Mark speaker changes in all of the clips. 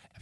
Speaker 1: hab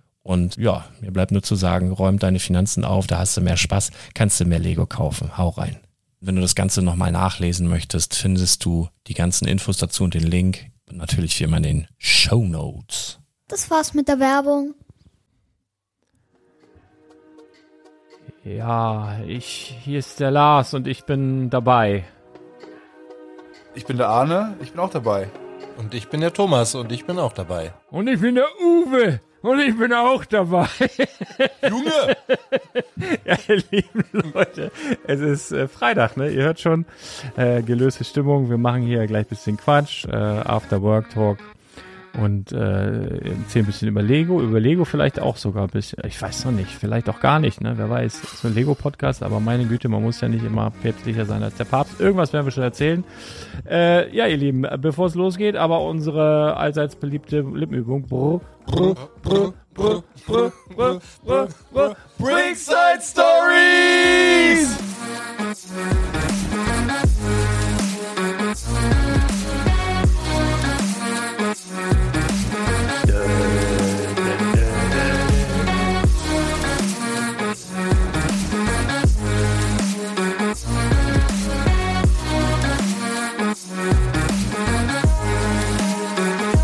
Speaker 1: Und ja, mir bleibt nur zu sagen, räum deine Finanzen auf, da hast du mehr Spaß, kannst du mehr Lego kaufen. Hau rein. Wenn du das Ganze nochmal nachlesen möchtest, findest du die ganzen Infos dazu und den Link und natürlich wie immer in den Show Notes.
Speaker 2: Das war's mit der Werbung.
Speaker 3: Ja, ich, hier ist der Lars und ich bin dabei.
Speaker 4: Ich bin der Arne, ich bin auch dabei.
Speaker 5: Und ich bin der Thomas und ich bin auch dabei.
Speaker 3: Und ich bin der Uwe. Und ich bin auch dabei.
Speaker 4: Junge!
Speaker 3: ja, ihr lieben Leute, es ist äh, Freitag, ne? Ihr hört schon, äh, gelöste Stimmung. Wir machen hier gleich bisschen Quatsch, äh, After Work Talk und äh, erzählen ein bisschen über Lego. Über Lego vielleicht auch sogar ein bisschen. Ich weiß noch nicht, vielleicht auch gar nicht, ne? Wer weiß. Ist ein Lego-Podcast, aber meine Güte, man muss ja nicht immer päpstlicher sein als der Papst. Irgendwas werden wir schon erzählen. Äh, ja, ihr Lieben, bevor es losgeht, aber unsere allseits beliebte Lippenübung. Brr, brr, brr, brr, brr, brr, brr, brr.
Speaker 4: Brickside Stories!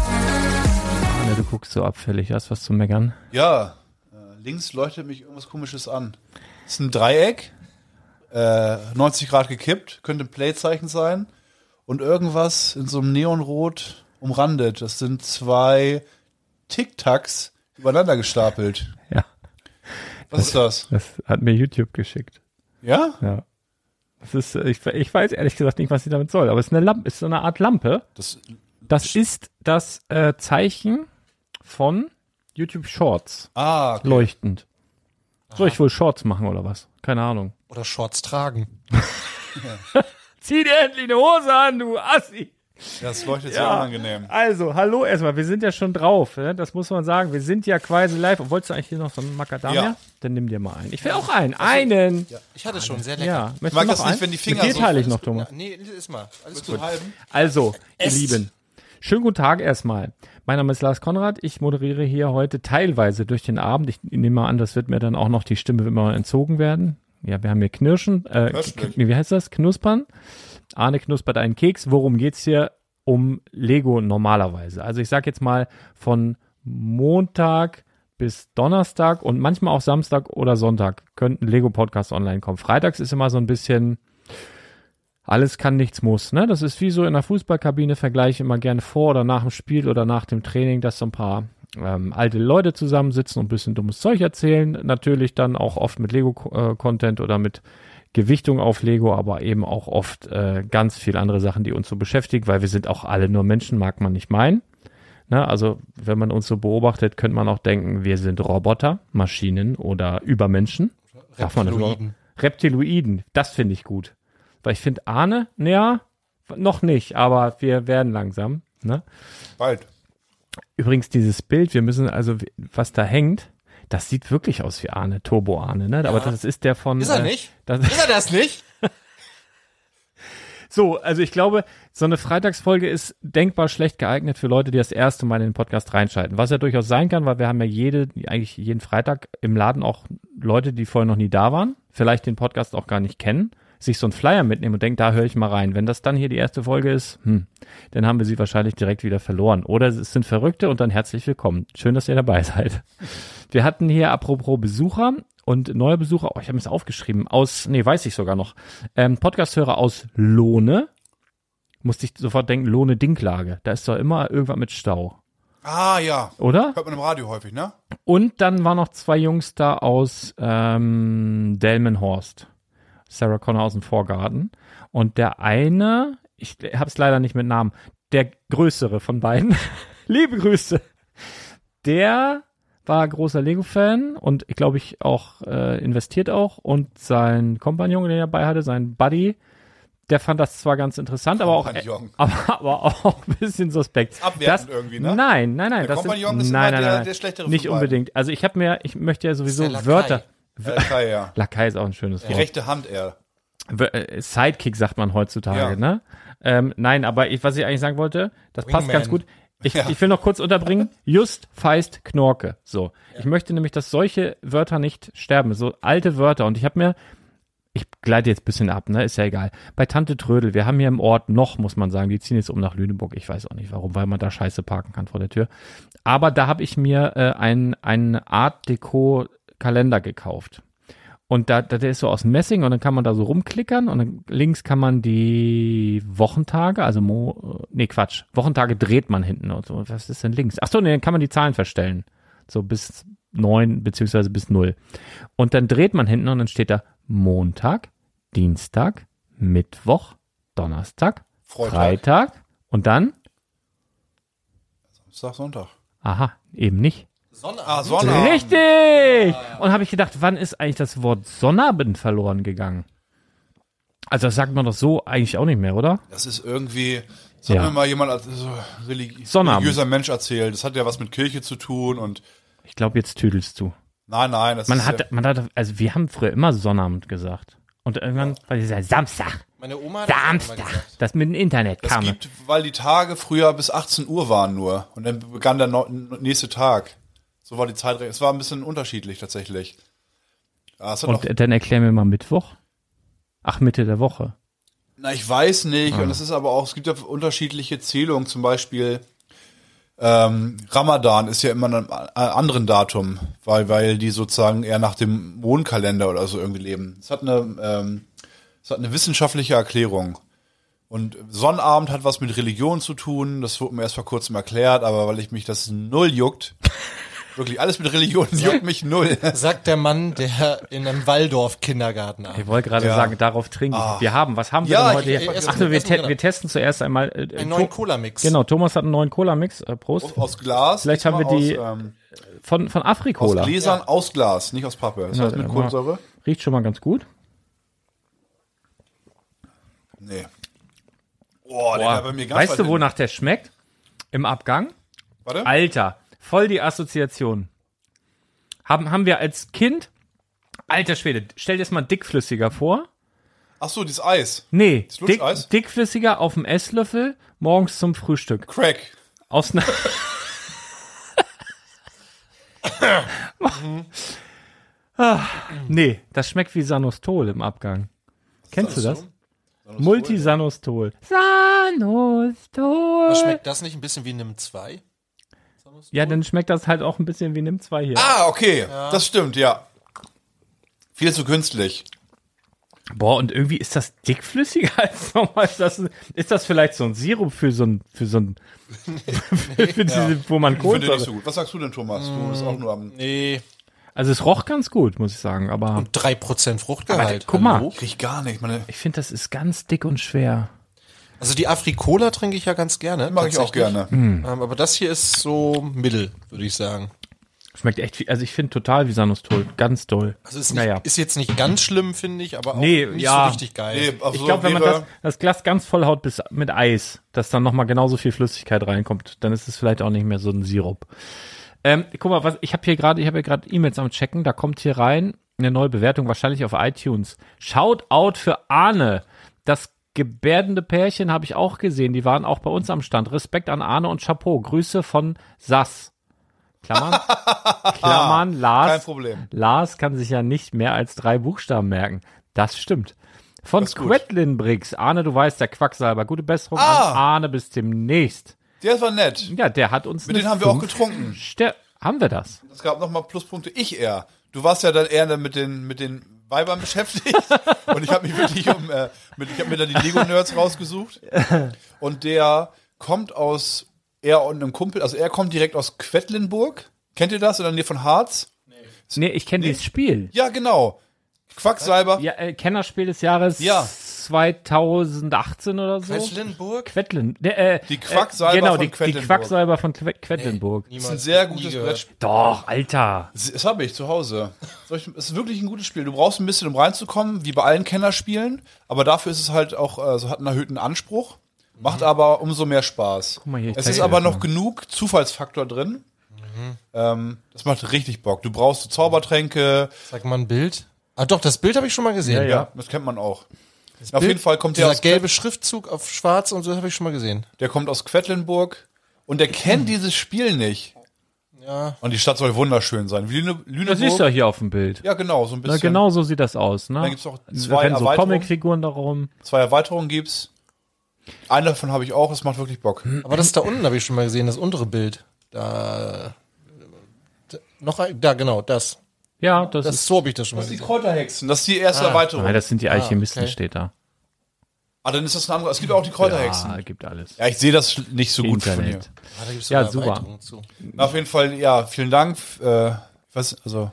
Speaker 3: Anne, du guckst so abfällig. Hast was zu meckern?
Speaker 4: Ja, äh, links leuchtet mich irgendwas komisches an. Ist ein Dreieck, äh, 90 Grad gekippt, könnte ein Playzeichen sein und irgendwas in so einem Neonrot umrandet. Das sind zwei Tic-Tacs übereinander gestapelt.
Speaker 3: Ja.
Speaker 4: Was ist das?
Speaker 3: Das hat mir YouTube geschickt.
Speaker 4: Ja?
Speaker 3: Ja. Das ist, äh, ich, ich weiß ehrlich gesagt nicht, was sie damit soll, aber es ist eine Lampe, ist so eine Art Lampe.
Speaker 4: Das,
Speaker 3: Das ist das äh, Zeichen von YouTube Shorts.
Speaker 4: ah,
Speaker 3: Leuchtend. Soll ich wohl Shorts machen oder was? Keine Ahnung.
Speaker 5: Oder Shorts tragen.
Speaker 3: Zieh dir endlich eine Hose an, du Assi!
Speaker 4: Das leuchtet sehr unangenehm.
Speaker 3: Also, hallo erstmal, wir sind ja schon drauf, ne? das muss man sagen. Wir sind ja quasi live. Wolltest du eigentlich hier noch so einen Macadamia?
Speaker 4: Ja.
Speaker 3: Dann nimm dir mal einen. Ich will auch einen. Einen! Ja,
Speaker 5: Ich hatte schon sehr lecker.
Speaker 3: ja. möchtest
Speaker 4: mag
Speaker 3: du noch
Speaker 4: das nicht,
Speaker 3: einen?
Speaker 4: wenn die Finger
Speaker 3: Mit dir
Speaker 4: so-
Speaker 3: teile ich noch, Thomas.
Speaker 5: Nee, ist mal. Alles
Speaker 4: Zu halben.
Speaker 3: Also, ihr
Speaker 5: Esst.
Speaker 3: Lieben, schönen guten Tag erstmal. Mein Name ist Lars Konrad. Ich moderiere hier heute teilweise durch den Abend. Ich nehme mal an, das wird mir dann auch noch die Stimme immer entzogen werden. Ja, wir haben hier Knirschen. Äh,
Speaker 4: Köstlich.
Speaker 3: Kn- wie heißt das? Knuspern. Arne knuspert einen Keks. Worum geht's hier? Um Lego normalerweise. Also ich sag jetzt mal von Montag bis Donnerstag und manchmal auch Samstag oder Sonntag könnten Lego-Podcasts online kommen. Freitags ist immer so ein bisschen, alles kann, nichts muss. Ne? Das ist wie so in der Fußballkabine, vergleiche immer gerne vor oder nach dem Spiel oder nach dem Training, dass so ein paar ähm, alte Leute zusammensitzen und ein bisschen dummes Zeug erzählen. Natürlich dann auch oft mit Lego-Content oder mit Gewichtung auf Lego, aber eben auch oft äh, ganz viel andere Sachen, die uns so beschäftigen, weil wir sind auch alle nur Menschen, mag man nicht meinen. Ne? Also wenn man uns so beobachtet, könnte man auch denken, wir sind Roboter, Maschinen oder Übermenschen. Darf man das überhaupt?
Speaker 5: Reptiloiden.
Speaker 3: Reptiloiden, das finde ich gut. Weil ich finde Ahne, naja, noch nicht, aber wir werden langsam. Ne?
Speaker 4: Bald.
Speaker 3: Übrigens dieses Bild, wir müssen also, was da hängt, das sieht wirklich aus wie Ahne, Turbo Ahne, ne? Aber das ist der von.
Speaker 5: Ist er
Speaker 3: äh,
Speaker 5: nicht?
Speaker 3: Das,
Speaker 5: Ist er das nicht?
Speaker 3: so, also ich glaube, so eine Freitagsfolge ist denkbar schlecht geeignet für Leute, die das erste Mal in den Podcast reinschalten. Was ja durchaus sein kann, weil wir haben ja jede, eigentlich jeden Freitag im Laden auch Leute, die vorher noch nie da waren, vielleicht den Podcast auch gar nicht kennen, sich so einen Flyer mitnehmen und denken, da höre ich mal rein. Wenn das dann hier die erste Folge ist, hm, dann haben wir sie wahrscheinlich direkt wieder verloren. Oder es sind Verrückte und dann herzlich willkommen. Schön, dass ihr dabei seid. Wir hatten hier apropos Besucher und neue Besucher, oh, ich habe es aufgeschrieben, aus, nee, weiß ich sogar noch, ähm, Podcast-Hörer aus Lohne. Musste ich sofort denken, Lohne Dinklage. Da ist doch immer irgendwas mit Stau,
Speaker 4: Ah ja.
Speaker 3: oder?
Speaker 4: Hört man im Radio häufig, ne?
Speaker 3: Und dann waren noch zwei Jungs da aus ähm, Delmenhorst. Sarah Connor aus dem Vorgarten. Und der eine, ich habe es leider nicht mit Namen, der größere von beiden, liebe Grüße, der war großer Lego-Fan und, glaube ich, auch äh, investiert auch. Und sein Kompagnon, den er dabei hatte, sein Buddy, der fand das zwar ganz interessant, aber auch,
Speaker 4: Kompagnon.
Speaker 3: aber, aber auch ein bisschen suspekt.
Speaker 4: abwertend irgendwie, ne?
Speaker 3: Nein, nein, nein.
Speaker 4: Der
Speaker 3: das
Speaker 4: Kompagnon ist
Speaker 3: nein,
Speaker 4: immer
Speaker 3: nein,
Speaker 4: der-
Speaker 3: nein.
Speaker 4: der Schlechtere von
Speaker 3: Nicht
Speaker 4: beiden.
Speaker 3: unbedingt. Also ich habe mir, ich möchte ja sowieso
Speaker 5: Ist der Lakai.
Speaker 3: Wörter.
Speaker 4: Äh, Kai, ja.
Speaker 3: Lakai ist auch ein schönes
Speaker 4: Die
Speaker 3: Wort.
Speaker 4: rechte Hand, er.
Speaker 3: W- äh, Sidekick sagt man heutzutage,
Speaker 4: Ja.
Speaker 3: ne? Ähm, nein, aber ich, was ich eigentlich sagen wollte, das passt
Speaker 5: Wingman.
Speaker 3: ganz gut. Ich, ich will noch kurz unterbringen. Just, Feist, Knorke. So. Ich möchte nämlich, dass solche Wörter nicht sterben. So alte Wörter. Und ich habe mir, ich gleite jetzt ein bisschen ab, ne? Ist ja egal. Bei Tante Trödel, wir haben hier im Ort noch, muss man sagen, die ziehen jetzt um nach Lüneburg. Ich weiß auch nicht warum, weil man da scheiße parken kann vor der Tür. Aber da habe ich mir äh, einen, einen Art Deco-Kalender gekauft. Und da, da, der ist so aus Messing und dann kann man da so rumklickern und dann links kann man die Wochentage, also Mo, nee, Quatsch, Wochentage dreht man hinten und so. Was ist denn links? Ach so, nee, dann kann man die Zahlen verstellen. So bis neun beziehungsweise bis null. Und dann dreht man hinten und dann steht da Montag, Dienstag, Mittwoch, Donnerstag,
Speaker 4: Freitag.
Speaker 3: Freitag und dann,
Speaker 4: Samstag, Sonntag.
Speaker 3: aha, eben nicht.
Speaker 4: Ah, Sonntag.
Speaker 3: Richtig! Und habe ich gedacht, wann ist eigentlich das Wort Sonnabend verloren gegangen? Also das sagt man doch so eigentlich auch nicht mehr, oder?
Speaker 4: Das ist irgendwie, das hat
Speaker 3: Ja.
Speaker 4: mir mal jemand als so religi
Speaker 3: Sonnabend.
Speaker 4: religiöser Mensch erzählt. Das hat ja was mit Kirche zu tun und
Speaker 3: Ich glaube, jetzt tüdelst du.
Speaker 4: nein, nein. Das
Speaker 3: Man
Speaker 4: ist ja,
Speaker 3: hat, man hat, also wir haben früher immer Sonnabend gesagt. Und irgendwann war dieser Samstag,
Speaker 5: Meine Oma hat das immer
Speaker 3: Samstag,
Speaker 5: gesagt.
Speaker 3: das mit dem Internet
Speaker 4: es
Speaker 3: kam.
Speaker 4: gibt, weil die Tage früher bis 18 Uhr waren nur und dann begann der no nächste Tag. So war die Zeitrechnung. Es war ein bisschen unterschiedlich tatsächlich. Ja, es hat noch,
Speaker 3: Und äh, dann erklär mir mal Mittwoch. Ach, Mitte der Woche.
Speaker 4: na, ich weiß nicht.
Speaker 3: Ah.
Speaker 4: Und es ist aber auch, es gibt ja unterschiedliche Zählungen. Zum Beispiel ähm, Ramadan ist ja immer an einem a- anderen Datum, weil, weil die sozusagen eher nach dem Mondkalender oder so irgendwie leben. Es hat eine, ähm, es hat eine wissenschaftliche Erklärung. Und Sonnabend hat was mit Religion zu tun, das wurde mir erst vor kurzem erklärt, aber weil ich mich das null juckt, Wirklich, alles mit Religion juckt mich null.
Speaker 5: Sagt der Mann, der in einem Waldorf-Kindergarten arbeitet.
Speaker 3: Ich wollte gerade
Speaker 4: Ja.
Speaker 3: sagen, darauf trinken. Wir haben, was haben wir
Speaker 4: Ja,
Speaker 3: denn heute
Speaker 4: ich-
Speaker 5: ich-
Speaker 3: hier?
Speaker 5: erst-
Speaker 3: Achso, wir,
Speaker 5: erst-
Speaker 3: te wir testen zuerst einmal. Äh,
Speaker 5: Einen
Speaker 3: äh,
Speaker 5: neuen
Speaker 3: To-
Speaker 5: Cola-Mix.
Speaker 3: Genau, Thomas hat einen neuen Cola-Mix. Äh, Prost.
Speaker 4: Aus Glas.
Speaker 3: Vielleicht haben
Speaker 4: diesmal
Speaker 3: wir die-
Speaker 4: Aus, ähm,
Speaker 3: Von, von Afri-Cola.
Speaker 4: aus Gläsern aus Glas, nicht aus Pappe. Ist das
Speaker 3: Ja,
Speaker 4: mit
Speaker 3: ja,
Speaker 4: Kohlensäure?
Speaker 3: Riecht schon mal ganz gut.
Speaker 4: Nee. Boah, der war bei mir halt ganz
Speaker 3: weißt
Speaker 4: weit
Speaker 3: du,
Speaker 4: hinten.
Speaker 3: wonach der schmeckt? Im Abgang?
Speaker 4: Warte.
Speaker 3: Alter, voll die Assoziation. Haben, haben wir als Kind. Alter Schwede, stell dir das mal dickflüssiger vor.
Speaker 4: Ach so, dieses Eis.
Speaker 3: Nee, dick,
Speaker 4: Lutscheis?
Speaker 3: dickflüssiger auf dem Esslöffel morgens zum Frühstück.
Speaker 4: Crack.
Speaker 3: Aus einer.
Speaker 4: Mhm.
Speaker 3: ah, nee, das schmeckt wie Sanostol im Abgang. Kennst du das? Multisanostol. Sanostol.
Speaker 5: Schmeckt das nicht ein bisschen wie einem 2?
Speaker 3: Ja, dann schmeckt das halt auch ein bisschen wie Nimm 2 hier.
Speaker 4: Ah, okay. Das stimmt, ja. Viel zu künstlich.
Speaker 3: Boah, und irgendwie ist das dickflüssiger als normal. Ist das, ist das vielleicht so ein Sirup für so ein, für so ein, für, diese, wo man
Speaker 4: Ich finde nicht
Speaker 3: Kohlensäure.
Speaker 4: so gut. Was sagst du denn, Thomas? Du bist auch nur am.
Speaker 5: Nee.
Speaker 3: Also es roch ganz gut, muss ich sagen, aber
Speaker 5: 3% Fruchtgehalt.
Speaker 3: guck mal.
Speaker 5: Hallo?
Speaker 4: Ich riech gar nicht. Meine,
Speaker 3: ich finde, das ist ganz dick und schwer.
Speaker 5: Also die Afrikola trinke ich ja ganz gerne.
Speaker 4: mag ich auch
Speaker 5: tatsächlich.
Speaker 4: gerne.
Speaker 3: Hm.
Speaker 5: Ähm, aber das hier ist so mittel, würde ich sagen.
Speaker 3: Schmeckt echt, wie- also ich finde total wie Sanostol, ganz doll.
Speaker 5: Also ist, nicht,
Speaker 3: Naja.
Speaker 5: ist jetzt nicht ganz schlimm, finde ich, aber auch
Speaker 3: Nee,
Speaker 5: nicht
Speaker 3: ja.
Speaker 5: so richtig
Speaker 4: Nee,
Speaker 5: geil.
Speaker 4: also
Speaker 3: ich glaube, wenn man
Speaker 4: wäre-
Speaker 3: das, das Glas ganz voll haut bis mit Eis, dass dann nochmal genauso viel Flüssigkeit reinkommt, dann ist es vielleicht auch nicht mehr so ein Sirup. Ähm, guck mal, was, ich habe hier gerade, ich habe hier gerade E-Mails am Checken, da kommt hier rein eine neue Bewertung, wahrscheinlich auf iTunes. Shoutout für Arne. Das gebärdende Pärchen habe ich auch gesehen, die waren auch bei uns am Stand. Respekt an Arne und Chapeau. Grüße von Sass. Klammern, Klammern, Lars.
Speaker 4: Kein Problem.
Speaker 3: Lars kann sich ja nicht mehr als drei Buchstaben merken. Das stimmt. Von
Speaker 4: gut.
Speaker 3: Quedlin Briggs. Arne, du weißt, der Quacksalber. Gute Besserung an
Speaker 4: Ah!
Speaker 3: Arne bis demnächst.
Speaker 4: Der war nett.
Speaker 3: Ja, der hat uns.
Speaker 4: Mit
Speaker 3: eine
Speaker 4: denen haben wir auch
Speaker 3: fünf
Speaker 4: getrunken.
Speaker 3: Ster haben wir das?
Speaker 4: Es gab nochmal Pluspunkte. Ich eher. Du warst ja dann eher mit den, mit den Weibern beschäftigt. und ich habe mich wirklich um. Äh, mit, ich habe mir dann die Lego-Nerds rausgesucht. Und der kommt aus. Er und einem Kumpel. Also er kommt direkt aus Quedlinburg. Kennt ihr das? In der Nähe von Harz?
Speaker 3: Nee, ich kenne dieses Spiel.
Speaker 4: Ja, genau. Quacksalber.
Speaker 3: Ja, äh, Kennerspiel des Jahres
Speaker 4: Ja.
Speaker 3: 2018 oder so.
Speaker 5: Quedlinburg?
Speaker 3: Quedlin. Der, äh,
Speaker 4: Die Quacksalber
Speaker 3: äh, genau,
Speaker 4: von
Speaker 3: die, die
Speaker 4: Quedlinburg.
Speaker 3: Quacksalber von Que- Quedlinburg.
Speaker 4: ist ein sehr gutes Brettspiel.
Speaker 3: Doch, Alter.
Speaker 4: Das habe ich zu Hause. Soll ich- Es ist wirklich ein gutes Spiel. Du brauchst ein bisschen, um reinzukommen, wie bei allen Kennerspielen. Aber dafür ist es halt auch, äh, so hat einen erhöhten Anspruch. Macht aber umso mehr Spaß.
Speaker 3: Mhm. mal hier, ich
Speaker 4: es
Speaker 3: zeig
Speaker 4: ist
Speaker 3: dir
Speaker 4: aber
Speaker 3: das
Speaker 4: noch genug Zufallsfaktor drin. Ähm, das macht richtig Bock. Du brauchst so Zaubertränke.
Speaker 5: Sag mal ein Bild. Ah doch, das Bild habe ich schon mal gesehen.
Speaker 4: Ja, das kennt man auch. Auf jeden Fall kommt der
Speaker 5: Dieser
Speaker 4: aus,
Speaker 5: gelbe Schriftzug auf schwarz und so habe ich schon mal gesehen.
Speaker 4: der kommt aus Quedlinburg und der kennt dieses Spiel nicht.
Speaker 5: Ja.
Speaker 4: Und die Stadt soll wunderschön sein. Wie Lüne,
Speaker 3: Das siehst du
Speaker 4: Lüneburg.
Speaker 3: ja hier auf dem Bild.
Speaker 4: Ja, genau, so ein bisschen.
Speaker 3: Na, genau so sieht das aus, ne?
Speaker 4: Dann gibt's auch
Speaker 3: Da
Speaker 4: zwei
Speaker 3: rennen so
Speaker 4: Erweiterungen.
Speaker 3: Comicfiguren darum.
Speaker 4: Zwei Erweiterungen gibt's. Eine davon habe ich auch, das macht wirklich Bock.
Speaker 3: Hm.
Speaker 5: Aber das da unten habe ich schon mal gesehen, das untere Bild. Da, da noch ein, da genau, das.
Speaker 3: Ja, das,
Speaker 5: Das
Speaker 3: ist.
Speaker 5: so habe ich das schon mal
Speaker 4: Das ist Ah, die
Speaker 5: gesehen.
Speaker 4: Kräuterhexen, das ist die erste Erweiterung.
Speaker 3: Ah. Nein, das sind die Alchemisten,
Speaker 5: okay.
Speaker 3: steht da.
Speaker 4: ah, dann ist das eine andere. Es gibt auch die Kräuterhexen.
Speaker 3: Ah, gibt alles.
Speaker 4: Ja, ich sehe das schl- nicht so gut von mir.
Speaker 3: Internet.
Speaker 5: Ah, da gibt's
Speaker 3: Ja,
Speaker 5: sogar
Speaker 3: super.
Speaker 5: Erweiterungen Zu.
Speaker 4: Na, Auf jeden Fall, ja, vielen Dank. f- Äh, ich weiß, also,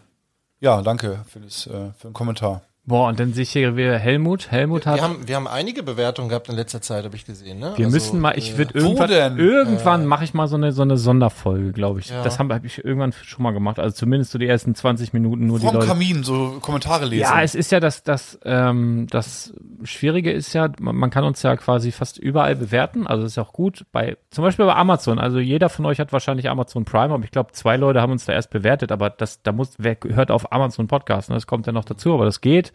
Speaker 4: ja, danke für, das, äh, für den Kommentar.
Speaker 3: Boah, und dann sehe ich hier wieder Helmut. Helmut hat.
Speaker 5: Wir
Speaker 3: Wir,
Speaker 5: haben, wir haben einige Bewertungen gehabt in letzter Zeit, habe ich gesehen. Ne?
Speaker 3: müssen mal, ich würde
Speaker 4: also, äh, wo
Speaker 3: irgendwann,
Speaker 4: denn? Äh.
Speaker 3: irgendwann mache ich mal so eine, so eine Sonderfolge, glaube ich.
Speaker 5: Ja.
Speaker 3: Das habe hab ich irgendwann schon mal gemacht. Also zumindest so die ersten 20 Minuten nur die
Speaker 4: Vom
Speaker 3: Leute.
Speaker 4: Kamin so Kommentare lesen.
Speaker 3: Ja, es ist ja das, das, ähm, das Schwierige ist ja, man, man kann uns ja quasi fast überall bewerten. Also das ist ja auch gut bei, zum Beispiel bei Amazon. Also jeder von euch hat wahrscheinlich Amazon Prime, aber ich glaube, zwei Leute haben uns da erst bewertet, aber das, da muss, wer hört auf Amazon Podcast, ne? das kommt ja noch dazu, aber das geht.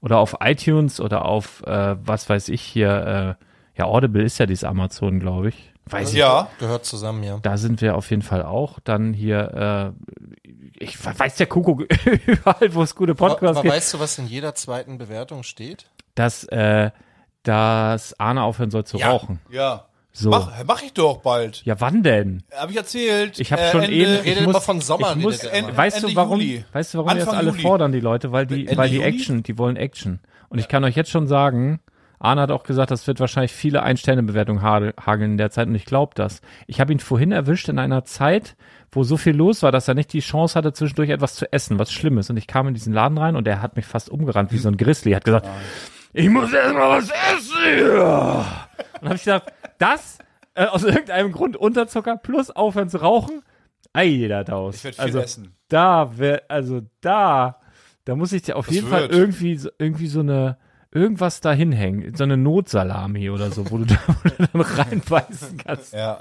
Speaker 3: Oder auf iTunes oder auf, äh, was weiß ich hier, äh, ja, Audible ist ja dieses Amazon, glaube ich. Weiß ich
Speaker 4: ja,
Speaker 5: Gehört zusammen, ja.
Speaker 3: da sind wir auf jeden Fall auch. Dann hier, äh, ich weiß der Kuckuck überall, wo es gute
Speaker 5: Aber,
Speaker 3: Podcasts
Speaker 5: aber
Speaker 3: gibt.
Speaker 5: weißt du, was in jeder zweiten Bewertung steht?
Speaker 3: dass, äh, dass Arne aufhören soll zu rauchen.
Speaker 4: ja.
Speaker 3: So.
Speaker 4: Mach, mach ich doch bald.
Speaker 3: Ja, wann denn?
Speaker 4: Hab ich erzählt.
Speaker 3: Ich habe schon
Speaker 4: Äh, Ende-
Speaker 3: eben. Ich
Speaker 5: redet
Speaker 3: muss,
Speaker 5: immer von Sommer,
Speaker 3: ich
Speaker 5: redet
Speaker 3: muss,
Speaker 5: er immer.
Speaker 3: weißt, du,
Speaker 4: Ende
Speaker 3: warum,
Speaker 4: Juli.
Speaker 3: weißt du, warum wir das
Speaker 4: Anfang
Speaker 3: alle
Speaker 4: Juli.
Speaker 3: fordern, die Leute? Weil die,
Speaker 4: Ende
Speaker 3: weil die
Speaker 4: Juli?
Speaker 3: Action, die wollen Action. Und ich kann euch jetzt schon sagen, Arne hat auch gesagt, das wird wahrscheinlich viele Ein-Sterne-Bewertungen hagel- hageln in der Zeit und ich glaube das. Ich habe ihn vorhin erwischt in einer Zeit, wo so viel los war, dass er nicht die Chance hatte, zwischendurch etwas zu essen, was Schlimmes. Und ich kam in diesen Laden rein und er hat mich fast umgerannt wie so ein Grizzly. Er hat gesagt, ich muss erstmal was essen. hier. Und habe ich gedacht, das äh, aus irgendeinem Grund Unterzucker plus aufhören zu rauchen. Ei, da taus.
Speaker 4: Ich werd viel
Speaker 3: also,
Speaker 4: essen.
Speaker 3: Da wär, also da, da muss ich dir auf jeden Fall
Speaker 4: wird.
Speaker 3: irgendwie so, irgendwie so eine irgendwas da hinhängen, so eine Notsalami oder so, wo du da wo du dann reinbeißen kannst.
Speaker 4: Ja.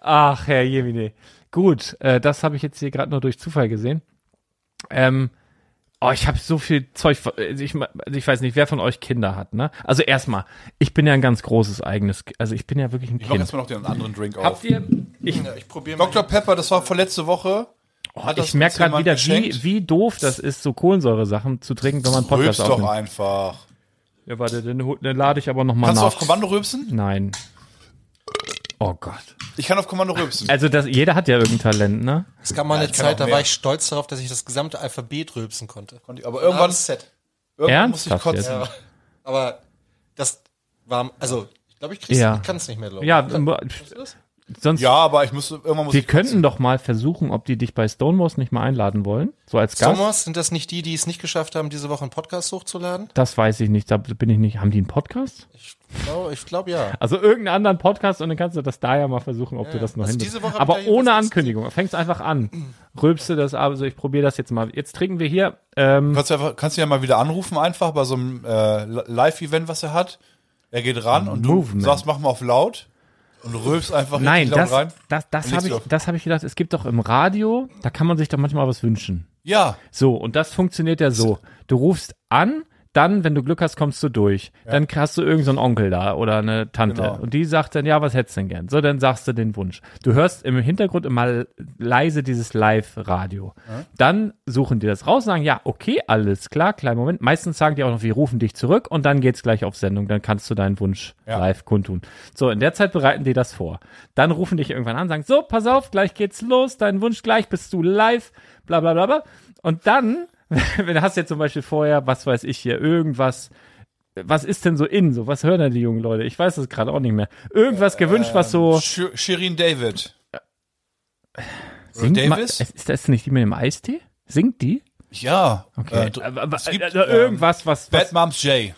Speaker 3: Ach, Herr Jemine. Gut, äh, das habe ich jetzt hier gerade nur durch Zufall gesehen. Ähm, oh, ich habe so viel Zeug. ver- Also ich, ma- also ich weiß nicht, wer von euch Kinder hat, ne? Also erstmal, ich bin ja ein ganz großes eigenes. Ki- Also ich bin ja wirklich ein
Speaker 4: Ich mach
Speaker 3: Kind.
Speaker 4: jetzt mal noch den anderen Drink auf.
Speaker 3: Habt ihr. Ich,
Speaker 5: Ja, ich probiere mal.
Speaker 4: Dr. Pepper, das war vor letzte Woche.
Speaker 3: oh,
Speaker 4: Hat das
Speaker 3: ich merke
Speaker 4: uns
Speaker 3: gerade
Speaker 4: jemand
Speaker 3: wieder, wie,
Speaker 4: geschenkt?
Speaker 3: wie doof das ist, so Kohlensäure-Sachen zu trinken, wenn man einen Podcast
Speaker 4: Rülpst doch
Speaker 3: aufnimmt. Oh,
Speaker 4: einfach.
Speaker 3: Ja, warte, dann, hol- dann lade ich aber nochmal
Speaker 4: Kannst
Speaker 3: nach.
Speaker 4: du auf Kommando rülpsen?
Speaker 3: Nein. Oh Gott.
Speaker 4: Ich kann auf Kommando rülpsen.
Speaker 3: Also das, jeder hat ja irgendein Talent, ne?
Speaker 5: Es gab mal eine
Speaker 4: kann auch
Speaker 5: Zeit, da
Speaker 4: mehr.
Speaker 5: war ich stolz darauf, dass ich das gesamte Alphabet rülpsen konnte.
Speaker 4: Konnte ich- Aber irgendwann,
Speaker 5: Alles Set.
Speaker 4: irgendwann muss ich
Speaker 3: Ernsthaft
Speaker 4: kotzen.
Speaker 3: jetzt?
Speaker 5: Ja. Aber das war, also, ich glaube, ich krieg's,
Speaker 3: Ja.
Speaker 5: ich kann es nicht mehr, glaube
Speaker 3: Ja,
Speaker 5: ich.
Speaker 3: ähm, sonst
Speaker 4: Ja, aber ich muss, irgendwann muss
Speaker 3: Wir
Speaker 4: ich kotzen.
Speaker 3: könnten doch mal versuchen, ob die dich bei Stonewalls nicht mal einladen wollen. So als Gast.
Speaker 5: Sommers, sind das nicht die, die es nicht geschafft haben, diese Woche einen Podcast hochzuladen?
Speaker 3: Das weiß ich nicht. Da bin ich nicht. Haben die einen Podcast?
Speaker 5: Ich glaube, ich glaub, ja.
Speaker 3: Also irgendeinen anderen Podcast und dann kannst du das da ja mal versuchen, ob du das noch
Speaker 5: Also
Speaker 3: hinbekommst.
Speaker 5: diese Woche hab
Speaker 3: Aber
Speaker 5: ich da
Speaker 3: ohne
Speaker 5: jedenfalls nichts
Speaker 3: Ankündigung. Fängst einfach an. Rülpst du das ab. Also ich probiere das jetzt mal. Jetzt trinken wir hier. Ähm,
Speaker 4: Kannst du, einfach, kannst du ja mal wieder anrufen, einfach bei so einem äh, Li- Live-Event, was er hat. Er geht ran und du
Speaker 3: Movement.
Speaker 4: sagst, mach mal auf laut und rülpst einfach
Speaker 3: nein,
Speaker 4: richtig laut
Speaker 3: das,
Speaker 4: rein.
Speaker 3: das, das
Speaker 4: Nichts
Speaker 3: habe ich,
Speaker 4: drauf.
Speaker 3: das hab ich gedacht. Es gibt doch im Radio, da kann man sich doch manchmal was wünschen.
Speaker 4: Ja,
Speaker 3: So, und das funktioniert ja so. Du rufst an, dann, wenn du Glück hast, kommst du durch. Dann hast du irgendeinen so einen Onkel da oder eine Tante.
Speaker 4: Genau.
Speaker 3: Und die sagt dann, ja, was hättest du denn gern? So, dann sagst du den Wunsch. Du hörst im Hintergrund immer leise dieses Live-Radio. Dann suchen die das raus, sagen, ja, okay, alles klar, kleinen Moment. Meistens sagen die auch noch, wir rufen dich zurück und dann geht's gleich auf Sendung. Dann kannst du deinen Wunsch
Speaker 4: Ja.
Speaker 3: live kundtun. So, in der Zeit bereiten die das vor. Dann rufen dich irgendwann an, sagen, so, pass auf, gleich geht's los, dein Wunsch gleich, bist du live, bla bla bla bla. Und dann, wenn du hast jetzt zum Beispiel vorher, was weiß ich hier, irgendwas, was ist denn so in, so, was hören denn die jungen Leute? Ich weiß es gerade auch nicht mehr. Irgendwas
Speaker 4: Äh,
Speaker 3: gewünscht, was so.
Speaker 4: Sh Shirin David.
Speaker 3: Äh, Singt mal,
Speaker 4: Davis?
Speaker 3: ist ist das nicht die mit dem Eistee? Singt die?
Speaker 4: Ja.
Speaker 3: Okay.
Speaker 4: Äh, dr-
Speaker 3: Aber- aber-
Speaker 4: es gibt,
Speaker 3: also irgendwas, was, was
Speaker 4: Bad Moms J.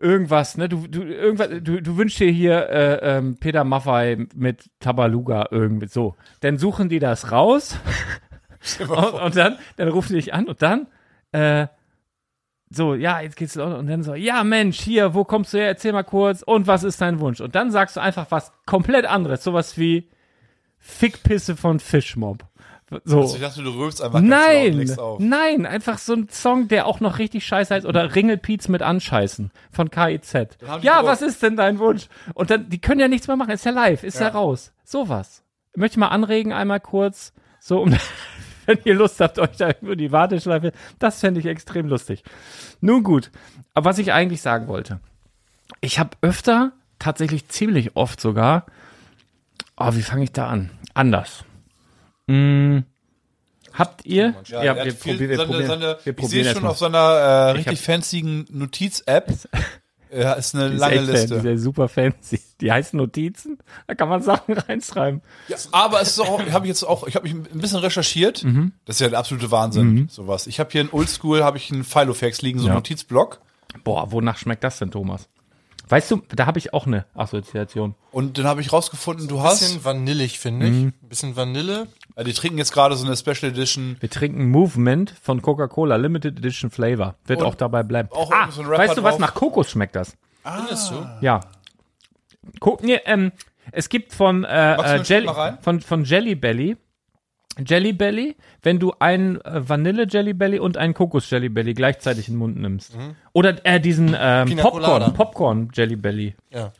Speaker 3: irgendwas, ne? Du, du, irgendwas, du, du wünschst dir hier äh, ähm, Peter Maffei mit Tabaluga irgendwie so. Dann suchen die das raus und, und dann, dann rufen die dich an und dann, äh, so, ja, jetzt geht's los. Und dann so, ja, Mensch, hier, wo kommst du her? Erzähl mal kurz. Und was ist dein Wunsch? Und dann sagst du einfach was komplett anderes. Sowas wie Fickpisse von Fischmob. So.
Speaker 4: Also Ich dachte, du rülpst einfach ganz laut und
Speaker 3: Nein,
Speaker 4: legst auf.
Speaker 3: nein, einfach so ein Song, der auch noch richtig scheiße heißt oder Ringelpiez mit Anscheißen von KIZ.
Speaker 4: haben die
Speaker 3: Ja,
Speaker 4: gewonnen.
Speaker 3: was ist denn dein Wunsch? Und dann, die können ja nichts mehr machen, ist ja live, ist ja, raus. Sowas. Möchte ich mal anregen, einmal kurz, so um, wenn ihr Lust habt, euch da über die Warteschleife, das fände ich extrem lustig. Nun gut, aber was ich eigentlich sagen wollte, ich habe öfter, tatsächlich ziemlich oft sogar, oh, wie fange ich da an? Anders. Mm, habt ihr?
Speaker 4: Ja, er hat
Speaker 3: wir
Speaker 4: viel-
Speaker 3: probieren, wir
Speaker 4: seine,
Speaker 3: probieren,
Speaker 4: seine,
Speaker 3: wir
Speaker 4: ich
Speaker 3: probieren
Speaker 4: sehe
Speaker 3: erst
Speaker 4: schon
Speaker 3: mal.
Speaker 4: auf seiner äh,
Speaker 3: Ich
Speaker 4: richtig fancygen Notiz-App. Äh, ist eine
Speaker 3: Die ist
Speaker 4: lange
Speaker 3: echt
Speaker 4: Liste.
Speaker 3: Fan, die ist super fancy. Die heißen Notizen, da kann man Sachen reinschreiben.
Speaker 4: Ja, aber es ist auch, habe ich jetzt auch, ich habe mich ein bisschen recherchiert.
Speaker 3: Mhm.
Speaker 4: Das ist ja der absolute Wahnsinn, sowas. Ich habe hier in Oldschool, habe ich einen Filofax liegen, so
Speaker 3: Ja.
Speaker 4: einen Notizblock.
Speaker 3: Boah, wonach schmeckt das denn, Thomas? Weißt du, da habe ich auch eine Assoziation.
Speaker 4: Und dann habe ich rausgefunden, du
Speaker 5: Ein
Speaker 4: hast,
Speaker 5: bisschen vanillig, finde ich.
Speaker 3: Mhm.
Speaker 5: Ein bisschen Vanille.
Speaker 4: also die trinken jetzt gerade so eine Special Edition.
Speaker 3: Wir trinken Movement von Coca-Cola Limited Edition Flavor. Wird auch dabei bleiben.
Speaker 4: auch
Speaker 3: ah,
Speaker 4: irgend so ein Rapper
Speaker 3: weißt du was?
Speaker 4: drauf.
Speaker 3: Nach Kokos schmeckt das.
Speaker 5: Findest
Speaker 4: Ah.
Speaker 5: du?
Speaker 3: Ja. Ko nee, ähm, es gibt von,
Speaker 4: Magst du
Speaker 3: äh, äh,
Speaker 4: einen Schluck
Speaker 3: Jelly,
Speaker 4: mal rein?
Speaker 3: von, von Jelly Belly. Jelly Belly, wenn du einen äh, Vanille Jelly Belly und einen Kokos Jelly Belly gleichzeitig in den Mund nimmst.
Speaker 4: Mhm.
Speaker 3: Oder äh, diesen ähm,
Speaker 5: Pina
Speaker 3: Popcorn,
Speaker 5: Colada.
Speaker 3: Popcorn Jelly Belly.
Speaker 5: Ja.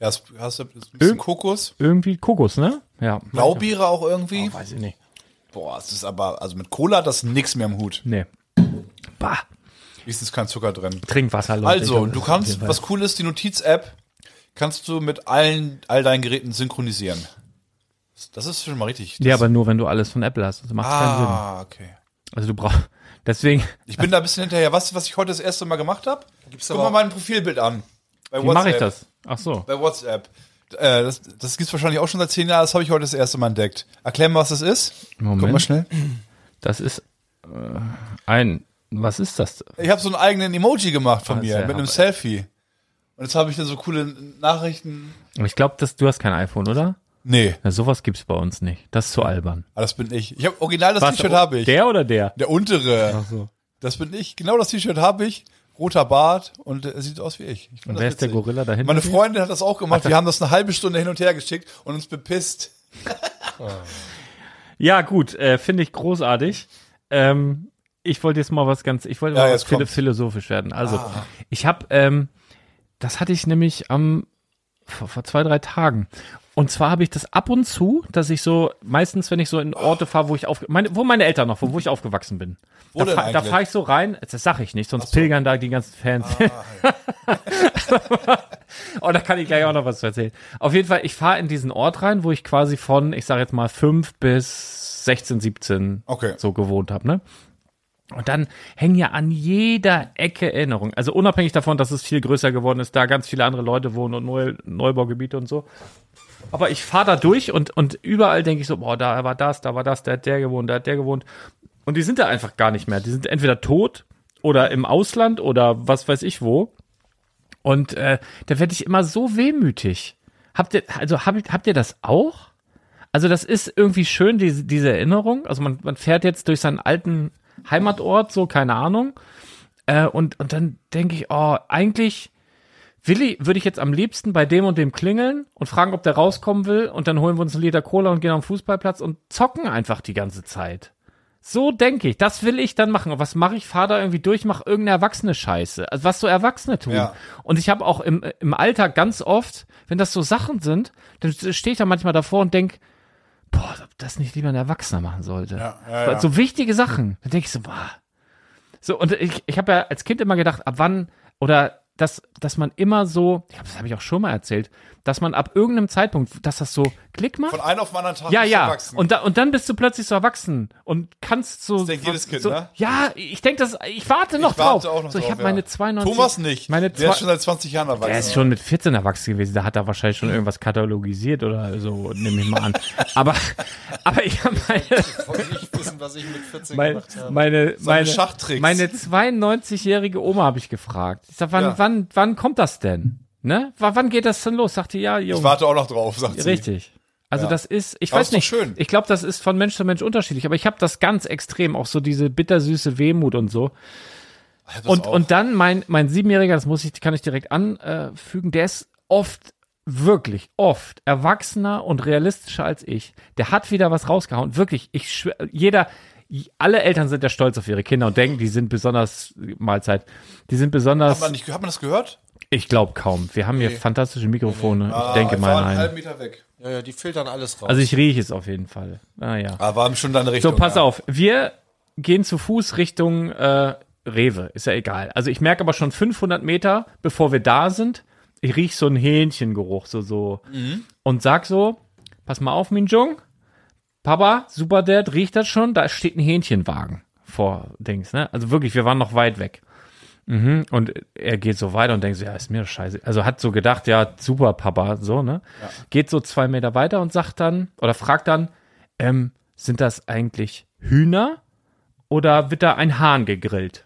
Speaker 4: Ja, das, hast du das ist ein bisschen
Speaker 3: Ö-
Speaker 4: Kokos,
Speaker 3: Irgendwie Kokos, ne? Ja.
Speaker 4: Blaubeere auch irgendwie.
Speaker 3: Oh, Weiß ich nicht.
Speaker 4: Boah, es ist aber, also mit Cola hat das nix mehr im Hut.
Speaker 3: Nee. Bah.
Speaker 4: Wenigstens kein Zucker drin.
Speaker 3: Trinkwasser, Leute. Ich
Speaker 4: Also,
Speaker 3: glaub,
Speaker 4: du
Speaker 3: das ist
Speaker 4: kannst,
Speaker 3: hier
Speaker 4: was cool ist, die Notiz-App kannst du mit allen, all deinen Geräten synchronisieren. Das ist schon mal richtig.
Speaker 3: bei- Ja, aber nur, wenn du alles von Apple hast. Das macht keinen Sinn.
Speaker 4: ah, okay.
Speaker 3: Also du brauchst, Deswegen,
Speaker 4: Ich bin da ein bisschen hinterher. Weißt du, was ich heute das erste Mal gemacht habe?
Speaker 5: Gibt's
Speaker 4: Guck
Speaker 5: aber-
Speaker 4: mal mein Profilbild an. Bei
Speaker 3: wie mache ich das? Ach so.
Speaker 4: Bei WhatsApp. Äh, das das gibt es wahrscheinlich auch schon seit zehn Jahren. Das habe ich heute das erste Mal entdeckt. Erklär mal, was das ist.
Speaker 3: Moment.
Speaker 4: Guck mal schnell.
Speaker 3: Das ist äh, ein. Was ist das?
Speaker 4: Ich habe so einen eigenen Emoji gemacht von
Speaker 3: Ah,
Speaker 4: mir
Speaker 3: sehr
Speaker 4: mit einem
Speaker 3: hammer.
Speaker 4: Selfie. Und jetzt habe ich da so coole Nachrichten.
Speaker 3: Ich glaube, du hast kein iPhone, oder?
Speaker 4: Nee,
Speaker 3: Na, sowas gibt's bei uns nicht. Das ist zu albern.
Speaker 4: ah, das bin ich. Ich habe original das
Speaker 3: Was,
Speaker 4: T-Shirt habe ich. Der,
Speaker 3: Der oder der?
Speaker 4: untere.
Speaker 3: so.
Speaker 4: Das bin ich. Genau das T-Shirt habe ich. Roter Bart und er sieht aus wie ich. ich
Speaker 3: Und wer ist der Gorilla dahinter?
Speaker 4: Meine Freundin hat das auch gemacht. Wir haben das eine halbe Stunde hin und her geschickt und uns bepisst.
Speaker 3: Ja, gut, äh, finde ich großartig. Ähm, ich wollte jetzt mal was ganz, ich wollte
Speaker 4: Ja,
Speaker 3: mal was
Speaker 4: jetzt
Speaker 3: philo
Speaker 4: kommt's. Ah.
Speaker 3: philosophisch werden. Also, ich habe, ähm, das hatte ich nämlich am vor, vor zwei, drei Tagen. Und zwar habe ich das ab und zu, dass ich so, meistens, wenn ich so in Orte fahre, wo ich auf, meine, wo meine Eltern noch, wo, wo ich aufgewachsen bin.
Speaker 4: Wo
Speaker 3: da
Speaker 4: denn
Speaker 3: fa- da
Speaker 4: eigentlich? Ah.
Speaker 3: fahre ich so rein, das sage ich nicht, sonst pilgern da die ganzen Fans. Oh, da kann ich gleich auch noch was zu erzählen. Auf jeden Fall, ich fahre in diesen Ort rein, wo ich quasi von, ich sage jetzt mal, 5 bis 16, 17
Speaker 4: Okay.
Speaker 3: so gewohnt habe, ne? Und dann hängen ja an jeder Ecke Erinnerungen. Also unabhängig davon, dass es viel größer geworden ist, da ganz viele andere Leute wohnen und Neu Neubaugebiete und so. Aber ich fahre da durch und, und überall denke ich so, boah, da war das, da war das, da hat der gewohnt, da hat der gewohnt. Und die sind da einfach gar nicht mehr. Die sind entweder tot oder im Ausland oder was weiß ich wo. Und äh, da werde ich immer so wehmütig. Habt ihr, also habt, habt ihr das auch? Also das ist irgendwie schön, diese, diese Erinnerung. Also man, man fährt jetzt durch seinen alten Heimatort, so keine Ahnung. Äh, und, und dann denke ich, oh, eigentlich will ich, würde ich jetzt am liebsten bei dem und dem klingeln und fragen, ob der rauskommen will. Und dann holen wir uns einen Liter Cola und gehen auf den Fußballplatz und zocken einfach die ganze Zeit. So denke ich, das will ich dann machen. Und was mache ich? Fahre da irgendwie durch, mache irgendeine erwachsene Scheiße. Also was so Erwachsene tun.
Speaker 4: Ja.
Speaker 3: Und ich habe auch im, im Alltag ganz oft, wenn das so Sachen sind, dann stehe ich da manchmal davor und denke, boah, ob das nicht lieber ein Erwachsener machen sollte.
Speaker 4: ja,
Speaker 3: Weil
Speaker 4: ja.
Speaker 3: So wichtige Sachen. Da denke ich so, boah. So, und ich, ich habe ja als Kind immer gedacht, ab wann, oder dass, dass man immer so, ich hab, das habe ich auch schon mal erzählt, dass man ab irgendeinem Zeitpunkt, dass das so Klick macht.
Speaker 4: Von einem auf den anderen Tag
Speaker 3: Ja,
Speaker 4: bist du
Speaker 3: ja.
Speaker 4: erwachsen.
Speaker 3: Und, da, und dann bist du plötzlich so erwachsen und kannst so.
Speaker 4: Das denkt jedes Kind,
Speaker 3: so,
Speaker 4: ne?
Speaker 3: Ja, ich denke, das. Ich warte noch
Speaker 4: ich warte
Speaker 3: drauf.
Speaker 4: auch noch
Speaker 3: so, ich
Speaker 4: drauf,
Speaker 3: habe
Speaker 4: ja.
Speaker 3: meine 92.
Speaker 4: Thomas nicht.
Speaker 3: Meine
Speaker 4: der ist
Speaker 3: zwei-
Speaker 4: schon seit 20 Jahren erwachsen.
Speaker 3: er ist schon mit 14 erwachsen gewesen. Da hat er wahrscheinlich schon irgendwas katalogisiert oder so, nehme ich mal an. Aber, aber ich habe meine,
Speaker 5: Wollte nicht wissen, was ich mit 14
Speaker 3: meine,
Speaker 5: gemacht habe.
Speaker 3: meine, meine,
Speaker 4: Schachtricks.
Speaker 3: meine 92-jährige Oma habe ich gefragt. Ich sag, wann,
Speaker 4: Ja.
Speaker 3: wann, wann kommt das denn? Ne? W- Wann geht das denn los? Sagt die, ja,
Speaker 4: ich
Speaker 3: Junge.
Speaker 4: warte auch noch drauf, sagt sie.
Speaker 3: Richtig. Also
Speaker 4: Ja.
Speaker 3: das ist, ich
Speaker 4: Aber
Speaker 3: weiß
Speaker 4: ist doch
Speaker 3: nicht,
Speaker 4: schön.
Speaker 3: ich glaube, das ist von Mensch zu Mensch unterschiedlich, aber ich habe das ganz extrem, auch so diese bittersüße Wehmut und so.
Speaker 4: Ich hab das
Speaker 3: Und,
Speaker 4: auch.
Speaker 3: und dann mein, mein Siebenjähriger, das muss ich, kann ich direkt anfügen, der ist oft, wirklich oft erwachsener und realistischer als ich. Der hat wieder was rausgehauen. Wirklich, ich schwör, jeder, j- alle Eltern sind ja stolz auf ihre Kinder und denken, die sind besonders, Mahlzeit, die sind
Speaker 4: hat, man
Speaker 3: besonders,
Speaker 4: nicht, hat man das gehört?
Speaker 3: ich glaube kaum. Wir haben hier fantastische Mikrofone. Ich denke
Speaker 4: ich
Speaker 3: mal,
Speaker 4: Ah, war einen halben
Speaker 3: nein.
Speaker 4: Meter weg.
Speaker 5: Ja, ja, die filtern alles raus.
Speaker 3: Also ich rieche es auf jeden Fall. Naja.
Speaker 4: Ah, war schon deine
Speaker 3: So,
Speaker 4: Richtung.
Speaker 3: pass
Speaker 4: ja.
Speaker 3: auf. Wir gehen zu Fuß Richtung äh, Rewe. Ist ja egal. Also ich merke aber schon 500 Meter, bevor wir da sind, ich riech so einen Hähnchengeruch so so
Speaker 4: Mhm.
Speaker 3: und sag so, pass mal auf, Minjung. Papa, super Dad, riecht das schon? Da steht ein Hähnchenwagen vor Dings, ne? Also wirklich, wir waren noch weit weg. Mhm. Und er geht so weiter und denkt so, ja, ist mir doch scheiße. Also hat so gedacht, ja, super, Papa, so, ne? Geht so zwei Meter weiter und sagt dann, oder fragt dann, ähm, sind das eigentlich Hühner oder wird da ein Hahn gegrillt?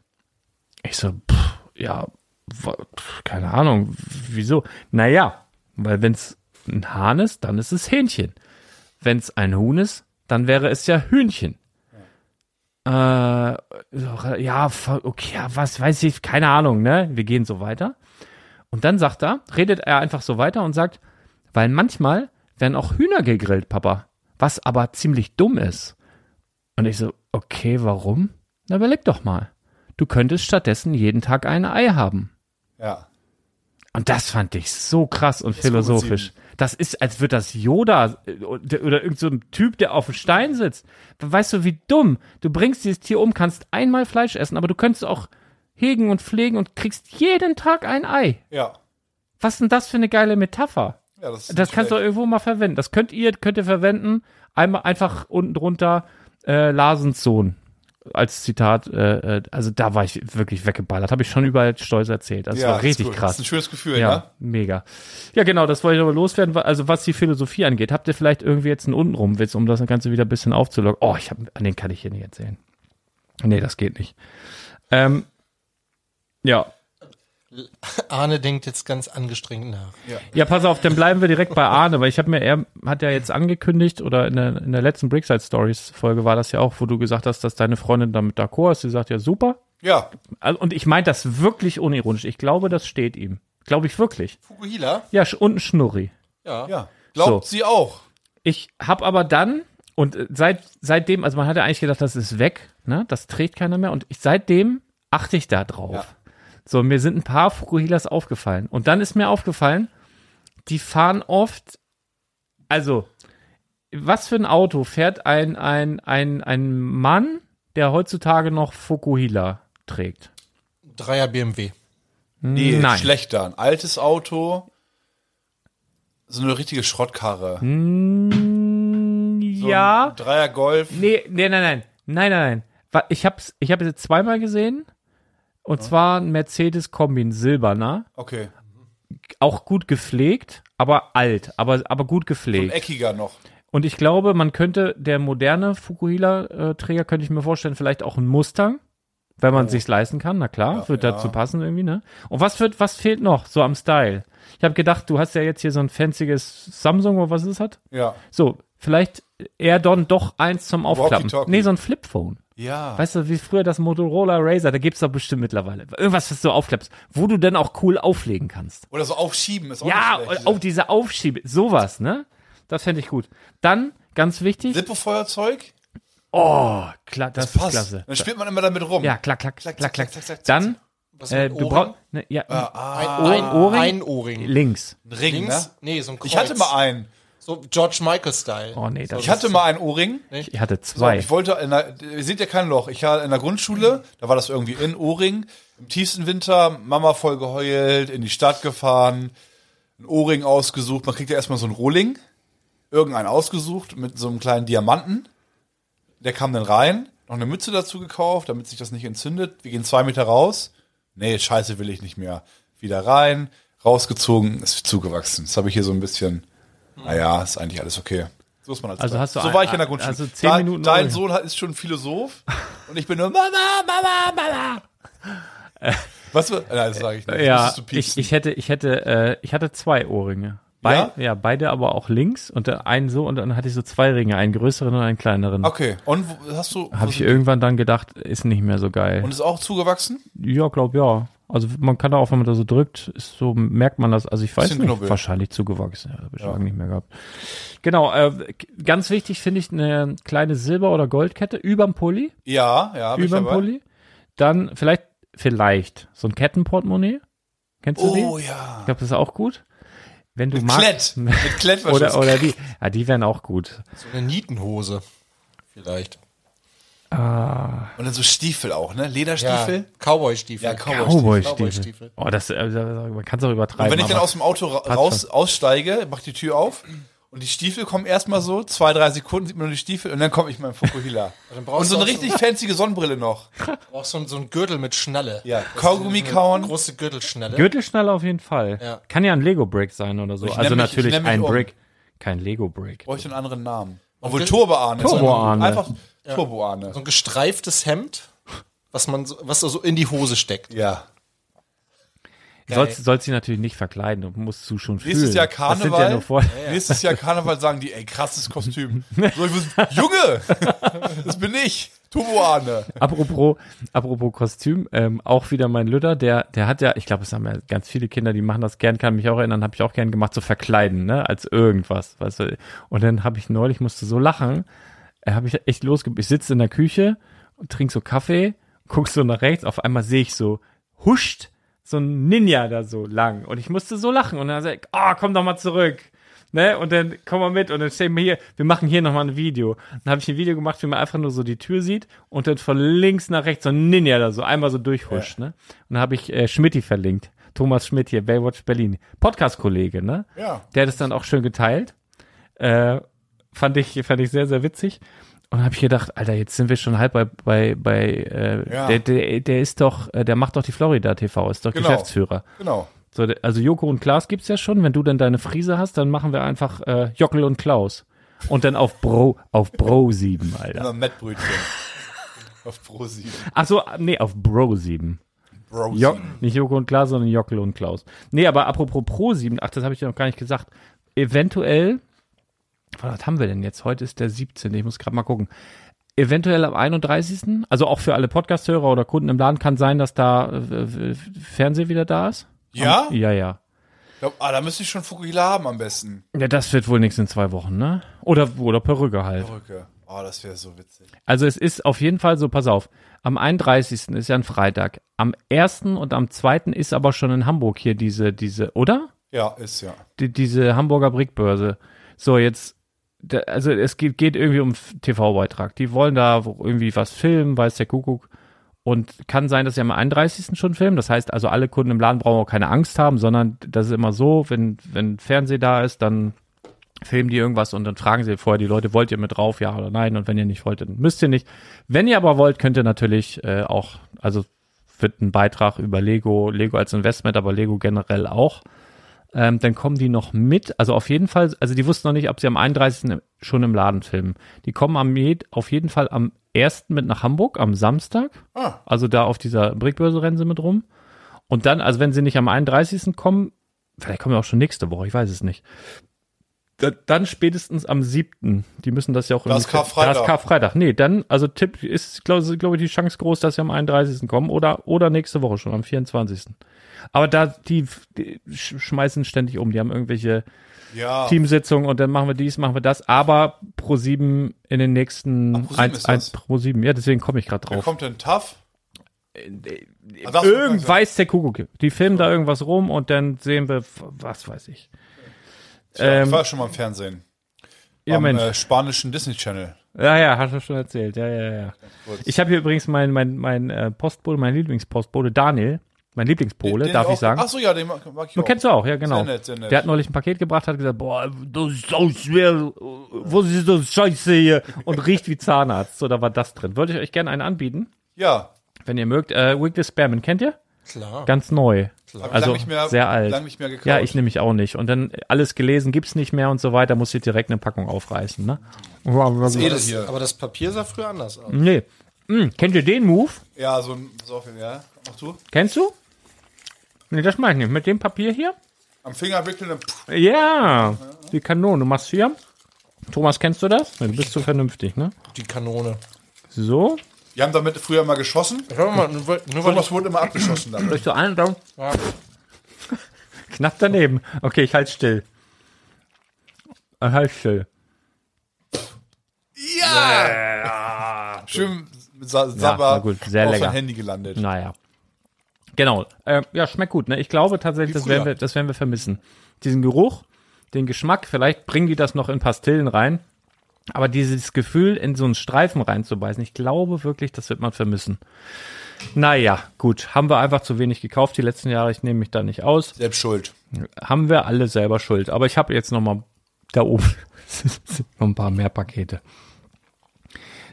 Speaker 3: Ich so, pff, ja, wa- pff, keine Ahnung, w- wieso? Naja, weil wenn es ein Hahn ist, dann ist es Hähnchen. Wenn es ein Huhn ist, dann wäre es ja Hühnchen. Äh, so, ja, ver- okay, ja, was weiß ich, keine Ahnung, ne? Wir gehen so weiter. Und dann sagt er, redet er einfach so weiter und sagt, weil manchmal werden auch Hühner gegrillt, Papa. Was aber ziemlich dumm ist. Und ich so, okay, warum? Na, überleg doch mal. Du könntest stattdessen jeden Tag ein Ei haben.
Speaker 4: Ja.
Speaker 3: Und das fand ich so krass und philosophisch. Das ist, als würde das Yoda äh, oder oder irgend so ein Typ, der auf dem Stein sitzt. Weißt du, wie dumm. Du bringst dieses Tier um, kannst einmal Fleisch essen, aber du könntest auch hegen und pflegen und kriegst jeden Tag ein Ei.
Speaker 4: Ja.
Speaker 3: Was ist denn das für eine geile Metapher?
Speaker 4: ja das ist
Speaker 3: Das
Speaker 4: nicht
Speaker 3: kannst du
Speaker 4: schlecht.
Speaker 3: irgendwo mal verwenden. Das könnt ihr, könnt ihr verwenden. Einmal einfach unten drunter äh, Larsens Sohn. als Zitat, äh, äh, also da war ich wirklich weggeballert. Habe ich schon überall stolz erzählt. Also es war
Speaker 4: das
Speaker 3: richtig
Speaker 4: ist gut. Das
Speaker 3: krass.
Speaker 4: ist ein schönes Gefühl, ne?
Speaker 3: ja,
Speaker 4: ja.
Speaker 3: mega. Ja, genau, das wollte ich aber loswerden. Wa- Also was die Philosophie angeht, habt ihr vielleicht irgendwie jetzt einen untenrum Witz, um das Ganze wieder ein bisschen aufzulocken? Oh, ich hab, an den kann ich hier nicht erzählen. Nee, das geht nicht. Ähm, ja.
Speaker 5: Arne denkt jetzt ganz angestrengt nach.
Speaker 3: Ja, pass auf, dann bleiben wir direkt bei Arne, weil ich habe mir, er hat ja jetzt angekündigt, oder in der, in der letzten Brickside Stories Folge war das ja auch, wo du gesagt hast, dass deine Freundin damit d'accord ist. Sie sagt ja super.
Speaker 4: Ja,
Speaker 3: Also, und ich meine das wirklich unironisch. Ich glaube, das steht ihm. Glaube ich wirklich.
Speaker 4: Fukuhila.
Speaker 3: Ja, sch- und ein Schnurri.
Speaker 5: Ja.
Speaker 4: Ja. Glaubt
Speaker 3: So.
Speaker 4: sie auch.
Speaker 3: Ich habe aber dann und äh, seit seitdem, also man hatte eigentlich gedacht, das ist weg, ne? Das trägt keiner mehr und ich, seitdem achte ich da drauf. So, mir sind ein paar Fukuhilas aufgefallen und dann ist mir aufgefallen, die fahren oft also was für ein Auto fährt ein ein ein ein Mann, der heutzutage noch Fukuhila trägt?
Speaker 5: Dreier BMW.
Speaker 4: Nee,
Speaker 3: Nein.
Speaker 4: schlechter. Ein altes Auto. So eine richtige Schrottkarre. So
Speaker 3: ja,
Speaker 4: Ein Dreier Golf.
Speaker 3: Nee, nee, nein, nein. Nein, nein, nein. Wa- Ich hab's, ich habe jetzt zweimal gesehen. Und zwar ein Mercedes Kombi, ein silberner.
Speaker 4: Okay.
Speaker 3: Auch gut gepflegt, aber alt, aber, aber gut
Speaker 4: Ein
Speaker 3: gepflegt.
Speaker 4: eckiger noch.
Speaker 3: und ich glaube, man könnte, der moderne Fukuhila-Träger, könnte ich mir vorstellen, vielleicht auch ein Mustang. Wenn man sich's leisten kann, na klar, wird dazu passen irgendwie, ne? Und was wird, was fehlt noch, so am Style? Ich habe gedacht, du hast ja jetzt hier so ein fancyes Samsung oder was es hat.
Speaker 4: Ja.
Speaker 3: So, vielleicht eher dann doch eins zum Aufklappen.
Speaker 4: Walkie-talkie.
Speaker 3: Nee, so ein Flipphone.
Speaker 4: Ja.
Speaker 3: Weißt du, wie früher das Motorola Razer, da gibt's doch bestimmt mittlerweile. Irgendwas, was du aufklappst, wo du dann auch cool auflegen kannst.
Speaker 4: Oder so aufschieben ist auch
Speaker 3: ja,
Speaker 4: nicht schlecht.
Speaker 3: oh, diese Aufschiebe, sowas, ne? Das fände ich gut. Dann, ganz wichtig,
Speaker 4: Lippefeuerzeug?
Speaker 3: oh, klar, das, ist
Speaker 4: Passt.
Speaker 3: klasse.
Speaker 4: Dann spielt man immer damit rum.
Speaker 3: Ja, klack, klack, klack,
Speaker 4: Klack,
Speaker 3: klack.
Speaker 4: klack, klack, klack, Ah, klack.
Speaker 3: Dann,
Speaker 5: Was
Speaker 3: äh,
Speaker 5: mit
Speaker 3: du
Speaker 5: Ohrring?
Speaker 3: brauchst, ne, ja,
Speaker 5: ein,
Speaker 3: Ohr- Ohrring?
Speaker 5: ein Ohrring.
Speaker 3: links.
Speaker 4: Ein Ring,
Speaker 5: Links?
Speaker 4: ne?
Speaker 5: Nee, so ein Kreuz.
Speaker 4: Ich hatte mal einen.
Speaker 5: So George Michael-Style.
Speaker 3: Oh nee, das
Speaker 4: Ich hatte mal einen Ohrring.
Speaker 3: ich hatte
Speaker 4: So,
Speaker 3: zwei.
Speaker 4: ich wollte, in der, ihr seht ja kein Loch. Ich war in der Grundschule, da war das irgendwie in Ohrring. Im tiefsten Winter, Mama voll geheult, in die Stadt gefahren, ein Ohrring ausgesucht. Man kriegt ja erstmal so einen Rohling, irgendeinen ausgesucht mit so einem kleinen Diamanten. Der kam dann rein, noch eine Mütze dazu gekauft, damit sich das nicht entzündet. Wir gehen zwei Meter raus. Nee, scheiße will ich nicht mehr. Wieder rein, rausgezogen, ist zugewachsen. Das habe ich hier so ein bisschen, naja, ist eigentlich alles okay. So ist man als
Speaker 3: Hm. Also
Speaker 4: Kind.
Speaker 3: hast du
Speaker 4: so
Speaker 3: ein-
Speaker 4: war ich in der Grundschule.
Speaker 3: also zehn
Speaker 4: Dein-
Speaker 3: Minuten
Speaker 4: Dein
Speaker 3: Ohrring.
Speaker 4: Sohn hat- ist schon Philosoph und ich bin nur Mama, Mama, Mama. Was? für- Nein, das sage ich nicht.
Speaker 3: Ja,
Speaker 4: Müsstest du
Speaker 3: ich,
Speaker 4: piepsen.
Speaker 3: ich hätte, ich hätte, äh, ich hatte zwei Ohrringe. Bei, ja?
Speaker 4: Ja?
Speaker 3: beide aber auch links und der einen so und dann hatte ich so zwei Ringe, einen größeren und einen kleineren.
Speaker 4: Okay, und wo- hast du.
Speaker 3: Habe ich irgendwann dann gedacht, ist nicht mehr so geil.
Speaker 4: und ist auch zugewachsen?
Speaker 3: ja, glaub ja. Also man kann da auch, wenn man da so drückt, ist so merkt man das. Also ich weiß
Speaker 4: Bisschen
Speaker 3: nicht,
Speaker 4: knubbel.
Speaker 3: wahrscheinlich zugewachsen. Ja, habe ich lange nicht mehr gehabt. Genau. Äh, k- ganz wichtig finde ich eine kleine Silber- oder Goldkette überm Pulli,
Speaker 4: Ja, ja. hab ich
Speaker 3: überm
Speaker 4: dabei.
Speaker 3: Pulli. Dann vielleicht, vielleicht so ein Kettenportemonnaie. Kennst du die?
Speaker 4: Oh ja.
Speaker 3: Ich glaube, das ist auch gut. Wenn du
Speaker 4: Mit
Speaker 3: magst.
Speaker 4: Klett. Mit Klett war
Speaker 3: Oder,
Speaker 4: schon-
Speaker 3: oder die. Ja, die wären auch gut.
Speaker 5: So eine Nietenhose. Vielleicht.
Speaker 4: Und dann so Stiefel auch, ne? Lederstiefel.
Speaker 5: Cowboy-Stiefel.
Speaker 4: Ja, Cowboy-Stiefel.
Speaker 3: Cowboy-Stiefel.
Speaker 5: Cowboy-Stiefel.
Speaker 3: Oh, das, äh, man kann es auch übertreiben.
Speaker 4: Und wenn ich dann
Speaker 3: aber-
Speaker 4: aus dem Auto ra raus
Speaker 3: schon.
Speaker 4: aussteige, mach die Tür auf und die Stiefel kommen erstmal so, zwei, drei Sekunden sieht man nur die Stiefel und dann komme ich mit meinem Fukuhila.
Speaker 5: Dann brauchst
Speaker 4: und so
Speaker 5: du
Speaker 4: eine
Speaker 5: auch so-
Speaker 4: richtig fancy Sonnenbrille noch.
Speaker 5: Auch so, ein- so ein Gürtel mit Schnalle.
Speaker 4: Ja,
Speaker 5: Das ist
Speaker 4: Kaugummi
Speaker 5: eine
Speaker 4: kauen.
Speaker 5: Große Gürtelschnalle.
Speaker 3: Ne? Gürtelschnalle auf jeden Fall.
Speaker 5: Ja.
Speaker 3: Kann ja ein Lego-Brick sein oder so.
Speaker 4: Ich nenn
Speaker 3: also
Speaker 4: mich-
Speaker 3: natürlich
Speaker 4: ich nenn mich
Speaker 3: ein
Speaker 4: um.
Speaker 3: Brick. Kein Lego-Brick.
Speaker 4: Brauche ich einen anderen Namen. Obwohl
Speaker 5: Gürtel-
Speaker 4: Turbo-Arne. ist
Speaker 3: Turbo-Arne.
Speaker 4: ein- Einfach Turbo-Arne.
Speaker 5: so ein gestreiftes Hemd, was man so, was da so in die Hose steckt.
Speaker 4: Ja.
Speaker 3: Du sollst, sollst sie natürlich nicht verkleiden. Du musst du schon fühlen.
Speaker 4: Nächstes Jahr
Speaker 3: Das sind ja
Speaker 4: Karneval.
Speaker 3: nur Vor
Speaker 4: Nächstes Jahr Karneval sagen die, ey, krasses Kostüm. So, ich muss, Junge, das bin ich. Turbo-Arne.
Speaker 3: Apropos, apropos Kostüm, ähm, auch wieder mein Lütter, der, der hat ja, ich glaube, es haben ja ganz viele Kinder, die machen das gern, kann mich auch erinnern, habe ich auch gern gemacht, so verkleiden, ne, als irgendwas, weißt du. Und dann habe ich neulich, musste so lachen, äh, habe ich echt losge... Ich sitze in der Küche und trinke so Kaffee, guck so nach rechts, auf einmal sehe ich so, huscht so ein Ninja da so lang und ich musste so lachen und dann sag ich, ah, komm doch mal zurück. Ne? Und dann komm mal mit und dann stehen wir hier, wir machen hier nochmal ein Video. Dann habe ich ein Video gemacht, wie man einfach nur so die Tür sieht und dann von links nach rechts so ein Ninja da so einmal so durchhuscht. Ne? Und dann habe ich äh, Schmidti verlinkt. Thomas Schmidt hier, Baywatch Berlin. Podcast-Kollege, ne?
Speaker 4: Ja.
Speaker 3: Der hat es dann auch schön geteilt. Äh, fand ich, fand ich sehr, sehr witzig. Und habe ich gedacht, Alter, jetzt sind wir schon halb bei, bei, bei äh,
Speaker 4: Ja.
Speaker 3: der, der, der ist doch, äh, der macht doch die Florida TV, ist doch
Speaker 4: Genau.
Speaker 3: Geschäftsführer.
Speaker 4: Genau.
Speaker 3: So, der- also Joko und Klaas gibt's ja schon. Wenn du dann deine Frise hast, dann machen wir einfach äh, Jockel und Klaus. Und dann auf Bro, auf Bro 7,
Speaker 4: Ja.
Speaker 3: Alter.
Speaker 4: Mettbrötchen. Auf Pro 7.
Speaker 3: Ach so, nee, auf Bro 7.
Speaker 4: Bro
Speaker 3: Jo
Speaker 4: 7.
Speaker 3: nicht Joko und Klaas, sondern Jockel und Klaus. Nee, aber apropos Pro 7, ach, das habe ich dir noch gar nicht gesagt. Eventuell, was haben wir denn jetzt? Heute ist der 17. Ich muss gerade mal gucken. Eventuell am 31. Also auch für alle Podcast-Hörer oder Kunden im Laden kann sein, dass da äh, äh, Fernseh wieder da ist.
Speaker 4: Ja?
Speaker 3: Ja, ja.
Speaker 4: Ich Glaub, ah, da müsste ich schon Fukuhila haben am besten.
Speaker 3: Ja, das wird wohl nichts in zwei Wochen, ne? Oder, oder Perücke halt.
Speaker 4: Brücke. Oh, das wäre so witzig.
Speaker 3: Also es ist auf jeden Fall so, pass auf, am 31. ist ja ein Freitag. Am 1. und am 2. ist aber schon in Hamburg hier diese, diese, oder?
Speaker 4: Ja, ist ja.
Speaker 3: Die, diese Hamburger Brickbörse. So, jetzt, da, also es geht, geht irgendwie um F- TV-Beitrag. Die wollen da wo- irgendwie was filmen, weiß der Kuckuck. Und kann sein, dass sie am 31. schon filmen. Das heißt also, alle Kunden im Laden brauchen auch keine Angst haben, sondern das ist immer so, wenn, wenn Fernseh da ist, dann filmen die irgendwas und dann fragen sie vorher die Leute, wollt ihr mit drauf, ja oder nein? Und wenn ihr nicht wollt, dann müsst ihr nicht. Wenn ihr aber wollt, könnt ihr natürlich äh, auch, also wird ein Beitrag über Lego, Lego als Investment, aber Lego generell auch. Ähm, dann kommen die noch mit, also auf jeden Fall, also die wussten noch nicht, ob sie am 31. im- schon im Laden filmen. Die kommen am, jed- auf jeden Fall am 1. mit nach Hamburg, am Samstag.
Speaker 4: Ah.
Speaker 3: Also da auf dieser Brickbörse rennen sie mit rum. Und dann, also wenn sie nicht am 31. kommen, vielleicht kommen wir auch schon nächste Woche, ich weiß es nicht. Da- Dann spätestens am 7. Die müssen das ja auch
Speaker 4: Das ist
Speaker 3: irgendwie-
Speaker 4: Karfreitag.
Speaker 3: Das ist Karfreitag. Nee, dann, also Tipp ist, glaube glaub ich, die Chance groß, dass sie am 31. kommen oder, oder nächste Woche schon, am 24. Aber da, die, die sch- schmeißen ständig um. Die haben irgendwelche
Speaker 4: Ja.
Speaker 3: Teamsitzungen und dann machen wir dies, machen wir das. Aber Pro7 in den
Speaker 4: Ah,
Speaker 3: nächsten
Speaker 4: ProSieben
Speaker 3: eins
Speaker 4: ist
Speaker 3: eins
Speaker 4: das.
Speaker 3: Pro7, ja, deswegen komme ich gerade
Speaker 4: Wer
Speaker 3: drauf.
Speaker 4: kommt denn tough? Ah, das-
Speaker 3: Irgend weiß der Kuckuck. Die filmen da irgendwas rum und dann sehen wir, f- was weiß ich.
Speaker 4: Tja,
Speaker 3: ähm,
Speaker 4: ich war schon mal im Fernsehen.
Speaker 3: Ja,
Speaker 4: am
Speaker 3: Mensch.
Speaker 4: Äh, spanischen Disney Channel.
Speaker 3: Ja, ja, hast du schon erzählt. Ja, ja, ja.
Speaker 4: kurz.
Speaker 3: Ich habe hier übrigens mein, mein, mein äh, Postbote, mein Lieblingspostbote, Daniel, mein Lieblingspole,
Speaker 4: Den- den
Speaker 3: darf ich
Speaker 4: auch-
Speaker 3: sagen.
Speaker 4: Ach so, ja, den mag, mag ich
Speaker 3: Du
Speaker 4: auch.
Speaker 3: kennst du auch, ja, genau.
Speaker 4: Sehr nett, sehr nett.
Speaker 3: Der hat neulich ein Paket gebracht, hat gesagt, boah, das ist so schwer, wo ist das Scheiße hier? Und riecht wie Zahnarzt. So, da war das drin. Wollte ich euch gerne einen anbieten,
Speaker 4: Ja.
Speaker 3: wenn ihr mögt. Äh, Weekly Spammen, kennt ihr?
Speaker 5: Klar.
Speaker 3: Ganz neu.
Speaker 4: Hab ich
Speaker 3: Also,
Speaker 4: lang nicht mehr,
Speaker 3: sehr alt.
Speaker 4: Lang nicht mehr gekauft.
Speaker 3: Ja, ich nämlich auch nicht. Und dann alles gelesen, gibt's nicht mehr und so weiter, muss ich direkt eine Packung aufreißen, ne?
Speaker 4: Edel
Speaker 5: Das,
Speaker 4: hier.
Speaker 5: aber das Papier sah früher anders aus.
Speaker 3: Nee. Hm, kennt ihr den Move?
Speaker 4: Ja, so ein so viel, ja. Mach du.
Speaker 3: Kennst du? Nee, das meine ich nicht. Mit dem Papier hier?
Speaker 4: Am Finger wickeln und pff,
Speaker 3: Ja, die Kanone. Du machst hier. Thomas, kennst du das? Nee, Du bist so vernünftig, ne?
Speaker 5: Die Kanone.
Speaker 3: So.
Speaker 4: Wir haben damit früher mal geschossen.
Speaker 5: Ich hab mal, nur, weil- nur weil
Speaker 4: Thomas
Speaker 5: ich,
Speaker 4: wurde immer abgeschossen damit.
Speaker 3: Durch so einen Daumen. Knapp daneben. Okay, ich halt still. Ich halt still.
Speaker 4: Schön mit Sa
Speaker 3: na
Speaker 4: Sabber
Speaker 3: gut, sehr
Speaker 4: auf
Speaker 3: lecker.
Speaker 4: sein Handy gelandet.
Speaker 3: Naja. Genau. Ähm, ja, schmeckt gut, ne? Ich glaube tatsächlich, das werden, wir, das werden wir vermissen. Diesen Geruch, den Geschmack, vielleicht bringen die das noch in Pastillen rein. Aber dieses Gefühl, in so einen Streifen reinzubeißen, ich glaube wirklich, das wird man vermissen. Naja, gut. Haben wir einfach zu wenig gekauft die letzten Jahre. Ich nehme mich da nicht aus.
Speaker 4: Selbst schuld.
Speaker 3: haben wir alle selber Schuld. Aber ich habe jetzt noch mal da oben sind noch ein paar mehr Pakete.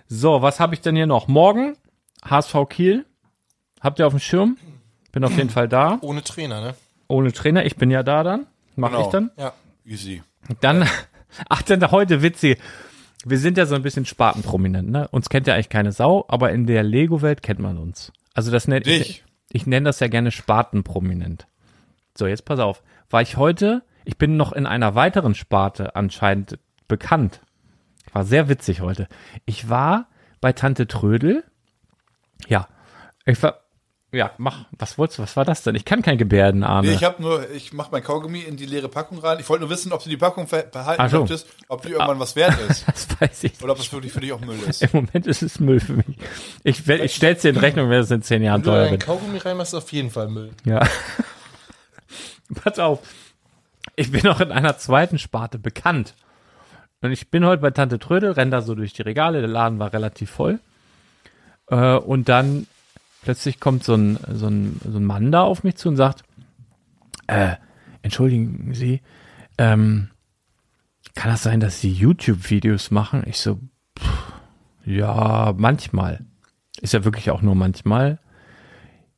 Speaker 3: So, was habe ich denn hier noch? Morgen HSV Kiel. Habt ihr auf dem Schirm? Bin auf jeden Fall da.
Speaker 5: ohne Trainer, ne?
Speaker 3: Ohne Trainer. Ich bin ja da dann. Mache
Speaker 4: Genau.
Speaker 3: ich dann.
Speaker 5: Ja.
Speaker 4: Easy.
Speaker 3: Dann, ach, dann heute witzig. Wir sind ja so ein bisschen Spatenprominent, ne? Uns kennt ja eigentlich keine Sau, aber in der Lego-Welt kennt man uns. Also das nennt ich.
Speaker 4: Dich.
Speaker 3: Ich nenne das ja gerne Spatenprominent. So, jetzt pass auf. War ich heute, ich bin noch in einer weiteren Sparte anscheinend bekannt. War sehr witzig heute. Ich war bei Tante Trödel. Ja. Ich war, ja, mach, was wolltest du, was war das denn? Ich kann kein Gebärden, Arne.
Speaker 4: Nee, ich habe nur, ich mache mein Kaugummi in die leere Packung rein. Ich wollte nur wissen, ob du die Packung ver- behalten
Speaker 3: Ach so. Ah.
Speaker 4: möchtest, ob die irgendwann was wert ist.
Speaker 3: das weiß ich
Speaker 4: Oder ob das wirklich für dich auch Müll ist.
Speaker 3: Im Moment ist es Müll für mich. Ich, werd- ich stell's dir in Rechnung, wenn es in zehn Jahren
Speaker 5: Wenn du da
Speaker 3: teuer
Speaker 5: einen
Speaker 3: wird.
Speaker 5: Kaugummi reinmachst, ist auf jeden Fall Müll.
Speaker 3: Ja. Pass auf. Ich bin auch in einer zweiten Sparte bekannt. Und ich bin heute bei Tante Trödel, renn da so durch die Regale. Der Laden war relativ voll. Äh, und dann plötzlich kommt so ein, so, ein, so ein Mann da auf mich zu und sagt, äh, entschuldigen Sie, ähm, kann das sein, dass Sie YouTube-Videos machen? Ich so, pff, Ja, manchmal. Ist ja wirklich auch nur manchmal.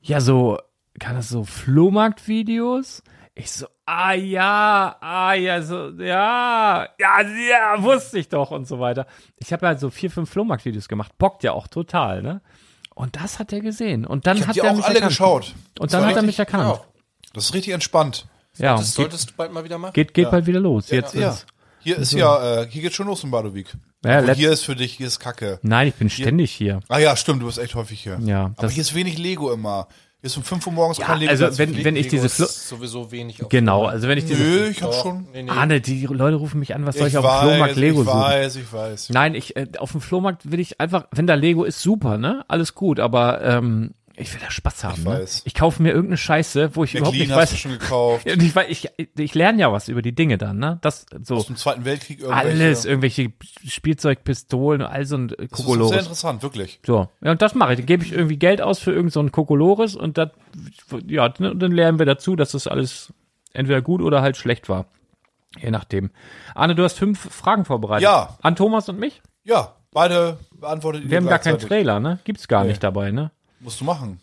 Speaker 3: Ja, so, kann das so Flohmarktvideos? Ich so, ah ja, ah ja, so, ja, ja, ja, wusste ich doch und so weiter. Ich habe halt so vier, fünf Flohmarktvideos gemacht. Bockt ja auch total, ne? Und das hat er gesehen. Und dann
Speaker 4: Ich habe
Speaker 3: hat
Speaker 4: die
Speaker 3: er
Speaker 4: auch
Speaker 3: mich
Speaker 4: alle
Speaker 3: erkannt.
Speaker 4: geschaut.
Speaker 3: Und
Speaker 4: Das
Speaker 3: dann
Speaker 4: war
Speaker 3: hat er
Speaker 4: richtig-
Speaker 3: mich erkannt.
Speaker 5: genau.
Speaker 4: Das ist richtig entspannt.
Speaker 3: Ja,
Speaker 5: Das
Speaker 3: geht,
Speaker 5: solltest du bald mal wieder machen.
Speaker 3: geht, geht bald wieder los. Jetzt
Speaker 4: Ja.
Speaker 3: ist.
Speaker 4: Hier ist ja, äh, hier geht schon los in Badowik.
Speaker 3: Ja,
Speaker 4: Und
Speaker 3: letzt-
Speaker 4: hier ist für dich, hier ist Kacke.
Speaker 3: Nein, ich bin ständig hier.
Speaker 4: Ah ja, stimmt, du bist echt häufig hier.
Speaker 3: Ja,
Speaker 4: Aber
Speaker 3: das-
Speaker 4: hier ist wenig Lego immer. Hier ist um 5 Uhr morgens kein Lego.
Speaker 3: also wenn, wenn ich diese Flo
Speaker 5: ist sowieso wenig auf
Speaker 3: Genau, also wenn ich diese
Speaker 4: Nö, ich hab
Speaker 5: Doch,
Speaker 4: schon.
Speaker 5: Nee, nee.
Speaker 3: Arne, die Leute rufen mich an, was soll ich,
Speaker 4: ich
Speaker 3: auf dem Flohmarkt
Speaker 4: weiß,
Speaker 3: Lego
Speaker 4: ich
Speaker 3: suchen?
Speaker 4: weiß, ich weiß.
Speaker 3: Nein, ich äh, auf dem Flohmarkt will ich einfach, wenn da Lego ist, super, ne? Alles gut, aber ähm, ich will da Spaß haben. Ich, ne?
Speaker 4: weiß.
Speaker 3: ich kaufe mir irgendeine Scheiße, wo ich überhaupt
Speaker 4: McLean
Speaker 3: nicht
Speaker 4: hast du
Speaker 3: weiß.
Speaker 4: schon gekauft.
Speaker 3: Ja, und ich, weiß- ich, ich lerne ja was über die Dinge dann, ne? Das so
Speaker 4: Aus dem Zweiten Weltkrieg irgendwelche.
Speaker 3: alles, irgendwelche Spielzeugpistolen, all so ein
Speaker 4: Das ist sehr
Speaker 3: Kokolores.
Speaker 4: interessant, wirklich.
Speaker 3: So, ja, und das mache ich. Dann gebe ich irgendwie Geld aus für irgendeinen so einen Kokolores und das, ja, ne, und dann lernen wir dazu, dass das alles entweder gut oder halt schlecht war. Je nachdem. Arne, du hast fünf Fragen vorbereitet.
Speaker 4: Ja.
Speaker 3: An Thomas und mich?
Speaker 4: Ja, beide beantwortet ihr
Speaker 3: Wir haben gar keinen
Speaker 4: gleichzeitig.
Speaker 3: Trailer, ne? Gibt's gar nicht dabei, ne?
Speaker 4: Musst du machen.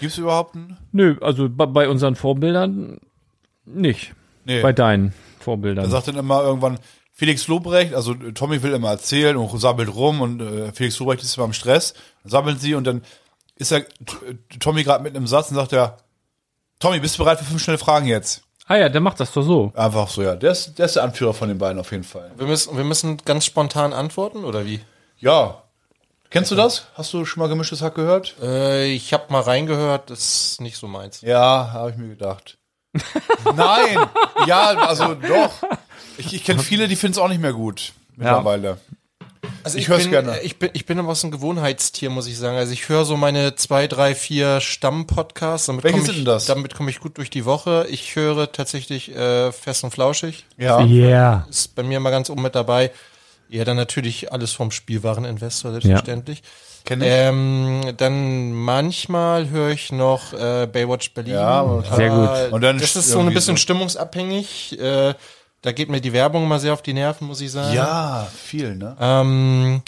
Speaker 4: Gibt's überhaupt einen?
Speaker 3: Nö, also bei, bei unseren Vorbildern nicht.
Speaker 4: Nee.
Speaker 3: Bei deinen Vorbildern.
Speaker 4: Er sagt dann immer irgendwann, Felix Lobrecht, also äh, Tommy will immer erzählen und sabbelt rum und äh, Felix Lobrecht ist immer im Stress. Dann sabbeln sie und dann ist er, T- äh, Tommy gerade mit einem Satz und sagt er, Tommy, bist du bereit für fünf schnelle Fragen jetzt?
Speaker 3: ah ja, der macht das doch so.
Speaker 4: Einfach so, ja. Der ist, der ist der Anführer von den beiden auf jeden Fall.
Speaker 5: Wir müssen, wir müssen ganz spontan antworten, oder wie?
Speaker 4: Ja. Kennst du das? Hast du schon mal gemischtes Hack gehört?
Speaker 5: Äh, ich habe mal reingehört, das ist nicht so meins.
Speaker 4: Ja, habe ich mir gedacht. Nein! Ja, also doch. Ich, ich kenne viele, die finden es auch nicht mehr gut mittlerweile.
Speaker 5: Also
Speaker 4: Ich hör's
Speaker 5: bin-
Speaker 4: gerne.
Speaker 5: äh, Ich bin, ich bin aber so ein Gewohnheitstier, muss ich sagen. Also ich höre so meine zwei, drei, vier Stamm-Podcasts. damit
Speaker 4: Welche
Speaker 5: komm
Speaker 4: sind
Speaker 5: ich,
Speaker 4: denn das?
Speaker 5: Damit komme ich gut durch die Woche. Ich höre tatsächlich äh, Fest und Flauschig.
Speaker 4: Ja.
Speaker 6: Yeah.
Speaker 5: Ist bei mir mal ganz oben mit dabei. Ja, dann natürlich alles vom Spielwareninvestor, selbstverständlich.
Speaker 4: Kenn
Speaker 3: Äh,
Speaker 4: ich.
Speaker 5: Ähm, dann manchmal höre ich noch äh, Baywatch Berlin.
Speaker 4: Ja, aber-
Speaker 3: Sehr gut.
Speaker 5: Äh,
Speaker 4: Und dann
Speaker 5: das ist so
Speaker 4: irgendwie
Speaker 5: ein bisschen
Speaker 4: so-
Speaker 5: stimmungsabhängig. Äh, da geht mir die Werbung mal sehr auf die Nerven, muss ich sagen.
Speaker 4: Ja, viel,
Speaker 3: Ah,
Speaker 4: ne?
Speaker 5: Ähm,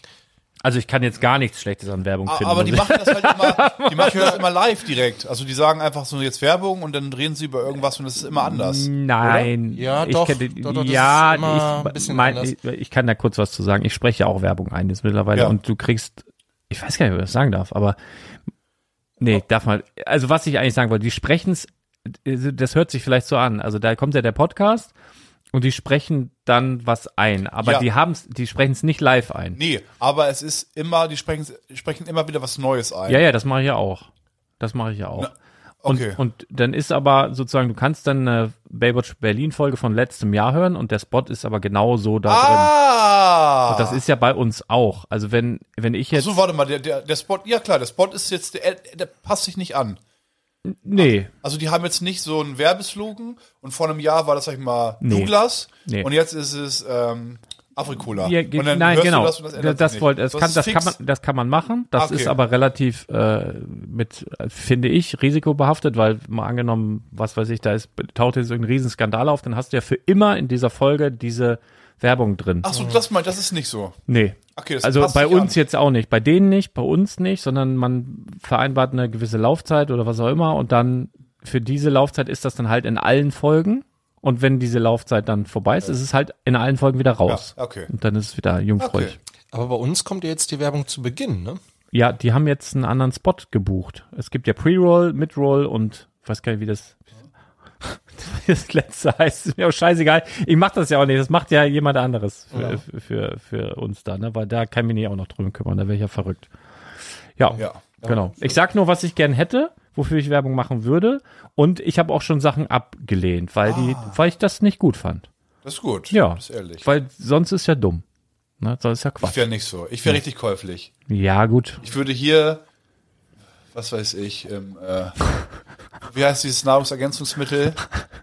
Speaker 3: Also ich kann jetzt gar nichts Schlechtes an Werbung finden.
Speaker 4: Ah, Aber die
Speaker 3: muss ich-
Speaker 4: machen das halt immer, die machen das immer live direkt. Also die sagen einfach so jetzt Werbung und dann reden sie über irgendwas und es ist immer
Speaker 3: Mm.
Speaker 4: anders.
Speaker 3: Nein.
Speaker 5: Ja,
Speaker 3: ich
Speaker 5: doch,
Speaker 3: Kann, die-
Speaker 5: doch, doch, das
Speaker 3: ja,
Speaker 5: ist immer
Speaker 3: ich,
Speaker 5: ein bisschen
Speaker 3: mein,
Speaker 5: anders.
Speaker 3: ich, ich kann da kurz was zu sagen. Ich spreche ja auch Werbung ein jetzt mittlerweile
Speaker 4: Ja.
Speaker 3: und du kriegst, ich weiß gar nicht, ob ich das sagen darf, aber nee, darf man. Also was ich eigentlich sagen wollte, die sprechen es, das hört sich vielleicht so an. Also da kommt ja der Podcast und die sprechen dann was ein, aber
Speaker 4: Ja.
Speaker 3: die haben's, die sprechen es nicht live ein.
Speaker 4: Nee, aber es ist immer, die sprechen, sprechen immer wieder was Neues ein.
Speaker 3: Ja, ja, das mache ich ja auch. Das mache ich ja auch.
Speaker 4: okay.
Speaker 3: Und, und dann ist aber sozusagen, du kannst dann eine Baywatch Berlin-Folge von letztem Jahr hören und der Spot ist aber genau so da drin.
Speaker 4: ah!
Speaker 3: Das ist ja bei uns auch. Also wenn, wenn ich jetzt.
Speaker 4: so, warte mal, der, der, der Spot, ja klar, der Spot ist jetzt, der, der passt sich nicht an.
Speaker 3: nee.
Speaker 4: Also die haben jetzt nicht so einen Werbeslogan und vor einem Jahr war das, sag ich mal,
Speaker 3: Nee.
Speaker 4: Douglas
Speaker 3: Nee.
Speaker 4: und jetzt ist es ähm, Afrikola.
Speaker 3: Ja,
Speaker 4: und dann
Speaker 3: nein,
Speaker 4: hörst
Speaker 3: genau.
Speaker 4: du das und das ändert sich
Speaker 3: das,
Speaker 4: nicht.
Speaker 3: wollte, das, kann,
Speaker 4: ist
Speaker 3: das, kann
Speaker 4: fix.
Speaker 3: man, das kann man machen. Das
Speaker 4: Okay.
Speaker 3: ist aber relativ äh, mit, äh, finde ich, risikobehaftet, weil mal angenommen, was weiß ich, da ist, taucht jetzt irgendein Riesenskandal auf, dann hast du ja für immer in dieser Folge diese Werbung drin.
Speaker 4: Ach so, das meint, das ist nicht so.
Speaker 3: Nee.
Speaker 4: Okay, das
Speaker 3: also
Speaker 4: passt
Speaker 3: bei
Speaker 4: sich
Speaker 3: uns
Speaker 4: an.
Speaker 3: jetzt auch nicht, bei denen nicht, bei uns nicht, sondern man vereinbart eine gewisse Laufzeit oder was auch immer und dann für diese Laufzeit ist das dann halt in allen Folgen und wenn diese Laufzeit dann vorbei ist, ist es halt in allen Folgen wieder raus.
Speaker 4: Ja, okay.
Speaker 3: Und dann ist es wieder jungfräulich.
Speaker 4: Okay.
Speaker 5: aber bei uns kommt ja jetzt die Werbung zu Beginn, ne?
Speaker 3: Ja, die haben jetzt einen anderen Spot gebucht. Es gibt ja Pre-Roll, Mid-Roll und ich weiß gar nicht, wie das wie das letzte heißt. Ist mir auch scheißegal. Ich mach das ja auch nicht. Das macht ja jemand anderes für, für, für uns da, ne? Weil da kann ich mich nicht auch noch drüben kümmern. Da wäre ich ja verrückt. Ja,
Speaker 4: Ja.
Speaker 3: genau. Ich sag nur, was ich gern hätte, wofür ich Werbung machen würde. Und ich habe auch schon Sachen abgelehnt, weil die, weil ich das nicht gut fand.
Speaker 4: Das ist gut.
Speaker 3: Ja.
Speaker 4: Das ist ehrlich.
Speaker 3: Weil sonst ist ja dumm. Ne? Sonst ist ja
Speaker 4: Ich
Speaker 3: Quatsch.
Speaker 4: wäre nicht so. Ich wäre richtig käuflich.
Speaker 3: Ja, gut.
Speaker 4: Ich würde hier, was weiß ich, im, äh, wie heißt dieses Nahrungsergänzungsmittel?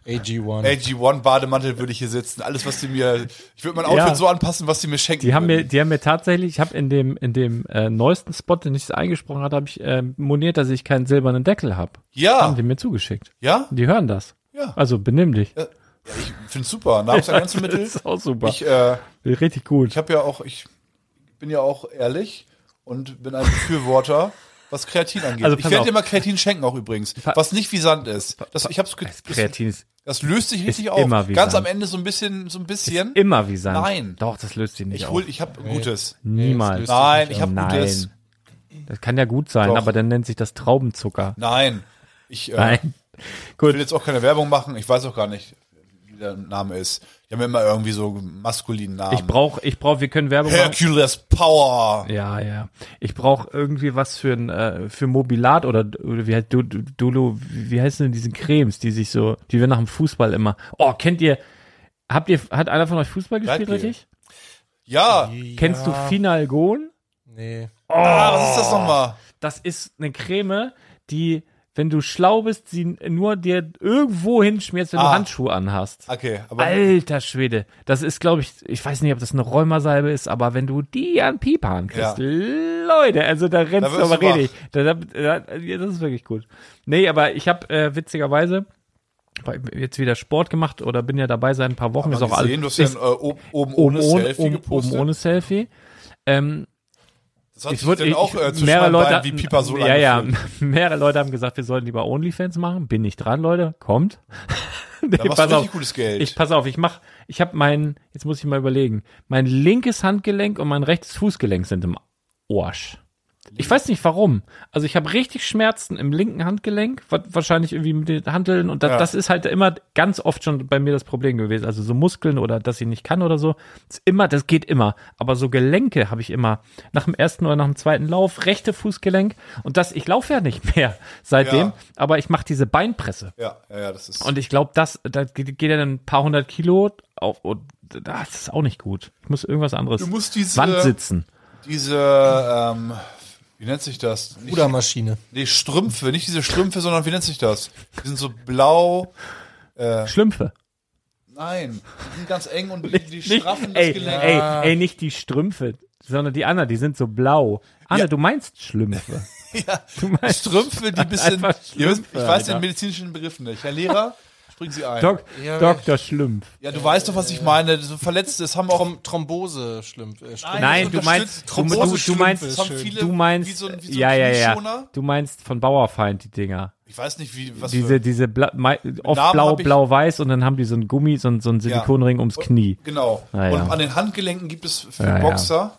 Speaker 5: AG1.
Speaker 4: AG1 Bademantel würde ich hier sitzen. Alles, was die mir, ich würde mein Outfit
Speaker 3: Ja.
Speaker 4: so anpassen, was die mir schenken.
Speaker 3: Die haben mir,
Speaker 4: würden.
Speaker 3: die haben mir tatsächlich, ich habe in dem, in dem äh, neuesten Spot, den ich eingesprochen hatte, habe ich äh, moniert, dass ich keinen silbernen Deckel habe. Haben
Speaker 4: ja,
Speaker 3: die mir zugeschickt.
Speaker 4: ja,
Speaker 3: Die hören das.
Speaker 4: Ah. Ja.
Speaker 3: Also benimm dich.
Speaker 4: ja. Ich finde super. Nahrungsergänzungsmittel.
Speaker 3: ist auch super.
Speaker 4: Ich, äh,
Speaker 3: Richtig gut.
Speaker 4: ich habe ja auch, ich bin ja auch ehrlich und bin ein Befürworter, was Kreatin angeht.
Speaker 3: Also,
Speaker 4: ich
Speaker 3: pass
Speaker 4: werde
Speaker 3: auf.
Speaker 4: dir mal Kreatin schenken auch übrigens, was nicht wie Sand ist. Das, ich hab's ge-
Speaker 3: Kreatin ist
Speaker 4: das löst sich richtig
Speaker 3: ist
Speaker 4: auf.
Speaker 3: immer wie
Speaker 4: Ganz
Speaker 3: Sand.
Speaker 4: am Ende so ein bisschen, so ein bisschen.
Speaker 3: immer wie Sand.
Speaker 4: Nein.
Speaker 3: Doch, das löst sie nicht
Speaker 4: Ich
Speaker 3: auf.
Speaker 4: hol, ich hab Gutes.
Speaker 3: Niemals.
Speaker 5: das löst-
Speaker 4: Nein, ich hab Gutes.
Speaker 3: Nein. Das kann ja gut sein,
Speaker 4: Doch.
Speaker 3: aber dann nennt sich das Traubenzucker.
Speaker 4: Nein. Ich äh,
Speaker 3: Nein.
Speaker 4: will jetzt auch keine Werbung machen. Ich weiß auch gar nicht, wie der Name ist. Die haben immer irgendwie so maskulinen Namen.
Speaker 3: Ich brauche, ich brauche, wir können Werbung machen.
Speaker 4: Hercules Power.
Speaker 3: Ja, ja. Ich brauche irgendwie was für ein äh, für Mobilat oder, oder wie heißt du, du, Dolo, wie heißen denn diese Cremes, die sich so, die wir nach dem Fußball immer. Oh, kennt ihr habt ihr hat einer von euch Fußball gespielt,
Speaker 4: Leitgel.
Speaker 3: richtig?
Speaker 4: Ja.
Speaker 3: Kennst du Finalgon?
Speaker 5: Nee.
Speaker 4: Ah, was ist das
Speaker 3: Oh.
Speaker 4: nochmal?
Speaker 3: Das ist eine Creme, die wenn du schlau bist, sie nur dir irgendwo hinschmierst, wenn du
Speaker 4: Ah.
Speaker 3: Handschuhe anhast.
Speaker 4: Okay, aber
Speaker 3: Alter Schwede, das ist, glaube ich, ich weiß nicht, ob das eine Rheumasalbe ist, aber wenn du die an Pipan kriegst,
Speaker 4: Ja.
Speaker 3: Leute, also da rennst
Speaker 4: wirst
Speaker 3: du aber
Speaker 4: du wach.
Speaker 3: richtig. Da, da, da, ja, das ist wirklich gut. Nee, aber ich habe äh, witzigerweise bei- jetzt wieder Sport gemacht oder bin ja dabei seit ein paar Wochen.
Speaker 4: Mal
Speaker 3: Ist auch
Speaker 4: gesehen, du
Speaker 3: alles,
Speaker 4: hast ja
Speaker 3: ist um,
Speaker 4: ein, äh, oben, oben
Speaker 3: oben
Speaker 4: ohne
Speaker 3: ohne
Speaker 4: Selfie
Speaker 3: oben,
Speaker 4: gepostet.
Speaker 3: oben ohne Selfie. Ähm,
Speaker 4: Das hat
Speaker 3: ich
Speaker 4: sich
Speaker 3: wurde
Speaker 4: dann
Speaker 3: ich,
Speaker 4: auch äh, zwischen
Speaker 3: mehrere
Speaker 4: meinen
Speaker 3: Leute
Speaker 4: Beinen wie Pipa so
Speaker 3: ja ja mehrere Leute haben gesagt, wir sollten lieber OnlyFans machen. Bin ich dran, Leute? Kommt. nee,
Speaker 4: Da machst du richtig gutes Geld.
Speaker 3: Ich pass auf, ich mach, ich habe mein, jetzt muss ich mal überlegen. Mein linkes Handgelenk und mein rechtes Fußgelenk sind im Arsch. Ich weiß nicht warum. Also ich habe richtig Schmerzen im linken Handgelenk, wa- wahrscheinlich irgendwie mit den Handeln und das,
Speaker 4: Ja.
Speaker 3: das ist halt immer ganz oft schon bei mir das Problem gewesen. Also so Muskeln oder dass ich nicht kann oder so. Ist immer, das geht immer. Aber so Gelenke habe ich immer nach dem ersten oder nach dem zweiten Lauf rechte Fußgelenk und das ich laufe ja nicht mehr seitdem.
Speaker 4: Ja.
Speaker 3: Aber ich mache diese Beinpresse.
Speaker 4: Ja, ja, ja, das ist.
Speaker 3: Und ich glaube, das, da geht geht ja dann ein paar hundert Kilo auf und das ist auch nicht gut. Ich muss irgendwas anderes.
Speaker 4: du musst äh, diese,
Speaker 3: Wand sitzen.
Speaker 4: diese, ähm, wie nennt sich das? Nicht,
Speaker 5: Rudermaschine.
Speaker 4: nee, Strümpfe, nicht diese Strümpfe, sondern wie nennt sich das? Die sind so blau.
Speaker 3: Schlümpfe.
Speaker 4: Nein, die sind ganz eng und die, die
Speaker 3: Nicht,
Speaker 4: straffen das
Speaker 3: ey,
Speaker 4: Gelenk. Ah.
Speaker 3: ey, ey, nicht die Strümpfe, sondern die Anna, die sind so blau. Anna, du meinst Schlümpfe. Du meinst
Speaker 4: Strümpfe, die ein bisschen.
Speaker 3: Einfach
Speaker 4: Ihr wisst, ich
Speaker 3: Strümpfe,
Speaker 4: weiß den
Speaker 3: Alter.
Speaker 4: medizinischen Begriff nicht. Herr Lehrer, springen Sie ein.
Speaker 3: Dok
Speaker 5: Ja,
Speaker 3: Dr. Schlumpf.
Speaker 4: Ja, du weißt doch, was ich meine. So Verletzte, das haben auch.
Speaker 5: Trom Thrombose schlimm. Äh, Strümpfe.
Speaker 3: Nein,
Speaker 4: das
Speaker 3: du meinst,
Speaker 4: unterstützt
Speaker 3: du, du, du
Speaker 4: Thrombosestrümpfe.
Speaker 3: meinst,
Speaker 4: Das haben viele
Speaker 3: du meinst,
Speaker 4: wie so ein- wie so ein
Speaker 3: ja, ja, ja,
Speaker 4: Knieschoner.
Speaker 3: du meinst von Bauerfeind die Dinger.
Speaker 4: Ich weiß nicht, wie. Was
Speaker 3: diese, diese bla, mei, oft
Speaker 4: Namen
Speaker 3: blau,
Speaker 4: hab ich-
Speaker 3: blau, weiß und dann haben die so ein Gummi, so, ein- so ein Silikonring ums Knie.
Speaker 4: Genau.
Speaker 3: Ah, ja. Ah,
Speaker 4: Und an den Handgelenken gibt es für
Speaker 3: Ja, ja.
Speaker 4: Boxer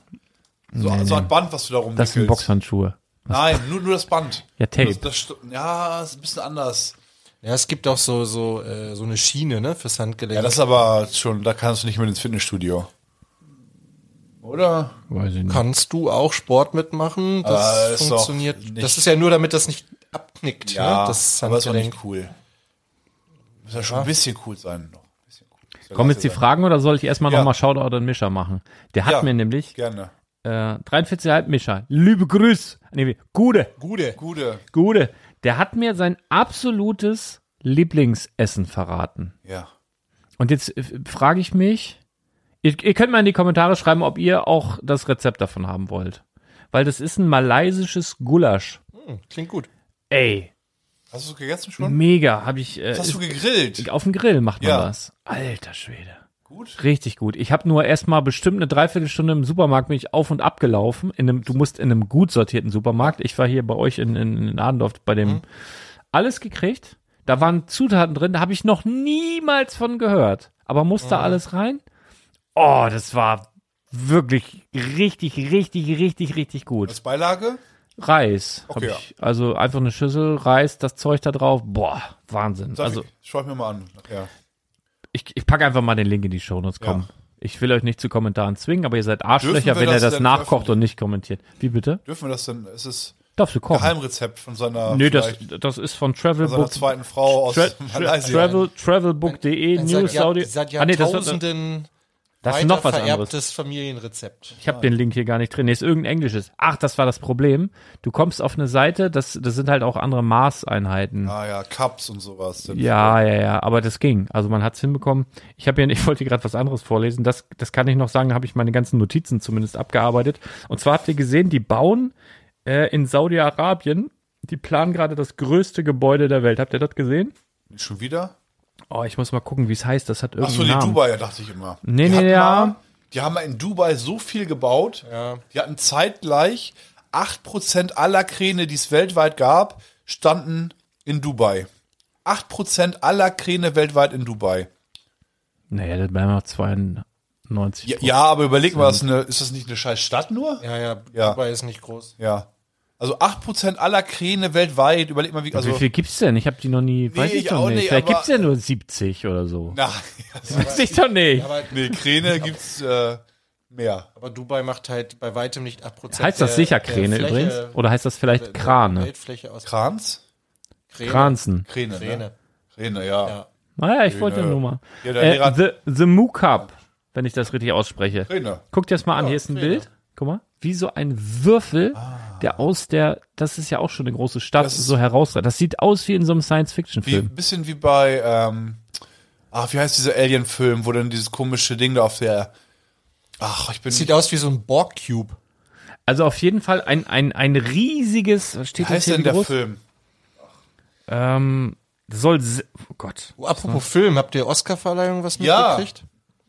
Speaker 4: So, so ein Band, was du da rumwickelst.
Speaker 3: Das sind Boxhandschuhe.
Speaker 4: Nein, nur, nur das Band.
Speaker 3: Ja, Tape.
Speaker 4: Das, das, st- ja, ist ein bisschen anders.
Speaker 5: Ja, es gibt auch so, so, äh, so eine Schiene, ne, fürs Handgelenk.
Speaker 4: Ja, das ist aber schon, da kannst du nicht mehr ins Fitnessstudio. Oder?
Speaker 3: Weiß ich nicht.
Speaker 5: Kannst du auch Sport mitmachen?
Speaker 4: Aber
Speaker 5: Das
Speaker 4: ist doch
Speaker 5: funktioniert.
Speaker 4: nicht-
Speaker 5: Das ist ja nur, damit das nicht abknickt, ne? Das
Speaker 4: aber ist auch
Speaker 5: Handgelenk.
Speaker 4: nicht cool. Muss ja schon ein bisschen cool sein. Noch. Ein bisschen cool. Muss ja
Speaker 3: Kommen jetzt
Speaker 4: klasse
Speaker 3: die Fragen oder soll ich erstmal
Speaker 4: Ja.
Speaker 3: nochmal Shoutout an Mischa machen? Der hat
Speaker 4: Ja.
Speaker 3: mir nämlich
Speaker 4: sein. Gerne.
Speaker 3: äh, 43,5 Mischa. Liebe Grüß. Nee, wie- Gude.
Speaker 5: Gute.
Speaker 4: Gute.
Speaker 3: Gude. Der hat mir sein absolutes Lieblingsessen verraten.
Speaker 4: Ja.
Speaker 3: Und jetzt äh, frage ich mich, ihr, ihr könnt mal in die Kommentare schreiben, ob ihr auch das Rezept davon haben wollt. Weil das ist ein malaysisches Gulasch.
Speaker 5: Klingt gut.
Speaker 3: Ey,
Speaker 4: Hast du es gegessen schon?
Speaker 3: mega. Habe ich. Äh,
Speaker 4: Hast du
Speaker 3: ist-
Speaker 4: gegrillt?
Speaker 3: auf dem Grill macht man
Speaker 4: Ja.
Speaker 3: das. Alter Schwede.
Speaker 4: Gut.
Speaker 3: Richtig gut. Ich habe nur erstmal bestimmt eine Dreiviertelstunde im Supermarkt bin ich auf und ab gelaufen. In einem, du musst in einem gut sortierten Supermarkt. Ich war hier bei euch in, in, in Adendorf bei dem
Speaker 4: Mhm.
Speaker 3: alles gekriegt. Da waren Zutaten drin, da habe ich noch niemals von gehört. Aber muss
Speaker 4: Mhm.
Speaker 3: da alles rein? Oh, das war wirklich richtig, richtig, richtig, richtig gut.
Speaker 4: Als Beilage?
Speaker 3: Reis. hab
Speaker 4: Okay,
Speaker 3: ich, also einfach eine Schüssel, Reis, das Zeug da drauf. Boah, Wahnsinn.
Speaker 4: Sag
Speaker 3: also
Speaker 4: also, ich. Schau ich mir mal an. Ja.
Speaker 3: ich, ich packe einfach mal den Link in die Shownotes. Komm. Ich will euch nicht zu Kommentaren zwingen, aber ihr seid Arschlöcher,
Speaker 4: Dürfen wir
Speaker 3: wenn ihr
Speaker 4: das
Speaker 3: das
Speaker 4: denn
Speaker 3: nachkocht
Speaker 4: veröffentlichen?
Speaker 3: und nicht kommentiert. Wie bitte?
Speaker 4: Dürfen wir das denn? Ist es
Speaker 3: Darfst du kochen?
Speaker 4: Geheimrezept von seiner,
Speaker 3: Nö, das,
Speaker 4: vielleicht
Speaker 3: das ist von Travel
Speaker 4: seiner
Speaker 3: Book.
Speaker 4: zweiten Frau aus
Speaker 3: Tra tra
Speaker 4: Malaysia?
Speaker 3: travel travelbook.de
Speaker 5: Ein
Speaker 3: E, News
Speaker 5: seit, Jahr,
Speaker 3: Saudi.
Speaker 5: seit
Speaker 3: Ah, nee, das, war-
Speaker 5: Jahrtausenden
Speaker 3: das ist
Speaker 5: weiter
Speaker 3: noch was
Speaker 5: vererbtes
Speaker 3: anderes.
Speaker 5: Familienrezept.
Speaker 3: Ich habe den Link hier gar nicht drin. Nee, ist irgendein englisches. Ach, das war das Problem. Du kommst auf eine Seite, das, das sind halt auch andere Maßeinheiten.
Speaker 4: Ah ja, Cups und sowas. Dann-
Speaker 3: Ja, ja, ja, aber das ging. Also man hat's hinbekommen. Ich habe ja, ich wollte gerade was anderes vorlesen. Das, das kann ich noch sagen. Da habe ich meine ganzen Notizen zumindest abgearbeitet. Und zwar habt ihr gesehen, die bauen äh, in Saudi Arabien. Die planen gerade das größte Gebäude der Welt. Habt ihr das gesehen?
Speaker 4: Schon wieder?
Speaker 3: Oh, ich muss mal gucken, wie es heißt. Das hat
Speaker 4: Ach so,
Speaker 3: irgendeinen
Speaker 4: die
Speaker 3: Namen.
Speaker 4: Dubai, ja, dachte ich immer.
Speaker 3: Nee,
Speaker 4: die
Speaker 3: nee,
Speaker 4: hatten
Speaker 3: ja.
Speaker 4: Mal, die haben mal in Dubai so viel gebaut. Die hatten zeitgleich 8% aller Kräne, die es weltweit gab, standen in Dubai. 8% aller Kräne weltweit in Dubai.
Speaker 3: Naja, das bleiben noch 92.
Speaker 4: Ja, ja aber überleg mal, ist, eine, ist das nicht eine scheiß Stadt nur?
Speaker 5: Ja, ja,
Speaker 4: Ja.
Speaker 5: Dubai ist nicht groß.
Speaker 4: Ja. Also 8% aller Kräne weltweit, überleg mal, wie.
Speaker 3: Also,
Speaker 4: Also,
Speaker 3: Wie viel gibt's denn? Ich habe die noch nie, weiß
Speaker 4: Nee,
Speaker 3: ich
Speaker 4: ich
Speaker 3: doch
Speaker 4: auch
Speaker 3: nicht.
Speaker 4: nicht,
Speaker 3: Vielleicht
Speaker 4: aber-
Speaker 3: gibt's ja nur 70 oder so.
Speaker 4: na,
Speaker 3: weiß ich doch nicht.
Speaker 5: Aber,
Speaker 4: nee, Kräne gibt's äh, mehr.
Speaker 5: aber Dubai macht halt bei weitem nicht 8%.
Speaker 3: heißt das
Speaker 5: der-
Speaker 3: sicher
Speaker 5: der
Speaker 3: Kräne
Speaker 5: Fläche-
Speaker 3: übrigens? Oder heißt das vielleicht
Speaker 5: der- der
Speaker 3: Krane?
Speaker 5: Weltfläche aus
Speaker 4: Krans?
Speaker 5: Kräne.
Speaker 3: Kranzen.
Speaker 4: Kräne. Ne?
Speaker 5: Kräne.
Speaker 4: Kräne, ja.
Speaker 5: Ja.
Speaker 4: ja.
Speaker 3: Naja, ich wollte
Speaker 4: Genau.
Speaker 3: nur mal.
Speaker 4: Ja, der
Speaker 3: Äh,
Speaker 4: Lehrer-
Speaker 3: the, the Moo Cup, wenn ich das richtig ausspreche.
Speaker 4: Kräne.
Speaker 3: Guckt dir das mal an,
Speaker 5: Ja,
Speaker 3: hier ist ein
Speaker 5: Kräne.
Speaker 3: Bild. Guck mal, wie so ein Würfel, der aus der, das ist ja auch schon eine große Stadt,
Speaker 4: Ah. Das ist-
Speaker 3: so herausragt. Das sieht aus wie in so einem
Speaker 4: Wie,
Speaker 3: Science-Fiction-Film.
Speaker 4: bisschen wie bei, ähm, ach, wie heißt dieser Alien-Film, wo dann dieses komische Ding da auf der, ach, ich bin,
Speaker 5: Sieht aus wie so ein Borg-Cube.
Speaker 3: Also auf jeden Fall ein, ein, ein riesiges, was steht
Speaker 4: wie heißt
Speaker 3: das hier
Speaker 4: denn der
Speaker 3: wie groß?
Speaker 4: Film?
Speaker 3: Ähm, das soll, se- oh Gott,
Speaker 5: Oh, apropos Film, habt ihr Oscar-Verleihung was
Speaker 4: Ja.
Speaker 5: mitgekriegt?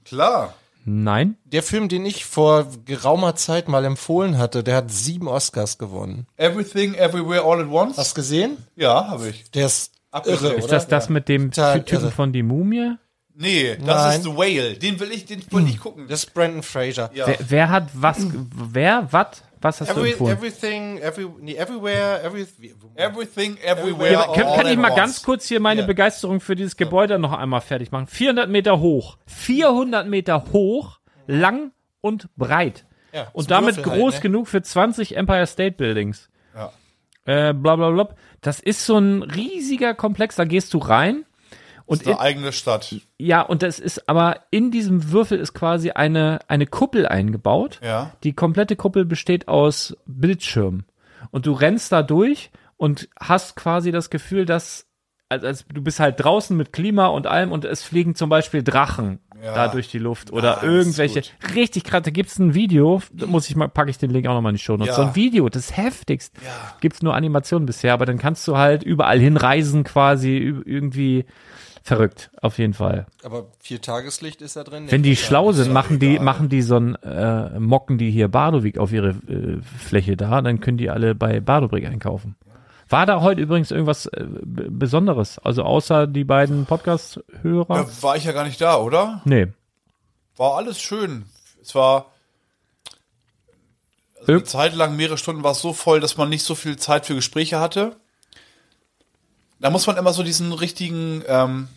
Speaker 4: Klar.
Speaker 3: nein.
Speaker 5: Der Film, den ich vor geraumer Zeit mal empfohlen hatte, der hat sieben Oscars gewonnen.
Speaker 4: Everything, Everywhere, All at Once?
Speaker 5: Hast gesehen?
Speaker 4: Ja, habe ich.
Speaker 5: Der ist
Speaker 4: Abgeschreckt.
Speaker 5: irre,
Speaker 3: Ist
Speaker 5: oder?
Speaker 3: das das mit dem
Speaker 5: Total
Speaker 3: Typen
Speaker 5: irre.
Speaker 3: von die Mumie?
Speaker 4: Nee, das
Speaker 5: Nein.
Speaker 4: ist The Whale. Den will ich, den will ich gucken.
Speaker 5: Hm. Das ist Brandon Fraser.
Speaker 4: Ja.
Speaker 3: Wer, wer hat was, ge- wer, wat, was hast
Speaker 5: Every,
Speaker 3: du empfohlen?
Speaker 5: everything, every, nee, everywhere, every,
Speaker 4: Everything,
Speaker 5: Ja,
Speaker 4: Everywhere,
Speaker 5: aber
Speaker 4: All
Speaker 3: Kann, kann
Speaker 4: at
Speaker 3: ich mal
Speaker 4: Once.
Speaker 3: ganz kurz hier meine
Speaker 4: Ja.
Speaker 3: Begeisterung für dieses Gebäude noch einmal fertig machen? 400 Meter hoch, 400 Meter hoch, lang und breit.
Speaker 5: Ja,
Speaker 3: und
Speaker 5: zum
Speaker 3: damit
Speaker 5: Würfel halt,
Speaker 3: groß
Speaker 5: ne?
Speaker 3: genug für 20 Empire State Buildings.
Speaker 4: Ja.
Speaker 3: Äh, bla bla bla. Das ist so ein riesiger Komplex, da gehst du rein. Und in,
Speaker 4: Eine eigene Stadt.
Speaker 3: ja, und das ist aber in diesem Würfel ist quasi eine, eine Kuppel eingebaut.
Speaker 4: Ja.
Speaker 3: Die komplette Kuppel besteht aus Bildschirmen. Und du rennst da durch und hast quasi das Gefühl, dass also, als- du bist halt draußen mit Klima und allem und es fliegen zum Beispiel Drachen da durch die Luft oder
Speaker 4: das ist
Speaker 3: irgendwelche. Richtig krass, da gibt's ein Video, da muss ich mal, packe ich den Link auch nochmal in die Show Notes.
Speaker 4: Ja.
Speaker 3: So ein Video, das ist heftigst. Gibt's nur Animationen bisher, aber dann kannst du halt überall hinreisen quasi, ü- irgendwie verrückt, auf jeden Fall.
Speaker 5: Aber viel Tageslicht ist da drin.
Speaker 3: Wenn die
Speaker 5: Ja.
Speaker 3: schlau sind, machen die, machen die so ein, äh, mocken die hier Bardovik auf ihre äh, Fläche da, dann können die alle bei Bardovik einkaufen. War da heute übrigens irgendwas äh, B- Besonderes? Also außer die beiden Podcast-Hörer?
Speaker 4: Da war ich ja gar nicht da, oder?
Speaker 3: Nee.
Speaker 4: War alles schön. Es war also
Speaker 3: Ir-
Speaker 4: eine Zeit lang, mehrere Stunden war es so voll, dass man nicht so viel Zeit für Gespräche hatte. Da muss man immer so diesen richtigen, ähm,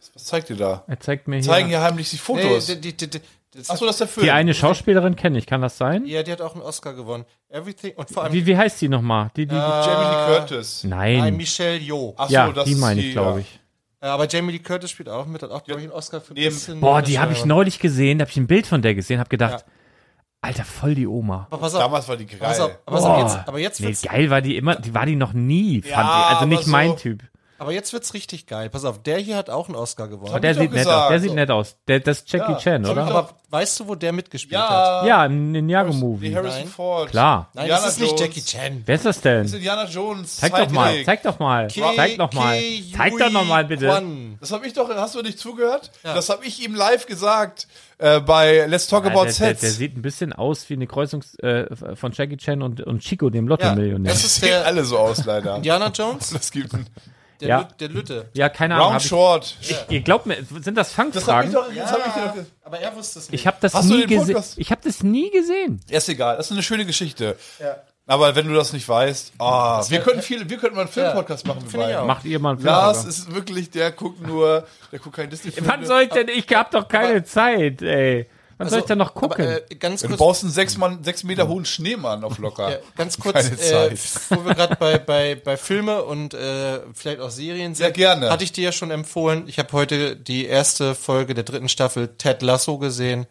Speaker 4: was, was zeigt ihr da?
Speaker 3: Er zeigt mir
Speaker 4: Zeigen
Speaker 3: hier.
Speaker 4: hier heimlich die
Speaker 5: Nee,
Speaker 4: Fotos.
Speaker 5: die, die, die, die, das,
Speaker 4: Achso, das ist der Film.
Speaker 3: Die eine Schauspielerin kenne ich, kann das sein?
Speaker 5: ja, die hat auch einen Oscar gewonnen. Everything, und vor allem
Speaker 3: Wie, wie heißt die nochmal? Die, die,
Speaker 4: Ah, Jamie Lee Curtis.
Speaker 5: Nein,
Speaker 3: nein.
Speaker 5: Michelle Yeoh.
Speaker 4: Achso,
Speaker 3: Ja, die meine ich,
Speaker 4: ja.
Speaker 3: glaube ich.
Speaker 5: Äh, Aber Jamie Lee Curtis spielt auch mit, hat auch, glaube ich, einen Oscar für ein
Speaker 4: Neben-
Speaker 5: bisschen.
Speaker 3: Boah, die habe ich neulich gesehen, da habe ich ein Bild von der gesehen, habe gedacht, alter, voll die Oma.
Speaker 5: Aber pass auf,
Speaker 4: Damals war die geil.
Speaker 5: pass auf, aber, pass auf
Speaker 3: Boah.
Speaker 5: jetzt, aber jetzt
Speaker 3: Nee,
Speaker 5: wird's,
Speaker 3: geil war die immer, die war die noch nie, fand
Speaker 4: Ja,
Speaker 3: ich. Also nicht
Speaker 4: aber so-
Speaker 3: mein Typ.
Speaker 5: aber jetzt wird's richtig geil. Pass auf, der hier hat auch einen Oscar gewonnen.
Speaker 3: Aber der
Speaker 4: ich doch
Speaker 3: sieht nett aus.
Speaker 4: gesagt.
Speaker 3: Der sieht nett aus. Der, das ist Jackie
Speaker 4: Ja,
Speaker 3: Chan,
Speaker 4: hab ich
Speaker 3: oder?
Speaker 4: doch-
Speaker 5: aber weißt du, wo der mitgespielt hat?
Speaker 4: ja,
Speaker 3: Ja, im
Speaker 4: die
Speaker 3: Ninjago-Movie.
Speaker 4: Harrison
Speaker 5: Nein.
Speaker 4: Ford.
Speaker 3: Klar.
Speaker 5: Nein,
Speaker 4: Indiana
Speaker 5: das ist nicht
Speaker 4: Jones.
Speaker 5: Jackie Chan.
Speaker 3: Wer ist das denn?
Speaker 4: Indiana Jones.
Speaker 3: Zeig doch mal,
Speaker 4: Zeitdreck.
Speaker 3: zeig doch mal,
Speaker 5: Ke-
Speaker 3: zeig doch mal.
Speaker 5: Ke-
Speaker 3: Zeig doch noch mal
Speaker 5: Yui
Speaker 3: bitte.
Speaker 5: Kwan.
Speaker 4: Das habe ich doch, hast du nicht zugehört?
Speaker 5: Ja.
Speaker 4: Das habe ich ihm live gesagt äh, bei Let's Talk
Speaker 3: Ja,
Speaker 4: About
Speaker 3: der, der,
Speaker 4: Sets.
Speaker 3: der sieht ein bisschen aus wie eine Kreuzung äh, von Jackie Chan und, und Chico, dem
Speaker 5: Ja,
Speaker 3: Lotto-Millionär.
Speaker 5: das ist
Speaker 4: Sehen
Speaker 5: der
Speaker 4: alle so aus, leider.
Speaker 5: Indiana Jones,
Speaker 4: Das gibt einen
Speaker 5: der,
Speaker 3: Ja.
Speaker 5: Lüt- der Lütte.
Speaker 3: Ja, keine Ahnung.
Speaker 4: Round
Speaker 3: Hab ich,
Speaker 4: Short.
Speaker 3: ihr glaubt mir, sind das
Speaker 4: Das habe ich
Speaker 3: Fangfragen?
Speaker 4: doch, das hab ich dir doch gesagt.
Speaker 5: Aber er wusste es nicht.
Speaker 3: Ich habe das
Speaker 4: Hast du
Speaker 3: nie
Speaker 4: den
Speaker 3: gesehen.
Speaker 4: Podcast?
Speaker 3: Ich habe das nie gesehen.
Speaker 4: Ist egal, das ist eine schöne Geschichte. Aber wenn du das nicht weißt, ah, wir können viel, wir könnten mal einen Filmpodcast machen. wir
Speaker 5: Finde ich
Speaker 4: beide.
Speaker 5: auch.
Speaker 3: Macht ihr mal einen Film?
Speaker 4: Lars
Speaker 3: drüber?
Speaker 4: ist wirklich, der guckt nur, der guckt keinen Disney-Film.
Speaker 3: Wann soll ich denn? Ich hab doch keine Zeit, ey. Wann
Speaker 4: Also,
Speaker 3: soll ich denn noch gucken?
Speaker 5: Aber, äh, ganz
Speaker 4: Du
Speaker 5: kurz,
Speaker 4: brauchst einen sechs, Mann, sechs Meter hohen Schneemann auf locker.
Speaker 5: Ja, ganz kurz,
Speaker 4: Keine
Speaker 5: äh,
Speaker 4: Zeit.
Speaker 5: wo wir gerade bei, bei, bei Filme und äh, vielleicht auch Serien sind.
Speaker 4: Sehr gerne.
Speaker 5: Hatte ich dir ja schon empfohlen. Ich habe heute die erste Folge der dritten Staffel Ted Lasso gesehen.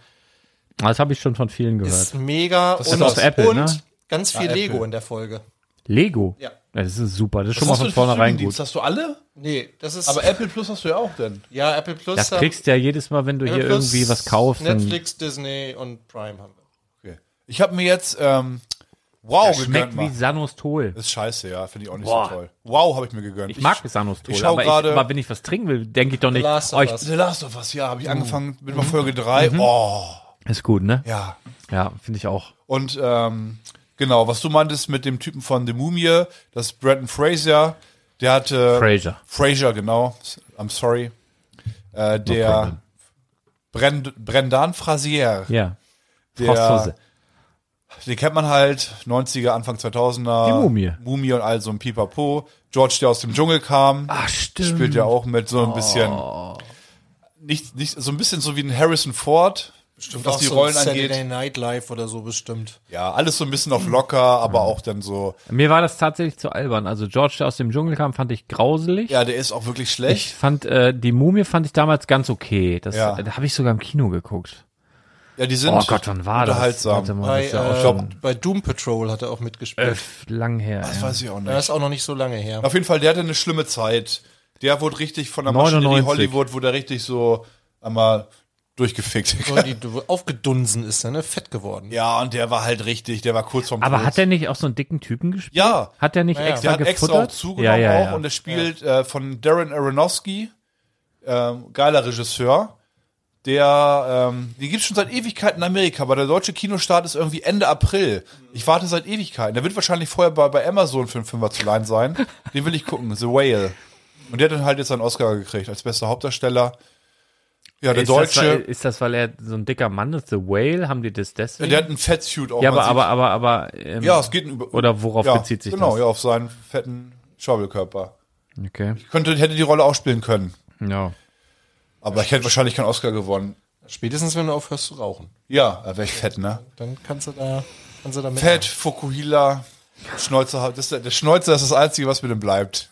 Speaker 3: Ah, das habe ich schon von vielen gehört.
Speaker 5: Ist mega. Das
Speaker 3: ist auf Apple,
Speaker 5: und
Speaker 3: ne?
Speaker 5: ganz viel
Speaker 4: Ja, Apple.
Speaker 5: Lego in der Folge.
Speaker 3: Lego?
Speaker 5: Ja.
Speaker 3: Das ist super. Das ist
Speaker 4: Was
Speaker 3: schon mal
Speaker 4: hast du
Speaker 3: von
Speaker 4: für
Speaker 3: vornherein
Speaker 4: Streamingdienst?
Speaker 3: gut.
Speaker 4: Hast du alle?
Speaker 5: Nee, das ist
Speaker 4: Aber Apple Plus hast du ja auch denn.
Speaker 5: ja Apple Plus.
Speaker 3: Das
Speaker 5: haben-
Speaker 3: kriegst du ja jedes Mal, wenn du hier
Speaker 5: Apple Plus,
Speaker 3: irgendwie was kaufst. dann-
Speaker 5: Netflix, Disney und Prime haben wir.
Speaker 4: Okay. Ich habe mir jetzt ähm, Wow gegönnt.
Speaker 3: Schmeckt wie
Speaker 4: mal.
Speaker 3: Sanostol.
Speaker 4: Ist scheiße, ja, finde ich auch nicht
Speaker 3: Boah.
Speaker 4: so toll. Wow, habe ich mir gegönnt.
Speaker 3: Ich mag Sanostol,
Speaker 4: ich schau
Speaker 3: aber, ich,
Speaker 4: gerade-
Speaker 3: aber wenn ich was trinken will, denke ich doch nicht.
Speaker 5: Last of
Speaker 3: Oh, ich,
Speaker 5: Us.
Speaker 4: The Last of Us, ja, habe ich angefangen mit
Speaker 3: Mhm.
Speaker 4: mhm. Folge 3. Oh,
Speaker 3: ist gut, ne?
Speaker 4: ja.
Speaker 3: Ja, finde ich auch.
Speaker 4: Und ähm, Genau, was du meintest mit dem Typen von The Mumie, das ist Brendan Fraser, der hatte.
Speaker 3: Fraser.
Speaker 4: Fraser, genau. I'm sorry. Äh, der. Brend, Brendan Frasier.
Speaker 3: Ja.
Speaker 4: Der,
Speaker 3: Franzose.
Speaker 4: den kennt man halt, 90er, Anfang 2000er.
Speaker 3: Die Mumie.
Speaker 4: Mumie und all so ein Pipapo. George, der aus dem Dschungel kam.
Speaker 3: Ah,
Speaker 4: Ach, Ah, stimmt. Spielt ja auch mit so ein bisschen.
Speaker 3: Oh.
Speaker 4: Nicht, nicht, so ein bisschen so wie ein Harrison Ford, was die Rollen angeht.
Speaker 5: Saturday Night Live oder so bestimmt.
Speaker 4: Ja, alles so ein bisschen auf locker,
Speaker 3: Mhm.
Speaker 4: aber auch dann so.
Speaker 3: Mir war das tatsächlich zu albern. Also George, der aus dem Dschungel kam, fand ich grauselig.
Speaker 4: Ja, der ist auch wirklich
Speaker 3: Ich
Speaker 4: schlecht.
Speaker 3: fand, äh, die Mumie fand ich damals ganz okay. Das
Speaker 4: Ja.
Speaker 3: äh, da habe ich sogar im Kino geguckt.
Speaker 4: Ja, die sind
Speaker 3: oh Gott, wann war das?
Speaker 4: unterhaltsam.
Speaker 3: Warte mal,
Speaker 5: Bei,
Speaker 3: das ist ja auch
Speaker 5: äh,
Speaker 3: schon Äh,
Speaker 5: bei Doom Patrol hat er auch mitgespielt.
Speaker 4: äh,
Speaker 3: öff, lang her.
Speaker 4: Das
Speaker 3: ja.
Speaker 4: weiß ich auch nicht.
Speaker 5: Das ist auch noch nicht so lange her.
Speaker 4: Auf jeden Fall, der hatte eine schlimme Zeit. Der wurde richtig von der Maschinerie
Speaker 3: 99.
Speaker 4: Hollywood, wurde richtig so einmal durchgefickt.
Speaker 5: So, die, du- aufgedunsen ist er, ne? Fett geworden.
Speaker 4: Ja, und der war halt richtig, der war kurz vom
Speaker 3: Aber
Speaker 4: Tod.
Speaker 3: hat der nicht auch so einen dicken Typen gespielt?
Speaker 4: Ja.
Speaker 3: Hat der nicht
Speaker 5: Ja, ja.
Speaker 3: extra
Speaker 4: der hat
Speaker 3: gefuttert?
Speaker 4: extra auch zugenommen
Speaker 3: ja, ja, ja.
Speaker 4: auch und der spielt äh, von Darren Aronofsky, ähm, geiler Regisseur. Der, ähm, die gibt's schon seit Ewigkeiten in Amerika, aber der deutsche Kinostart ist irgendwie Ende April. Ich warte seit Ewigkeiten. Der wird wahrscheinlich vorher bei, bei Amazon für einen Fünfer zu leihen sein. Den will ich gucken, The Whale. Und der hat dann halt jetzt einen Oscar gekriegt als bester Hauptdarsteller. Ja, der
Speaker 3: ist, das, weil-
Speaker 4: Deutsche,
Speaker 3: ist das, weil er so ein dicker Mann ist? The Whale? Haben die das deswegen?
Speaker 4: der hat einen Fettsuit auch.
Speaker 3: ja,
Speaker 4: man
Speaker 3: aber,
Speaker 4: sieht-
Speaker 3: aber, aber, aber, ähm,
Speaker 4: ja, es geht über,
Speaker 3: Oder worauf
Speaker 4: ja,
Speaker 3: bezieht sich
Speaker 4: genau,
Speaker 3: das?
Speaker 4: ja, auf seinen fetten Schaufelkörper.
Speaker 3: Genau, ja. Okay.
Speaker 4: Könnte, hätte die Rolle auch spielen können.
Speaker 3: Ja.
Speaker 4: Aber ich hätte wahrscheinlich keinen Oscar gewonnen.
Speaker 5: Spätestens, wenn du aufhörst zu rauchen.
Speaker 4: Ja, äh, wäre ich fett, ne?
Speaker 5: Dann kannst du da, kannst du da mit.
Speaker 4: Fett, Fukuhila, Schnäuzer. Das, der Schnäuzer ist das Einzige, was mir denn bleibt.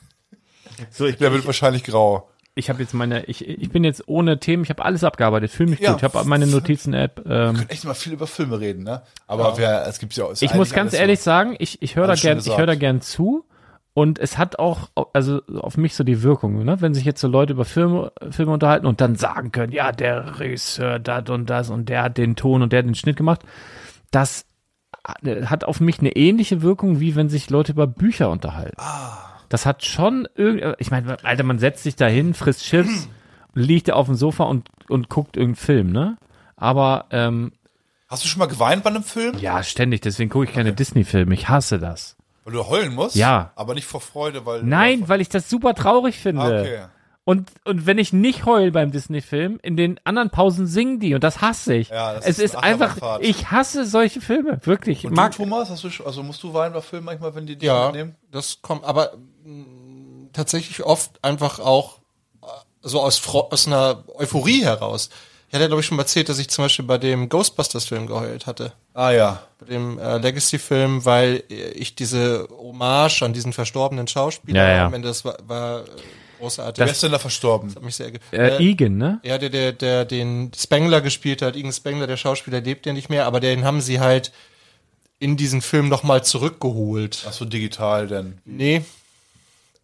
Speaker 3: So, ich,
Speaker 4: Der wird wahrscheinlich grau.
Speaker 3: ich habe jetzt meine, ich, ich bin jetzt ohne Themen, ich habe alles abgearbeitet, fühle mich
Speaker 4: Ja.
Speaker 3: gut. Ich habe meine Notizen-App. Ähm,
Speaker 4: Echt mal viel über Filme reden, ne? Aber wer, es gibt ja auch. ist
Speaker 3: ich muss
Speaker 4: eigentlich
Speaker 3: ganz
Speaker 4: alles
Speaker 3: ehrlich
Speaker 4: so.
Speaker 3: sagen, ich, ich höre da,
Speaker 4: Alles schon
Speaker 3: gern, ich hör da
Speaker 4: gesagt.
Speaker 3: gern zu und es hat auch also auf mich so die Wirkung, ne? wenn sich jetzt so Leute über Filme, Filme unterhalten und dann sagen können, ja, der Regisseur das und das und der hat den Ton und der hat den Schnitt gemacht, das hat auf mich eine ähnliche Wirkung, wie wenn sich Leute über Bücher unterhalten.
Speaker 4: Ah.
Speaker 3: Das hat schon irgendwie, ich meine, Alter, man setzt sich da hin, frisst Chips, liegt auf dem Sofa und, und guckt irgendeinen Film, ne? Aber ähm,
Speaker 4: Hast du schon mal geweint bei einem Film?
Speaker 3: ja, ständig, deswegen gucke ich keine Disney-Filme. Ich hasse das.
Speaker 4: Weil du heulen musst?
Speaker 3: Ja.
Speaker 4: Aber nicht vor Freude, weil.
Speaker 3: Nein,
Speaker 4: weil.
Speaker 3: weil ich das super traurig finde.
Speaker 4: Okay.
Speaker 3: Und, und wenn ich nicht heul beim Disney-Film, in den anderen Pausen singen die und das hasse ich.
Speaker 4: Ja, das
Speaker 3: es
Speaker 4: ist
Speaker 3: ist,
Speaker 4: eine
Speaker 3: einfach,
Speaker 4: Achterbahnfahrt.
Speaker 3: ich hasse solche Filme, wirklich.
Speaker 4: Und
Speaker 3: Mag,
Speaker 4: du, Thomas, hast du, schon- also musst du weinen bei Filmen manchmal, wenn die dich
Speaker 5: Ja,
Speaker 4: mitnehmen?
Speaker 5: das kommt, aber mh, tatsächlich oft einfach auch äh, so aus, Fro- aus einer Euphorie heraus. Ich hatte, glaube ich, schon mal erzählt, dass ich zum Beispiel bei dem Ghostbusters-Film geheult hatte.
Speaker 4: Ah, ja.
Speaker 5: Bei dem äh, Legacy-Film, weil äh, ich diese Hommage an diesen verstorbenen Schauspieler
Speaker 3: Ja, ja.
Speaker 5: am Ende, das war, war äh, großartig.
Speaker 4: Wer ist denn da verstorben?
Speaker 5: hat mich sehr ge
Speaker 3: äh, Igen, ne?
Speaker 5: ja, der, der, der den Spengler gespielt hat, Igen Spengler, der Schauspieler, lebt ja nicht mehr, aber den haben sie halt in diesen Film nochmal zurückgeholt.
Speaker 4: Ach so, digital denn.
Speaker 5: Nee,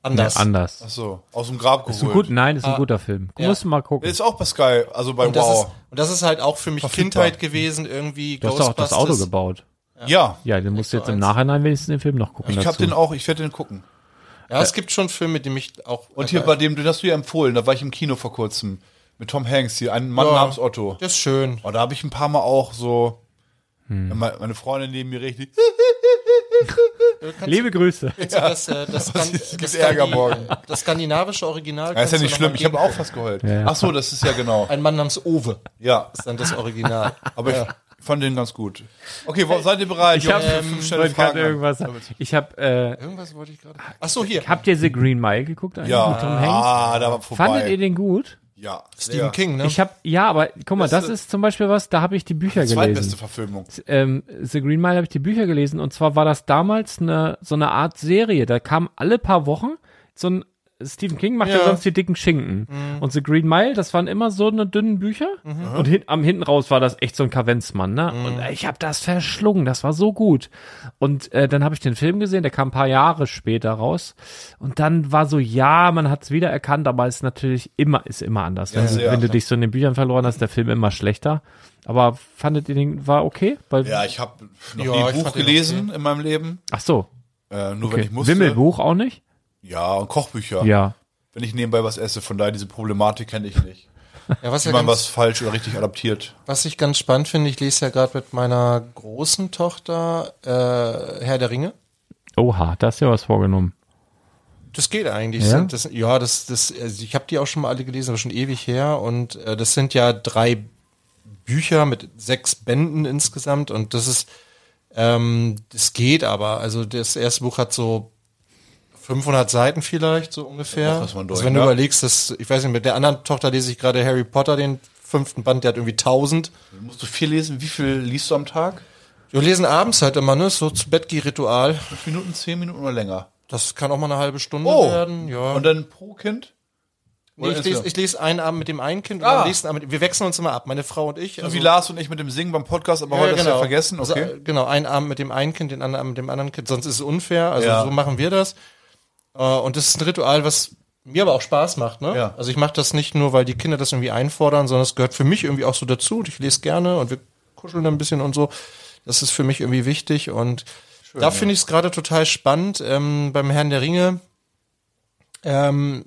Speaker 5: anders.
Speaker 3: Nee, anders.
Speaker 4: Ach so, aus dem Grab
Speaker 3: Ist ein
Speaker 4: geholt.
Speaker 3: gut, nein,
Speaker 4: Ah.
Speaker 3: ist ein guter Film.
Speaker 5: ja.
Speaker 3: Musst du mal gucken.
Speaker 4: Ist auch bei Sky, also bei
Speaker 5: Und das,
Speaker 4: Wow.
Speaker 5: ist, und das ist halt auch für mich
Speaker 4: Verfügbar.
Speaker 5: Kindheit gewesen, irgendwie
Speaker 3: du hast doch auch das Auto gebaut.
Speaker 4: ja.
Speaker 3: Ja, dann musst du jetzt im
Speaker 5: eins.
Speaker 3: Nachhinein wenigstens den Film noch gucken.
Speaker 4: Ich hab
Speaker 3: dazu.
Speaker 4: den auch, ich werde den gucken.
Speaker 5: Ja, es gibt schon Filme, die mich auch.
Speaker 4: Und hier bei dem, den hast du ja empfohlen, da war ich im Kino vor kurzem. Mit Tom Hanks hier, ein Mann
Speaker 5: Ja.
Speaker 4: namens Otto.
Speaker 5: Das ist schön.
Speaker 4: Und da habe ich ein paar Mal auch so.
Speaker 3: Hm.
Speaker 4: Me- Meine Freundin neben mir richtig.
Speaker 3: Liebe Grüße.
Speaker 5: Das, äh, das, kann,
Speaker 4: gibt
Speaker 5: das,
Speaker 4: Ärger
Speaker 5: kann
Speaker 4: morgen.
Speaker 5: die, das skandinavische
Speaker 4: Das
Speaker 5: Original.
Speaker 4: ist ja
Speaker 5: kannst du
Speaker 4: nicht
Speaker 5: noch
Speaker 4: schlimm,
Speaker 5: mal
Speaker 4: ich habe
Speaker 5: geben.
Speaker 4: auch fast geheult. Ach so, das ist ja genau.
Speaker 5: Ein Mann namens Owe
Speaker 4: Ja,
Speaker 5: ist dann das Original.
Speaker 4: aber ich fand den ganz gut. Okay, wo, seid ihr bereit?
Speaker 3: Ich hab-
Speaker 4: Jungs, für
Speaker 3: ähm,
Speaker 4: fünf schnelle
Speaker 3: Ich kann
Speaker 4: Fragen.
Speaker 3: irgendwas sagen. Ich hab, äh,
Speaker 5: Irgendwas wollte ich gerade. Ach so, hier.
Speaker 3: habt ihr The Green Mile geguckt eigentlich
Speaker 4: Ja,
Speaker 3: mit Tom Hanks?
Speaker 4: ah, da war vorbei.
Speaker 3: Fandet ihr den gut?
Speaker 4: ja.
Speaker 5: Stephen
Speaker 4: ja.
Speaker 5: King, ne?
Speaker 3: Ich habe ja, aber guck mal, das,
Speaker 4: Das, äh,
Speaker 3: ist zum Beispiel was, da habe ich die Bücher
Speaker 4: Zweitbeste
Speaker 3: gelesen.
Speaker 4: Verfilmung.
Speaker 3: Ähm, The Green Mile habe ich die Bücher gelesen und zwar war das damals eine, so eine Art Serie. Da kam alle paar Wochen so ein Stephen King macht ja, Mhm.
Speaker 5: Ja.
Speaker 3: sonst die dicken Schinken. Und The Green Mile, das waren immer so eine dünnen Bücher. Und hin, am hinten raus war das echt so ein Kavenzmann, ne? Und ich habe das verschlungen, das war so gut. Und äh, dann habe ich den Film gesehen, der kam ein paar Jahre später raus. Und dann war so, ja, man hat es wiedererkannt, aber es ist natürlich immer, ist immer anders. wenn du,
Speaker 4: sehr.
Speaker 3: wenn du dich so in den Büchern verloren hast, der Film immer schlechter. Aber fandet ihr den, war okay? Weil,
Speaker 4: Ja, ich habe noch
Speaker 5: Ja,
Speaker 4: nie
Speaker 5: ich
Speaker 4: ein Buch
Speaker 5: fand den
Speaker 4: gelesen in meinem Leben.
Speaker 3: Ach so.
Speaker 4: Äh, nur wenn
Speaker 3: Okay.
Speaker 4: ich musste.
Speaker 3: Wimmelbuch auch nicht?
Speaker 4: Ja, und Kochbücher.
Speaker 3: Ja.
Speaker 4: Wenn ich nebenbei was esse, von daher diese Problematik kenne ich nicht.
Speaker 5: Ja, was,
Speaker 4: Wie
Speaker 5: ja
Speaker 4: man
Speaker 5: ganz,
Speaker 4: was falsch oder richtig adaptiert.
Speaker 5: was ich ganz spannend finde, ich lese ja gerade mit meiner großen Tochter äh, Herr der Ringe.
Speaker 3: Oha, da hast du ja was vorgenommen.
Speaker 5: Das geht eigentlich.
Speaker 3: Ja?
Speaker 5: Ja, sind, das, ja das, das, also ich habe die auch schon mal alle gelesen, aber schon ewig her. Und äh, das sind ja drei Bücher mit sechs Bänden insgesamt. Und das ist, ähm, das geht aber. Also das erste Buch hat so 500 Seiten vielleicht, so ungefähr.
Speaker 4: Da muss man durch,
Speaker 5: also wenn du
Speaker 4: ne?
Speaker 5: überlegst, dass, ich weiß nicht, mit der anderen Tochter lese ich gerade Harry Potter, den fünften Band, der hat irgendwie 1000.
Speaker 4: Also, Musst du viel lesen? Wie viel liest du am Tag?
Speaker 5: Wir lesen abends halt immer, ne? So zu Bett ritual
Speaker 4: Fünf Minuten, zehn Minuten oder länger?
Speaker 5: Das kann auch mal eine halbe Stunde werden. Ja.
Speaker 4: Oh, Und dann pro Kind?
Speaker 5: Nee, ich, lese, ich lese einen Abend mit dem einen Kind
Speaker 4: Ah.
Speaker 5: und am nächsten Abend. Wir wechseln uns immer ab, meine Frau und ich.
Speaker 4: so wie Lars und ich mit dem Singen beim Podcast, aber heute hast du ja vergessen.
Speaker 5: Also,
Speaker 4: Okay.
Speaker 5: äh, genau, einen Abend mit dem einen Kind, den anderen Abend mit dem anderen Kind. Sonst ist es unfair. Also
Speaker 4: Ja.
Speaker 5: so machen wir das. Äh, Und das ist ein Ritual, was mir aber auch Spaß macht. Ne?
Speaker 4: Ja.
Speaker 5: Also ich mache das nicht nur, weil die Kinder das irgendwie einfordern, sondern es gehört für mich irgendwie auch so dazu. Und ich lese gerne und wir kuscheln ein bisschen und so. Das ist für mich irgendwie wichtig. Und da finde ich es gerade total spannend ähm, beim Herrn der Ringe. Ähm,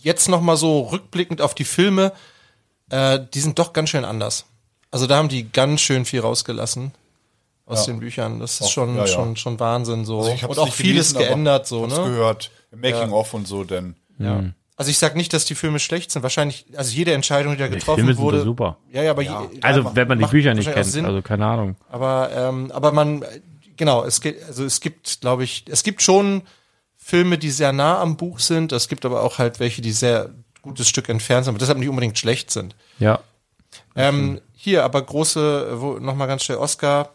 Speaker 5: jetzt noch mal so rückblickend auf die Filme, äh, die sind doch ganz schön anders. Also da haben die ganz schön viel rausgelassen aus
Speaker 4: Ja.
Speaker 5: den Büchern. Das ist
Speaker 4: Auch-
Speaker 5: schon,
Speaker 4: ja, ja.
Speaker 5: schon, schon Wahnsinn so.
Speaker 4: Also ich hab's
Speaker 5: und auch
Speaker 4: nicht
Speaker 5: vieles
Speaker 4: gelesen, aber
Speaker 5: geändert so,
Speaker 4: hab's
Speaker 5: ne?
Speaker 4: gehört. Im Making-of und so, denn.
Speaker 5: Ja. Also ich sag nicht, dass die Filme schlecht sind. Wahrscheinlich, also jede Entscheidung, die da
Speaker 3: Die
Speaker 5: getroffen
Speaker 3: Filme sind
Speaker 5: wurde.
Speaker 3: doch super.
Speaker 5: Ja, ja, aber Je,
Speaker 3: Also
Speaker 5: einfach-
Speaker 3: wenn man die
Speaker 5: macht
Speaker 3: Bücher nicht
Speaker 5: wahrscheinlich auch
Speaker 3: kennt,
Speaker 5: Sinn.
Speaker 3: also keine Ahnung.
Speaker 5: Aber, ähm, aber man, genau, es gibt, also es gibt, glaube ich, es gibt schon Filme, die sehr nah am Buch sind. Es gibt aber auch halt welche, die sehr gutes Stück entfernt sind, aber deshalb nicht unbedingt schlecht sind.
Speaker 3: Ja.
Speaker 5: Ähm, hier aber große, äh, wo, noch mal ganz schnell Oscar,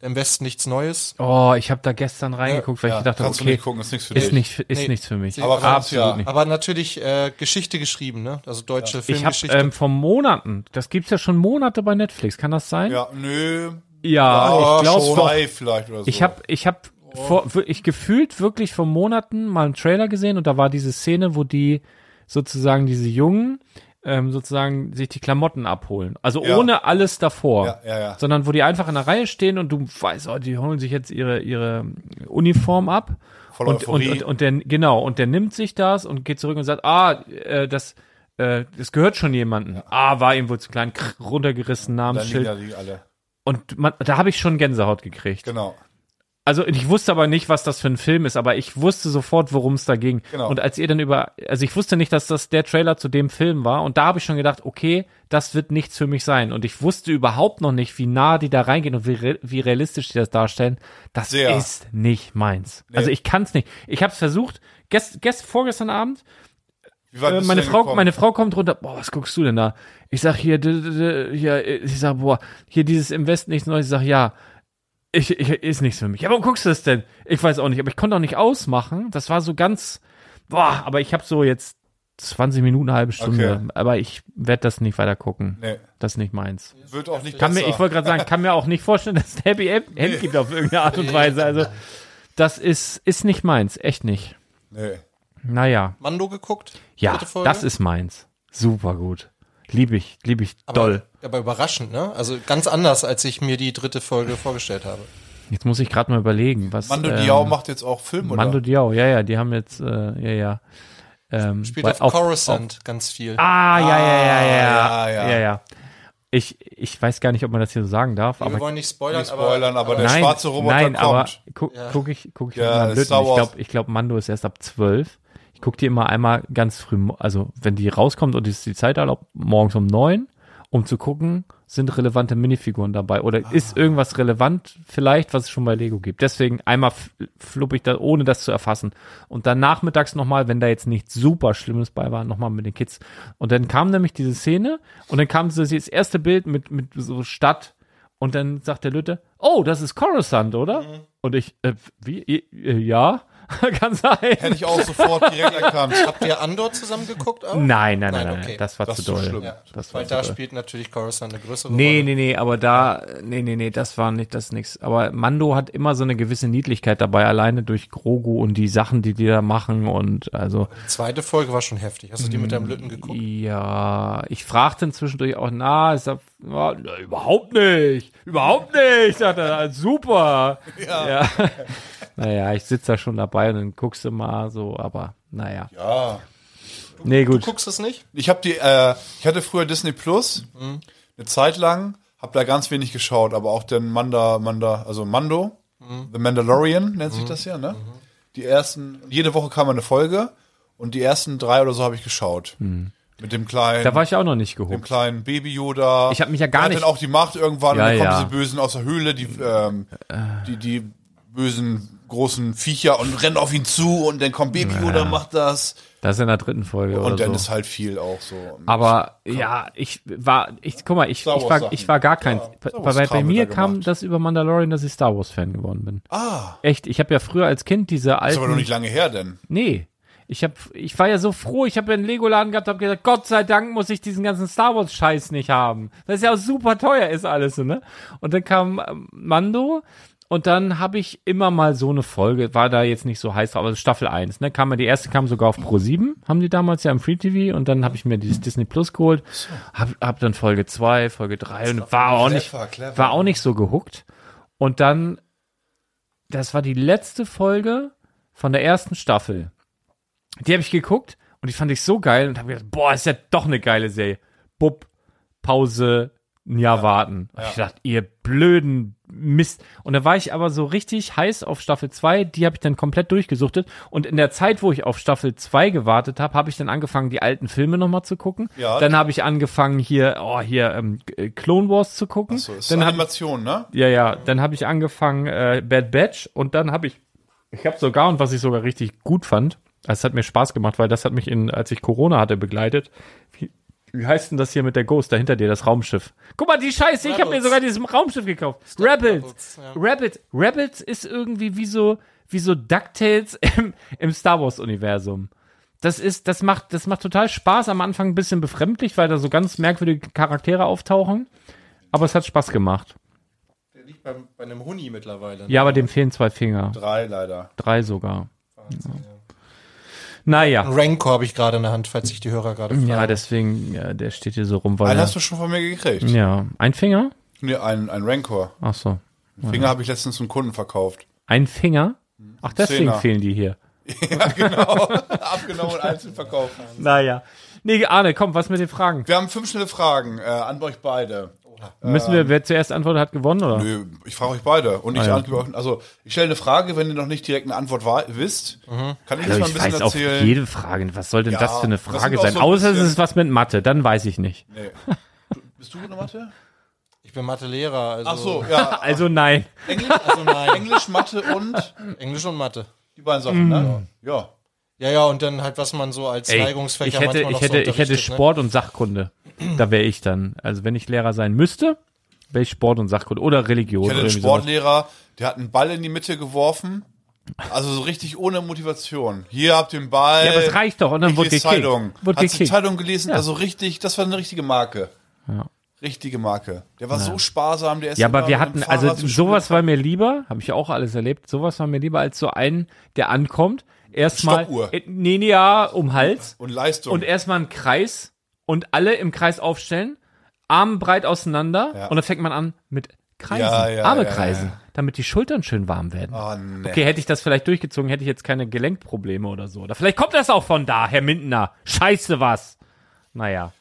Speaker 5: im Westen nichts Neues.
Speaker 3: Oh, ich habe da gestern reingeguckt, weil
Speaker 4: Ja,
Speaker 3: ich dachte,
Speaker 4: kannst du
Speaker 3: okay,
Speaker 4: nicht gucken, ist nichts für
Speaker 3: ist,
Speaker 4: dich.
Speaker 3: nicht, ist
Speaker 5: Nee.
Speaker 3: nichts für mich.
Speaker 4: Aber kannst ja.
Speaker 3: nicht.
Speaker 5: Aber natürlich äh, Geschichte geschrieben, ne? Also deutsche
Speaker 3: Ich habe
Speaker 5: Filmgeschichte.
Speaker 3: ähm, vor Monaten, das gibt's ja schon Monate bei Netflix, kann das sein?
Speaker 4: Ja, nö.
Speaker 3: Ja, Ah, ich glaube
Speaker 4: schon.
Speaker 3: vor,
Speaker 4: Drei vielleicht oder so.
Speaker 3: Ich habe ich hab
Speaker 4: Oh.
Speaker 3: vor, wir- ich gefühlt wirklich vor Monaten mal einen Trailer gesehen und da war diese Szene, wo die sozusagen diese Jungen ähm, sozusagen sich die Klamotten abholen. Also
Speaker 4: Ja.
Speaker 3: ohne alles davor.
Speaker 4: Ja, ja, ja.
Speaker 3: Sondern wo die einfach in der Reihe stehen und du weißt, oh, die holen sich jetzt ihre, ihre Uniform ab.
Speaker 4: Voller
Speaker 3: und, und,
Speaker 4: Euphorie.
Speaker 3: und, und der, genau, und der nimmt sich das und geht zurück und sagt, ah, äh, das, äh, das gehört schon jemandem. Ah, war ihm wohl zu klein, krr, runtergerissen,
Speaker 4: Dann liegen da
Speaker 3: Namensschild.
Speaker 4: die alle.
Speaker 3: Und man, da habe ich schon Gänsehaut gekriegt.
Speaker 4: Genau.
Speaker 3: Also ich wusste aber nicht, was das für ein Film ist, aber ich wusste sofort, worum es da ging.
Speaker 4: Genau.
Speaker 3: Und als ihr dann über, also ich wusste nicht, dass das der Trailer zu dem Film war und da habe ich schon gedacht, okay, das wird nichts für mich sein. Und ich wusste überhaupt noch nicht, wie nah die da reingehen und wie, re wie realistisch die das darstellen. Das
Speaker 4: Sehr.
Speaker 3: ist nicht meins. Also ich kann es nicht. Ich habe es versucht, gest gest vorgestern Abend,
Speaker 4: Wie weit
Speaker 3: äh,
Speaker 4: bist du
Speaker 3: meine
Speaker 4: denn
Speaker 3: Frau,
Speaker 4: gekommen?
Speaker 3: meine Frau kommt runter. Boah, was guckst du denn da? Ich sag hier, d- d- d- hier, äh, ich sag, boah, hier dieses im Westen nichts Neues. Ich sag, ja, ich, ich, ist nichts für mich. Ja, warum guckst du das denn? Ich weiß auch nicht, aber ich konnte auch nicht ausmachen. Das war so ganz, boah, aber ich habe so jetzt 20 Minuten, eine halbe Stunde.
Speaker 4: Okay.
Speaker 3: Aber ich werde das nicht weiter gucken.
Speaker 4: Nee,
Speaker 3: Das ist nicht meins.
Speaker 4: wird auch nicht
Speaker 3: Kann mir,
Speaker 4: besser.
Speaker 3: ich wollte gerade sagen, kann mir auch nicht vorstellen, dass es ein Happy End End gibt auf irgendeine Art und Weise. Also, das ist, ist nicht meins. Echt nicht.
Speaker 4: nee.
Speaker 3: Naja.
Speaker 5: Mando geguckt.
Speaker 3: Ja,
Speaker 5: dritte Folge.
Speaker 3: das ist meins. Super gut. Liebe ich, liebe ich
Speaker 5: aber,
Speaker 3: doll.
Speaker 5: Aber überraschend, ne? Also ganz anders, als ich mir die dritte Folge vorgestellt habe.
Speaker 3: Jetzt muss ich gerade mal überlegen, was.
Speaker 4: Mando
Speaker 3: ähm,
Speaker 4: Diao macht jetzt auch Film, oder?
Speaker 3: Mando Diao, ja, ja, die haben jetzt, äh, ja, ja. Ähm,
Speaker 5: Spielt
Speaker 3: weil-
Speaker 5: auf, Coruscant ganz viel.
Speaker 3: ah, ja, ja, ja, ja,
Speaker 4: Ah, ja,
Speaker 3: ja,
Speaker 4: ja.
Speaker 3: ja, ja. Ich, ich weiß gar nicht, ob man das hier so sagen darf,
Speaker 5: wir
Speaker 3: aber
Speaker 5: wollen nicht spoilern,
Speaker 4: Nicht spoilern, aber, der
Speaker 3: nein,
Speaker 4: schwarze Roboter
Speaker 3: nein, aber
Speaker 4: kommt.
Speaker 3: guck,
Speaker 5: Ja.
Speaker 3: guck ich, guck ich
Speaker 4: Ja,
Speaker 3: immer am Löten.
Speaker 4: Star
Speaker 3: Ich
Speaker 4: Wars.
Speaker 3: glaube, ich glaub, Mando ist erst ab 12. Ich guck die immer einmal ganz früh, mo- also wenn die rauskommt und ist die Zeit erlaubt, morgens um 9, um zu gucken, sind relevante Minifiguren dabei oder ist irgendwas relevant vielleicht, was es schon bei Lego gibt. Deswegen einmal f- flupp ich da, ohne das zu erfassen. Und dann nachmittags nochmal, wenn da jetzt nichts super Schlimmes bei war, nochmal mit den Kids. Und dann kam nämlich diese Szene und dann kam so das erste Bild mit, mit so Stadt und dann sagt der Lütte, oh, das ist Coruscant, oder? Und ich, äh, wie, äh, ja, kann sein.
Speaker 4: Hätte ich auch sofort direkt erkannt.
Speaker 5: Habt ihr Andor zusammen geguckt? auch?
Speaker 3: Nein, nein, nein,
Speaker 5: Nein,
Speaker 3: nein,
Speaker 5: okay.
Speaker 3: das war
Speaker 4: Das
Speaker 3: zu
Speaker 4: ist zu
Speaker 3: doll.
Speaker 4: schlimm.
Speaker 5: Ja,
Speaker 3: Das war
Speaker 5: weil
Speaker 3: zu
Speaker 5: da
Speaker 3: doll.
Speaker 5: spielt natürlich Coruscant eine größere
Speaker 3: Nee,
Speaker 5: Rolle.
Speaker 3: nee, nee, aber da, nee, nee, nee, das war nicht, das ist nix. Aber Mando hat immer so eine gewisse Niedlichkeit dabei, alleine durch Grogu und die Sachen, die die da machen und also,
Speaker 5: Die zweite Folge war schon heftig. Hast du die mit deinem Lütten geguckt?
Speaker 3: Mm. ja, ich fragte ihn zwischendurch auch, na, ist das, na, überhaupt nicht, überhaupt nicht, sagt er, super. Ja. Naja, ich sitze da schon dabei und dann guckst du mal so, aber naja.
Speaker 4: Ja.
Speaker 3: Nee, gut.
Speaker 5: Du guckst es nicht?
Speaker 4: Ich habe die, äh, ich hatte früher Disney Plus, eine Zeit lang, habe da ganz wenig geschaut, aber auch den Manda, Manda, also Mando, The Mandalorian nennt sich das ja, ne? Die ersten, jede Woche kam eine Folge und die ersten drei oder so habe ich geschaut. Mit dem kleinen,
Speaker 3: Mhm. Da war ich auch noch nicht
Speaker 4: dem
Speaker 3: gehobt.
Speaker 4: kleinen Baby Yoda.
Speaker 3: Ich hab mich ja gar
Speaker 4: Er hat
Speaker 3: nicht-
Speaker 4: dann auch die Macht irgendwann
Speaker 3: Ja,
Speaker 4: und dann kommen
Speaker 3: ja.
Speaker 4: diese Bösen aus der Höhle, die, ähm, die, die bösen großen Viecher und rennen auf ihn zu und dann kommt Baby Yoda, macht das.
Speaker 3: Das ist in der dritten Folge
Speaker 4: Und
Speaker 3: oder
Speaker 4: dann
Speaker 3: so.
Speaker 4: ist halt viel auch so.
Speaker 3: Aber ja, ich war, ich guck mal, ich, ich
Speaker 4: Star Wars
Speaker 3: war,
Speaker 4: Sachen.
Speaker 3: ich war gar kein.
Speaker 4: Ja,
Speaker 3: bei,
Speaker 4: Star Wars
Speaker 3: bei, bei
Speaker 4: Kram
Speaker 3: mir
Speaker 4: wird da
Speaker 3: kam
Speaker 4: gemacht.
Speaker 3: das über Mandalorian, dass ich Star Wars Fan geworden bin.
Speaker 4: ah,
Speaker 3: Echt, ich habe ja früher als Kind diese
Speaker 4: ist aber noch
Speaker 3: alten.
Speaker 4: nicht lange her, denn.
Speaker 3: Nee. Ich, hab, ich war ja so froh, ich habe ja einen Lego-Laden gehabt, habe gesagt, Gott sei Dank muss ich diesen ganzen Star Wars-Scheiß nicht haben. Das ist ja auch super teuer, ist alles so, ne? Und dann kam ähm, Mando und dann habe ich immer mal so eine Folge, war da jetzt nicht so heiß drauf, aber Staffel 1, ne? Kam ja, die erste kam sogar auf Pro 7, haben die damals ja im Free TV und dann habe ich mir dieses Disney Plus geholt, hab, hab dann Folge 2, Folge 3 und war auch nicht,
Speaker 4: Clever, clever.
Speaker 3: war auch nicht so gehuckt. Und dann, das war die letzte Folge von der ersten Staffel. Die habe ich geguckt und die fand ich so geil und habe gedacht, boah, ist ja doch eine geile Serie. Bub, Pause, ein Jahr warten. Und Ich dachte, ihr blöden Mist. Und da war ich aber so richtig heiß auf Staffel 2, die habe ich dann komplett durchgesuchtet. Und in der Zeit, wo ich auf Staffel 2 gewartet habe, habe ich dann angefangen, die alten Filme nochmal zu gucken.
Speaker 4: Ja.
Speaker 3: Dann habe ich angefangen, hier, oh, hier ähm, Clone Wars zu gucken.
Speaker 4: So, ist
Speaker 3: dann hab-
Speaker 4: Animation, ne?
Speaker 3: ja, ja, dann habe ich angefangen äh, Bad Batch und dann habe ich, ich habe sogar und was ich sogar richtig gut fand, es hat mir Spaß gemacht, weil das hat mich in, als ich Corona hatte, begleitet. Wie, wie heißt denn das hier mit der Ghost da hinter dir, das Raumschiff? Guck mal, die Scheiße, ich habe mir
Speaker 5: Rebels.
Speaker 3: sogar dieses Raumschiff gekauft. Rebels,
Speaker 5: Rebels, ja.
Speaker 3: Rebels, Rebels ist irgendwie wie so wie so DuckTales im, im Star Wars Universum. Das ist, das macht, das macht total Spaß. Am Anfang ein bisschen befremdlich, weil da so ganz merkwürdige Charaktere auftauchen. Aber es hat Spaß gemacht.
Speaker 5: Der liegt bei, bei einem Huni mittlerweile. ne?
Speaker 3: Ja, aber dem fehlen zwei Finger.
Speaker 4: Drei leider.
Speaker 3: Drei sogar. Naja.
Speaker 5: Ein Rancor habe ich gerade in der Hand, falls sich die Hörer gerade fragen.
Speaker 3: Ja, Ah, deswegen, ja, der steht hier so rum, weil.
Speaker 4: Einen
Speaker 3: Er,
Speaker 4: hast du schon von mir gekriegt.
Speaker 3: ja. Ein Finger?
Speaker 4: Nee, ein, ein Rancor.
Speaker 3: Ach so.
Speaker 4: Einen Finger habe ich letztens einem Kunden verkauft.
Speaker 3: Ein Finger? Ach, deswegen
Speaker 4: Zehner.
Speaker 3: fehlen die hier.
Speaker 4: Abgenommen und einzeln verkauft.
Speaker 3: Naja. Nee, Arne, komm, was mit den Fragen?
Speaker 4: Wir haben fünf schnelle Fragen äh, an euch beide.
Speaker 3: Müssen wir, wer zuerst antwortet, hat gewonnen, oder?
Speaker 4: Ähm, Nö, Ich frage euch beide. Und ich
Speaker 3: Ah,
Speaker 4: antworte euch. Also, ich stelle eine Frage, wenn ihr noch nicht direkt eine Antwort wa- wisst. Kann ich
Speaker 3: Also
Speaker 4: das mal ein
Speaker 3: ich
Speaker 4: bisschen
Speaker 3: weiß auf
Speaker 4: erzählen?
Speaker 3: jede Frage. Was soll denn
Speaker 4: Ja,
Speaker 3: das für eine
Speaker 4: das sind
Speaker 3: Frage
Speaker 4: auch
Speaker 3: sein?
Speaker 4: so ein
Speaker 3: Außer es
Speaker 4: bisschen-
Speaker 3: ist was mit Mathe, dann weiß ich nicht.
Speaker 4: Nee. Du- Bist du gut in Mathe?
Speaker 5: Ich bin Mathelehrer, also,
Speaker 4: Ach so, ja.
Speaker 3: Also nein.
Speaker 5: also nein.
Speaker 4: Englisch, Mathe und
Speaker 5: Englisch und Mathe.
Speaker 4: die beiden Sachen, ne?
Speaker 3: Mhm.
Speaker 4: Ja.
Speaker 5: Ja, ja, und dann halt, was man so als
Speaker 3: Ey,
Speaker 5: Neigungsfächer
Speaker 3: ich hätte, ich
Speaker 5: manchmal noch
Speaker 3: hätte,
Speaker 5: so
Speaker 3: ich hätte
Speaker 5: unterrichtet, ne?
Speaker 3: Sport und Sachkunde. Da wäre ich dann. Also wenn ich Lehrer sein müsste, wäre ich Sport und Sachkunde oder Religion.
Speaker 4: Ich
Speaker 3: oder
Speaker 4: hatte einen
Speaker 3: irgendwie sowas.
Speaker 4: Sportlehrer, der hat einen Ball in die Mitte geworfen. Also so richtig ohne Motivation. Hier habt ihr den Ball.
Speaker 3: Ja, aber es reicht doch. Und dann
Speaker 4: Ich
Speaker 3: wurde
Speaker 4: lese
Speaker 3: gekickt.
Speaker 4: Zeitung.
Speaker 3: Wurde
Speaker 4: Hast du die
Speaker 3: gekickt.
Speaker 4: Zeitung gelesen? Also richtig, das war eine richtige Marke. Richtige Marke. Der war so sparsam, der ist
Speaker 3: Ja, aber
Speaker 4: immer
Speaker 3: wir
Speaker 4: mit dem
Speaker 3: hatten,
Speaker 4: Fahrrad
Speaker 3: also
Speaker 4: zum
Speaker 3: sowas war mir lieber, habe ich ja auch alles erlebt, sowas war mir lieber als so einen, der ankommt, erstmal,
Speaker 4: Stoppuhr.
Speaker 3: äh, nee, nee, ja, um Hals
Speaker 4: Spiel- und Leistung.
Speaker 3: und erstmal einen Kreis und alle im Kreis aufstellen, Arme breit auseinander und dann fängt man an mit Kreisen,
Speaker 4: Ja, ja,
Speaker 3: Arme
Speaker 4: ja,
Speaker 3: kreisen, damit die Schultern schön warm werden.
Speaker 4: oh, nee.
Speaker 3: Okay, hätte ich das vielleicht durchgezogen, hätte ich jetzt keine Gelenkprobleme oder so. Oder vielleicht kommt das auch von da, Herr Mindener. Scheiße was. Naja.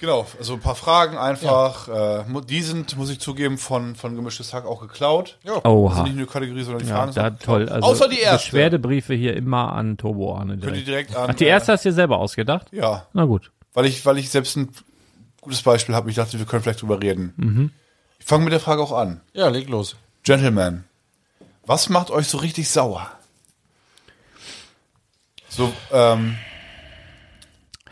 Speaker 4: Genau, also ein paar Fragen einfach. Äh, mu- die sind, muss ich zugeben, von, von Gemischtes Hack auch geklaut. Ja.
Speaker 3: Oha.
Speaker 4: Also nicht nur Kategorie, sondern die
Speaker 3: Ja,
Speaker 4: Fragen sind
Speaker 3: da,
Speaker 4: auch
Speaker 3: toll.
Speaker 4: geklaut.
Speaker 3: Also
Speaker 4: Außer die erste.
Speaker 3: Beschwerdebriefe hier immer an Turbo Arne.
Speaker 4: Könnt ihr
Speaker 3: Direkt.
Speaker 4: direkt an,
Speaker 3: Ach, die erste hast du dir selber ausgedacht?
Speaker 4: Äh, ja,
Speaker 3: Na gut.
Speaker 4: weil ich, weil ich selbst ein gutes Beispiel habe. Ich dachte, wir können vielleicht drüber reden.
Speaker 3: Mhm.
Speaker 4: Ich fange mit der Frage auch an.
Speaker 5: Ja, leg los.
Speaker 4: Gentlemen, was macht euch so richtig sauer? So, ähm.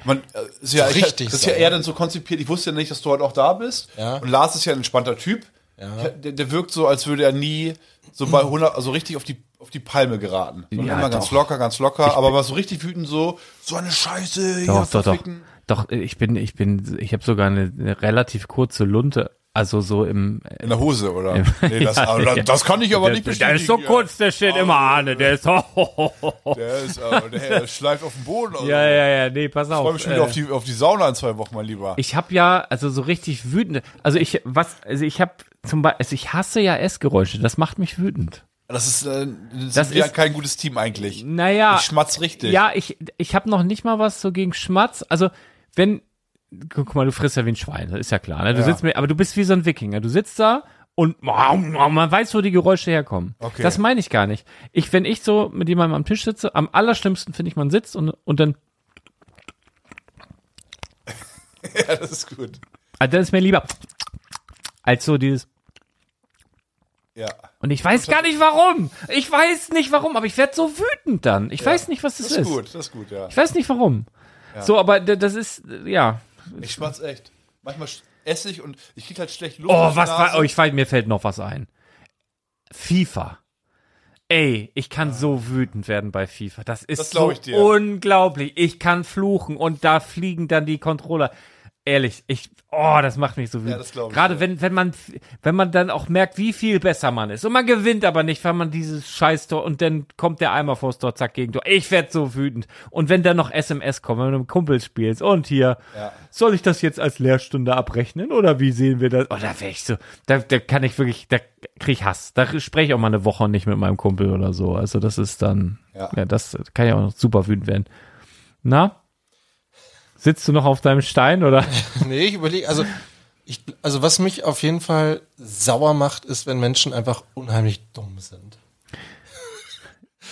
Speaker 4: Man, äh, ist ja, ich,
Speaker 5: Richtig
Speaker 4: das ist ja
Speaker 5: sauer.
Speaker 4: eher dann so konzipiert. Ich wusste ja nicht, dass du heute auch da bist.
Speaker 5: Ja.
Speaker 4: Und Lars ist ja ein entspannter Typ. Ich- Der, der wirkt so, als würde er nie so bei 100, also richtig auf die, auf die Palme geraten. Sondern
Speaker 3: Ja,
Speaker 4: immer ganz
Speaker 3: doch.
Speaker 4: locker, ganz locker. aber war so richtig wütend so, so eine Scheiße. ja,
Speaker 3: Doch, doch, doch.
Speaker 4: verficken.
Speaker 3: Doch, ich bin, ich bin, ich habe sogar eine, eine relativ kurze Lunte. Also so im. äh,
Speaker 4: In der Hose, oder? Nee, das, aber das- das kann ich aber nicht bestätigen. ja.
Speaker 3: der steht immer Arne. Der ist. Ho, ho, ho, ho.
Speaker 4: Der Ne, ist, aber der, schleift auf dem Boden. also.
Speaker 3: Ja, ja, ja. Nee, pass auf.
Speaker 4: Ich freue mich schon
Speaker 3: äh,
Speaker 4: wieder auf die, auf die Sauna in zwei Wochen, mein Lieber.
Speaker 3: Ich habe ja also so richtig wütende, also ich was also ich habe zum Beispiel also ich hasse ja Essgeräusche, das macht mich wütend.
Speaker 4: Das ist, äh, das
Speaker 3: Das
Speaker 4: sind ja
Speaker 3: ist-
Speaker 4: kein gutes Team eigentlich.
Speaker 3: Naja.
Speaker 4: Ich schmatz richtig.
Speaker 3: Ja, ich, ich habe noch nicht mal was so gegen Schmatz. Also, wenn, guck mal, du frisst ja wie ein Schwein, das ist ja klar. Ne? Du sitzt mit, aber du bist wie so ein Wikinger. Du sitzt da und man weiß, wo die Geräusche herkommen.
Speaker 4: Okay.
Speaker 3: Das meine ich gar nicht. Ich, wenn ich so mit jemandem am Tisch sitze, am allerschlimmsten finde ich, man sitzt und, und dann,
Speaker 4: Ja, das ist gut.
Speaker 3: also dann ist mir lieber als so dieses
Speaker 4: Ja.
Speaker 3: und ich weiß gar nicht warum. Ich weiß nicht warum, aber ich werde so wütend dann. Ich weiß nicht, was das,
Speaker 4: Das ist
Speaker 3: ist.
Speaker 4: gut, das ist gut, ja.
Speaker 3: Ich weiß nicht warum. So, aber d- das ist äh, ja.
Speaker 4: Ich schmatz echt. Manchmal sch- esse ich und ich krieg halt schlecht Luft.
Speaker 3: Oh,
Speaker 4: aus der
Speaker 3: was war,
Speaker 4: Nase.
Speaker 3: oh, ich fall, mir fällt noch was ein. FIFA. Ey, ich kann so wütend werden bei FIFA. Das ist
Speaker 4: Das glaub
Speaker 3: so
Speaker 4: ich dir.
Speaker 3: unglaublich. Ich kann fluchen und da fliegen dann die Controller. Ehrlich, ich, oh, das macht mich so wütend.
Speaker 4: das glaub ich
Speaker 3: Gerade
Speaker 4: dir.
Speaker 3: wenn, wenn man, wenn man dann auch merkt, wie viel besser man ist. Und man gewinnt aber nicht, weil man dieses Scheißtor und dann kommt der Eimer vors Tor, zack, Gegentor. Ich werd so wütend. Und wenn dann noch SMS kommen, wenn du mit einem Kumpel spielst und hier, soll ich das jetzt als Lehrstunde abrechnen oder wie sehen wir das? Oh, da wär ich so, da, da kann ich wirklich, da krieg ich Hass. Da spreche ich auch mal eine Woche nicht mit meinem Kumpel oder so. Also das ist dann, ja,
Speaker 4: Ja.
Speaker 3: das kann ja auch noch super wütend werden. Na? Sitzt du noch auf deinem Stein oder?
Speaker 5: Nee, ich überlege, also, ich, also was mich auf jeden Fall sauer macht, ist, wenn Menschen einfach unheimlich dumm sind.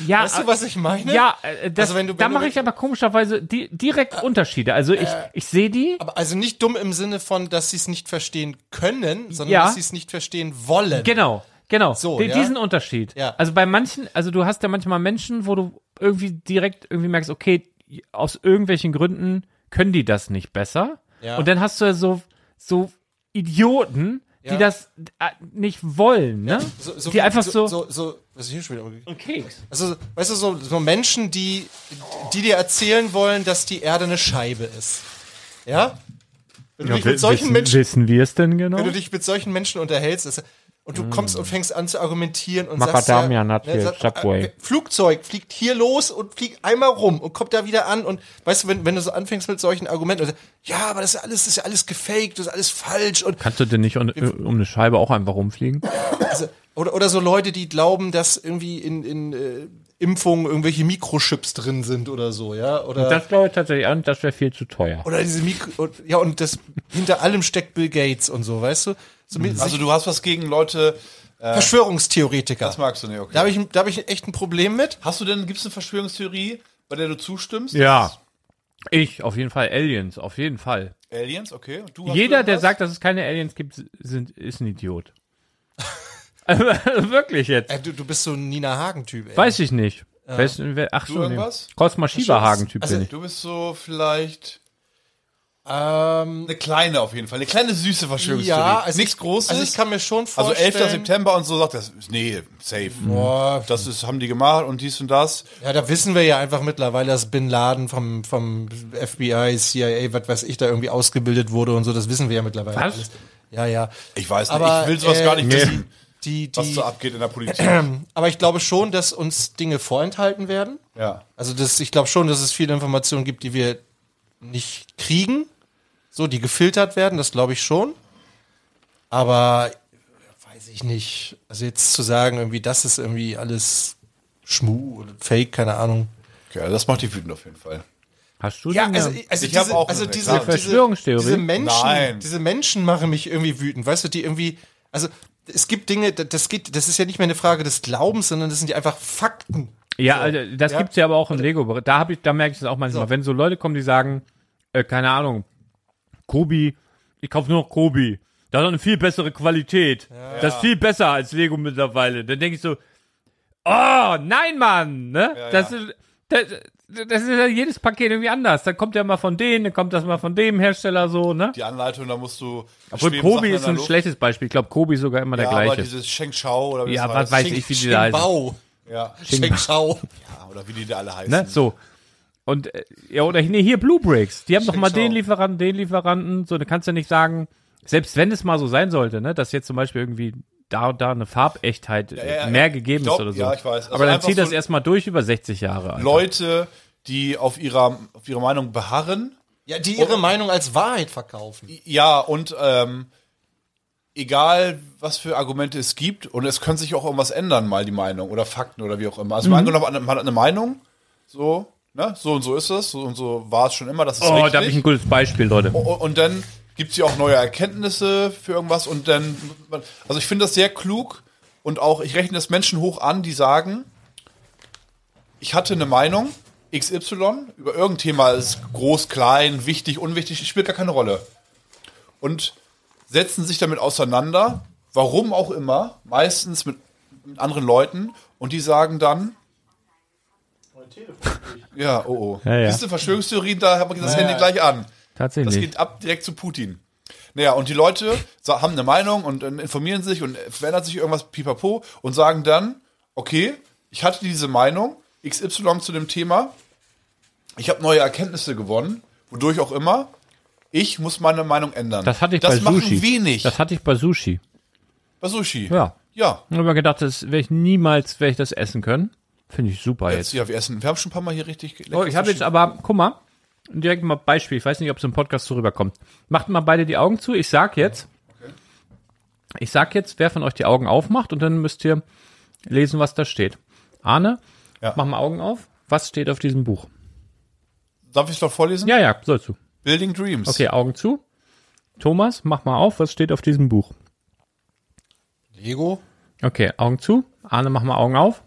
Speaker 3: Ja,
Speaker 5: Weißt du, was ich meine?
Speaker 3: Ah, Ja, äh, das,
Speaker 5: Also wenn du-
Speaker 3: da
Speaker 5: wenn du
Speaker 3: mache
Speaker 5: mit-
Speaker 3: ich
Speaker 5: Äh,
Speaker 3: aber komischerweise di direkt Unterschiede. Also ich, ich sehe die.
Speaker 5: Aber also nicht dumm im Sinne von, dass sie es nicht verstehen können, sondern
Speaker 3: Ja.
Speaker 5: dass sie es nicht verstehen wollen.
Speaker 3: Genau, genau.
Speaker 5: So,
Speaker 3: Den-
Speaker 5: ja.
Speaker 3: Diesen Unterschied.
Speaker 5: Ja.
Speaker 3: Also bei manchen, also du hast ja manchmal Menschen, wo du irgendwie direkt irgendwie merkst, okay, aus irgendwelchen Gründen können die das nicht besser.
Speaker 5: Ja.
Speaker 3: Und dann hast du ja so, so Idioten, die
Speaker 5: Ja.
Speaker 3: das äh, nicht wollen, ne?
Speaker 5: So, so
Speaker 3: die
Speaker 5: wie-
Speaker 3: einfach so,
Speaker 5: so, so was ist hier schon wieder?
Speaker 3: Keks.
Speaker 5: Also, weißt du, so, so Menschen, die, die dir erzählen wollen, dass die Erde eine Scheibe ist. Ja? Wenn du dich mit solchen
Speaker 3: wissen,
Speaker 5: Menschen,
Speaker 3: wissen wir es denn genau?
Speaker 5: wenn du dich mit solchen Menschen unterhältst, ist, und du kommst und fängst an zu argumentieren und
Speaker 3: Macadamian
Speaker 5: sagst,
Speaker 3: hat
Speaker 5: ja,
Speaker 3: hier
Speaker 5: sagst,
Speaker 3: Subway.
Speaker 5: äh, Flugzeug fliegt hier los und fliegt einmal rum und kommt da wieder an und weißt du, wenn, wenn du so anfängst mit solchen Argumenten, und, sagst, ja, aber das ist alles, das ist ja alles gefaked, das ist alles falsch und
Speaker 3: Kannst du denn nicht um, um eine Scheibe auch einfach rumfliegen?
Speaker 5: also, oder, oder so Leute, die glauben, dass irgendwie in, in äh, Impfungen irgendwelche Mikrochips drin sind oder so, ja? Oder,
Speaker 3: Das glaube ich tatsächlich an, das wäre viel zu teuer.
Speaker 5: oder diese Mikro. Und, ja, und das hinter allem steckt Bill Gates und so, weißt du? So, mit- äh,
Speaker 4: Also du hast was gegen Leute,
Speaker 5: Verschwörungstheoretiker.
Speaker 4: das magst du nicht, okay.
Speaker 5: Da habe ich, da hab ich echt ein Problem mit.
Speaker 4: hast du denn, gibt's eine Verschwörungstheorie, bei der du zustimmst?
Speaker 3: Ja. Ich, auf jeden Fall. Aliens, auf jeden Fall.
Speaker 4: Aliens, okay. Und du hast
Speaker 3: Jeder, der
Speaker 4: irgendwas?
Speaker 3: sagt, dass es keine Aliens gibt, sind, ist ein Idiot. Wirklich jetzt.
Speaker 5: Äh, du, du bist so ein Nina Hagen-Typ, ey.
Speaker 3: Weiß ich nicht. Weißt du, wer, ach
Speaker 4: Du
Speaker 3: so, nee.
Speaker 4: irgendwas?
Speaker 3: Cosma Schieberhagen-Typ
Speaker 5: Also,
Speaker 3: bin ich.
Speaker 4: Du bist so vielleicht
Speaker 5: Ähm,
Speaker 4: eine kleine auf jeden Fall, eine kleine süße Verschwörungstheorie.
Speaker 5: ja, also
Speaker 4: nichts
Speaker 5: ich,
Speaker 4: Großes.
Speaker 5: Also ich kann mir schon
Speaker 4: Also
Speaker 5: vorstellen.
Speaker 4: 11. September und so sagt das, nee, safe.
Speaker 5: Boah,
Speaker 4: Das ist, haben die gemacht und dies und das.
Speaker 5: Ja, da wissen wir ja einfach mittlerweile, dass Bin Laden vom, vom FBI, CIA, was weiß ich, da irgendwie ausgebildet wurde und so, das wissen wir ja mittlerweile.
Speaker 3: Was?
Speaker 5: Ja, ja.
Speaker 4: Ich weiß nicht,
Speaker 5: Aber,
Speaker 4: ich will sowas
Speaker 5: äh,
Speaker 4: gar nicht
Speaker 5: nee.
Speaker 4: wissen,
Speaker 5: Die, die,
Speaker 4: was so abgeht in der Politik.
Speaker 5: aber ich glaube schon, dass uns Dinge vorenthalten werden.
Speaker 4: ja.
Speaker 5: Also das, ich glaube schon, dass es viele Informationen gibt, die wir nicht kriegen, so, die gefiltert werden, das glaube ich schon. Aber weiß ich nicht. Also jetzt zu sagen, irgendwie, das ist irgendwie alles Schmu oder Fake, keine Ahnung.
Speaker 4: Okay, also das macht die wütend auf jeden Fall.
Speaker 3: Hast du
Speaker 5: Ja,
Speaker 3: denn
Speaker 5: also,
Speaker 3: da-
Speaker 5: also
Speaker 4: Ich
Speaker 5: diese,
Speaker 4: hab auch
Speaker 5: also
Speaker 4: eine
Speaker 5: diese,
Speaker 4: klare
Speaker 5: diese
Speaker 3: Verschwörungstheorie.
Speaker 5: Diese Menschen,
Speaker 4: Nein.
Speaker 5: diese Menschen machen mich irgendwie wütend, weißt du, die irgendwie, also es gibt Dinge, da- das geht, das ist ja nicht mehr eine Frage des Glaubens, sondern das sind ja einfach Fakten.
Speaker 3: Ja, also, das
Speaker 5: Ja.
Speaker 3: gibt's ja aber auch im Lego. Da habe ich, da merke ich das auch manchmal.
Speaker 5: So.
Speaker 3: Wenn so Leute kommen, die sagen, äh, keine Ahnung, Kobi, ich kaufe nur noch Kobi. Das hat eine viel bessere Qualität. Das ist viel besser als Lego mittlerweile. Dann denke ich so, oh, nein, Mann, ne? das, Ist, das, das ist ja jedes Paket irgendwie anders. Dann kommt ja mal von denen, dann kommt das mal von dem Hersteller so, ne?
Speaker 4: Die Anleitung, da musst du.
Speaker 3: Obwohl
Speaker 4: schweben Sachen
Speaker 3: Kobi
Speaker 4: in
Speaker 3: ist
Speaker 4: der
Speaker 3: ein
Speaker 4: Luft.
Speaker 3: schlechtes Beispiel. Ich glaube, Kobi ist sogar immer
Speaker 4: Ja,
Speaker 3: der
Speaker 4: aber
Speaker 3: gleiche.
Speaker 4: dieses Sheng Shao oder wie
Speaker 3: Ja,
Speaker 4: das
Speaker 3: was
Speaker 4: heißt.
Speaker 3: weiß ich, wie die da heißen.
Speaker 5: Bau.
Speaker 4: Ja.
Speaker 5: Schau.
Speaker 4: ja, oder wie die da alle heißen.
Speaker 3: Ne? So. Und äh, ja, oder nee, hier Blue Bricks. Die haben doch mal
Speaker 4: Schau.
Speaker 3: den Lieferanten, den Lieferanten. So, da kannst du nicht sagen, selbst wenn es mal so sein sollte, ne, dass jetzt zum Beispiel irgendwie da und da eine Farbechtheit äh,
Speaker 4: ja, ja.
Speaker 3: mehr gegeben
Speaker 4: Ich glaub,
Speaker 3: ist oder so.
Speaker 4: ja, ich weiß. Also
Speaker 3: Aber dann
Speaker 4: einfach
Speaker 3: zieht das
Speaker 4: so-
Speaker 3: erstmal durch über 60 Jahre. Alter.
Speaker 4: Leute, die auf ihrer, auf ihrer Meinung beharren. Oh.
Speaker 5: Ja, die ihre Meinung als Wahrheit verkaufen.
Speaker 4: Ja, und ähm, egal was für Argumente es gibt, und es können sich auch irgendwas ändern, mal die Meinung oder Fakten oder wie auch immer. Also mal
Speaker 6: Mhm.
Speaker 4: angenommen, man hat eine Meinung, so, ne, so und so ist es, so und so war es schon immer, das ist
Speaker 6: Oh,
Speaker 4: richtig. Oh,
Speaker 6: da habe ich ein gutes Beispiel, Leute.
Speaker 4: O- und dann gibt es ja auch neue Erkenntnisse für irgendwas und dann, also ich finde das sehr klug und auch, ich rechne das Menschen hoch an, die sagen, ich hatte eine Meinung, XY, über irgendein Thema ist groß, klein, wichtig, unwichtig, spielt gar keine Rolle. Und setzen sich damit auseinander, warum auch immer, meistens mit, mit anderen Leuten und die sagen dann, ja, oh, oh.
Speaker 3: Ja, ja.
Speaker 4: Siehst du, Verschwörungstheorien, da hat man das Handy gleich an. Das
Speaker 3: Tatsächlich.
Speaker 4: geht ab direkt zu Putin. Naja, und die Leute sa- haben eine Meinung und äh, informieren sich und äh, verändert sich irgendwas pipapo und sagen dann, okay, ich hatte diese Meinung, XY zu dem Thema, ich habe neue Erkenntnisse gewonnen, wodurch auch immer, ich muss meine Meinung ändern.
Speaker 3: Das hatte ich
Speaker 4: das
Speaker 3: bei
Speaker 4: machen
Speaker 3: Sushi.
Speaker 4: wenig.
Speaker 3: Das hatte ich bei Sushi.
Speaker 4: bei Sushi.
Speaker 3: Ja.
Speaker 4: Ja,
Speaker 3: Ich habe gedacht, das wäre ich niemals, werde ich das essen können. Finde ich super jetzt.
Speaker 4: jetzt, ja, wir essen. Wir haben schon ein paar Mal hier richtig lecker
Speaker 3: Oh, ich habe
Speaker 4: Sushi.
Speaker 3: jetzt aber, guck mal, direkt mal Beispiel. Ich weiß nicht, ob es im Podcast so rüberkommt. Macht mal beide die Augen zu. Ich sag jetzt, ich sag jetzt, wer von euch die Augen aufmacht und dann müsst ihr lesen, was da steht. Arne,
Speaker 4: Ja.
Speaker 3: mach mal Augen auf. Was steht auf diesem Buch?
Speaker 4: Darf ich doch vorlesen?
Speaker 3: Ja, ja, sollst du.
Speaker 4: Building Dreams.
Speaker 3: Okay, Augen zu. Thomas, mach mal auf. Was steht auf diesem Buch?
Speaker 5: Lego?
Speaker 3: Okay, Augen zu. Arne, mach mal Augen auf.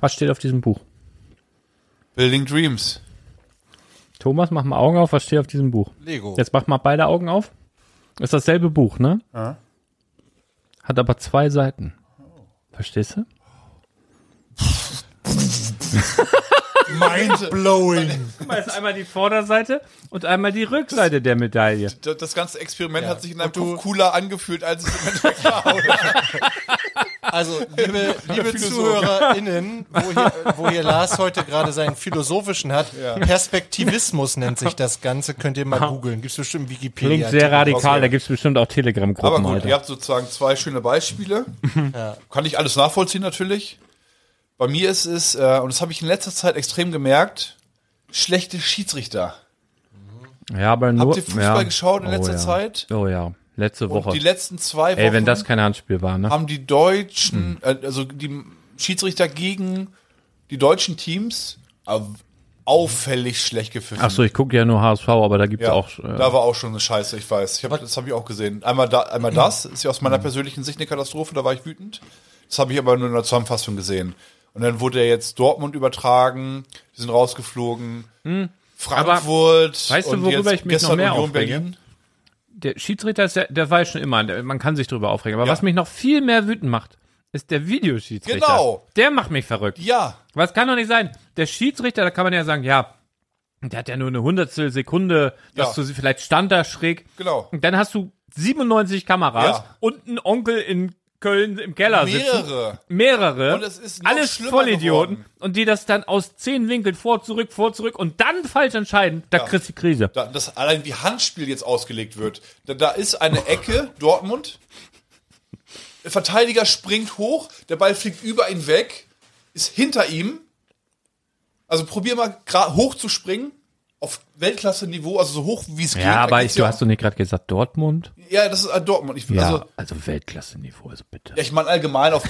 Speaker 3: Was steht auf diesem Buch?
Speaker 4: Building Dreams.
Speaker 3: Thomas, mach mal Augen auf. Was steht auf diesem Buch?
Speaker 5: Lego.
Speaker 3: Jetzt mach mal beide Augen auf. Ist dasselbe Buch, ne?
Speaker 4: Ja.
Speaker 3: Hat aber zwei Seiten. Verstehst du?
Speaker 5: Mindblowing.
Speaker 3: Mal ist einmal die Vorderseite und einmal die Rückseite der Medaille.
Speaker 4: D- Das ganze Experiment hat sich in deinem Kopf cooler angefühlt, als es im Endeffekt war.
Speaker 5: Also, liebe, liebe
Speaker 4: Philosoph.
Speaker 5: ZuhörerInnen, wo hier, wo hier Lars heute gerade seinen philosophischen hat, Perspektivismus nennt sich das Ganze, könnt ihr mal googeln. Gibt's bestimmt Wikipedia.
Speaker 3: Klingt sehr
Speaker 4: okay.
Speaker 3: radikal, da gibt es bestimmt auch
Speaker 4: Aber
Speaker 3: Telegram-Gruppen,
Speaker 4: gut,
Speaker 3: Alter.
Speaker 4: ihr habt sozusagen zwei schöne Beispiele. Kann ich alles nachvollziehen natürlich. Bei mir ist es, äh, und das habe ich in letzter Zeit extrem gemerkt, schlechte Schiedsrichter.
Speaker 3: Ja, aber nur,
Speaker 4: Habt ihr Fußball
Speaker 3: ja.
Speaker 4: geschaut in letzter
Speaker 3: ja.
Speaker 4: Zeit?
Speaker 3: Oh ja, letzte Woche.
Speaker 4: Und die letzten zwei Wochen
Speaker 3: Ey, wenn das kein Hm. Handspiel war, ne?
Speaker 4: haben die Deutschen, äh, also die Schiedsrichter gegen die deutschen Teams äh, auffällig schlecht gepfiffen.
Speaker 3: Achso, ich gucke ja nur HSV, aber da gibt es
Speaker 4: Ja,
Speaker 3: auch. Äh,
Speaker 4: da war auch schon eine Scheiße, ich weiß. Ich hab, das habe ich auch gesehen. Einmal, da, einmal
Speaker 3: Mhm.
Speaker 4: das, ist ja aus meiner persönlichen Sicht eine Katastrophe, da war ich wütend. Das habe ich aber nur in der Zusammenfassung gesehen. Und dann wurde ja jetzt Dortmund übertragen, die sind rausgeflogen. Frankfurt.
Speaker 3: Mhm. weißt du,
Speaker 4: und
Speaker 3: worüber
Speaker 4: jetzt
Speaker 3: ich mich noch
Speaker 4: gestern
Speaker 3: mehr
Speaker 4: Union
Speaker 3: aufrege?
Speaker 4: Berlin.
Speaker 3: der Schiedsrichter ist ja, der war ja schon immer, der, man kann sich drüber aufregen. Aber
Speaker 4: Ja.
Speaker 3: was mich noch viel mehr wütend macht, ist der Videoschiedsrichter.
Speaker 4: Genau.
Speaker 3: Der macht mich verrückt.
Speaker 4: Ja,
Speaker 3: Was kann doch nicht sein? Der Schiedsrichter, da kann man ja sagen, ja, der hat ja nur eine Hundertstel Sekunde, dass
Speaker 4: Ja.
Speaker 3: du sie vielleicht stand da schräg.
Speaker 4: Genau.
Speaker 3: Und dann hast du 97 Kameras
Speaker 4: Ja.
Speaker 3: und einen Onkel in Köln im Keller sitzen.
Speaker 4: mehrere.
Speaker 3: Mehrere.
Speaker 4: Und es ist noch
Speaker 3: alles
Speaker 4: schlimmer
Speaker 3: Vollidioten.
Speaker 4: geworden.
Speaker 3: Und die das dann aus zehn Winkeln vor, zurück, vor, zurück und dann falsch entscheiden. Da kriegst du die Krise.
Speaker 4: Da, dass allein wie Handspiel jetzt ausgelegt wird. Da, da ist eine Ecke, Dortmund. Der Verteidiger springt hoch, der Ball fliegt über ihn weg, ist hinter ihm. Also probier mal gra- hoch zu springen, auf Weltklasse-Niveau, also so hoch wie es geht.
Speaker 3: ja,
Speaker 4: Da
Speaker 3: aber ich,
Speaker 4: geht's
Speaker 3: du hast doch nicht gerade gesagt Dortmund?
Speaker 4: Ja, das ist äh, Dortmund. Ich,
Speaker 3: Ja,
Speaker 4: also,
Speaker 3: also, Weltklasse-Niveau, also bitte.
Speaker 4: ja, ich meine allgemein auf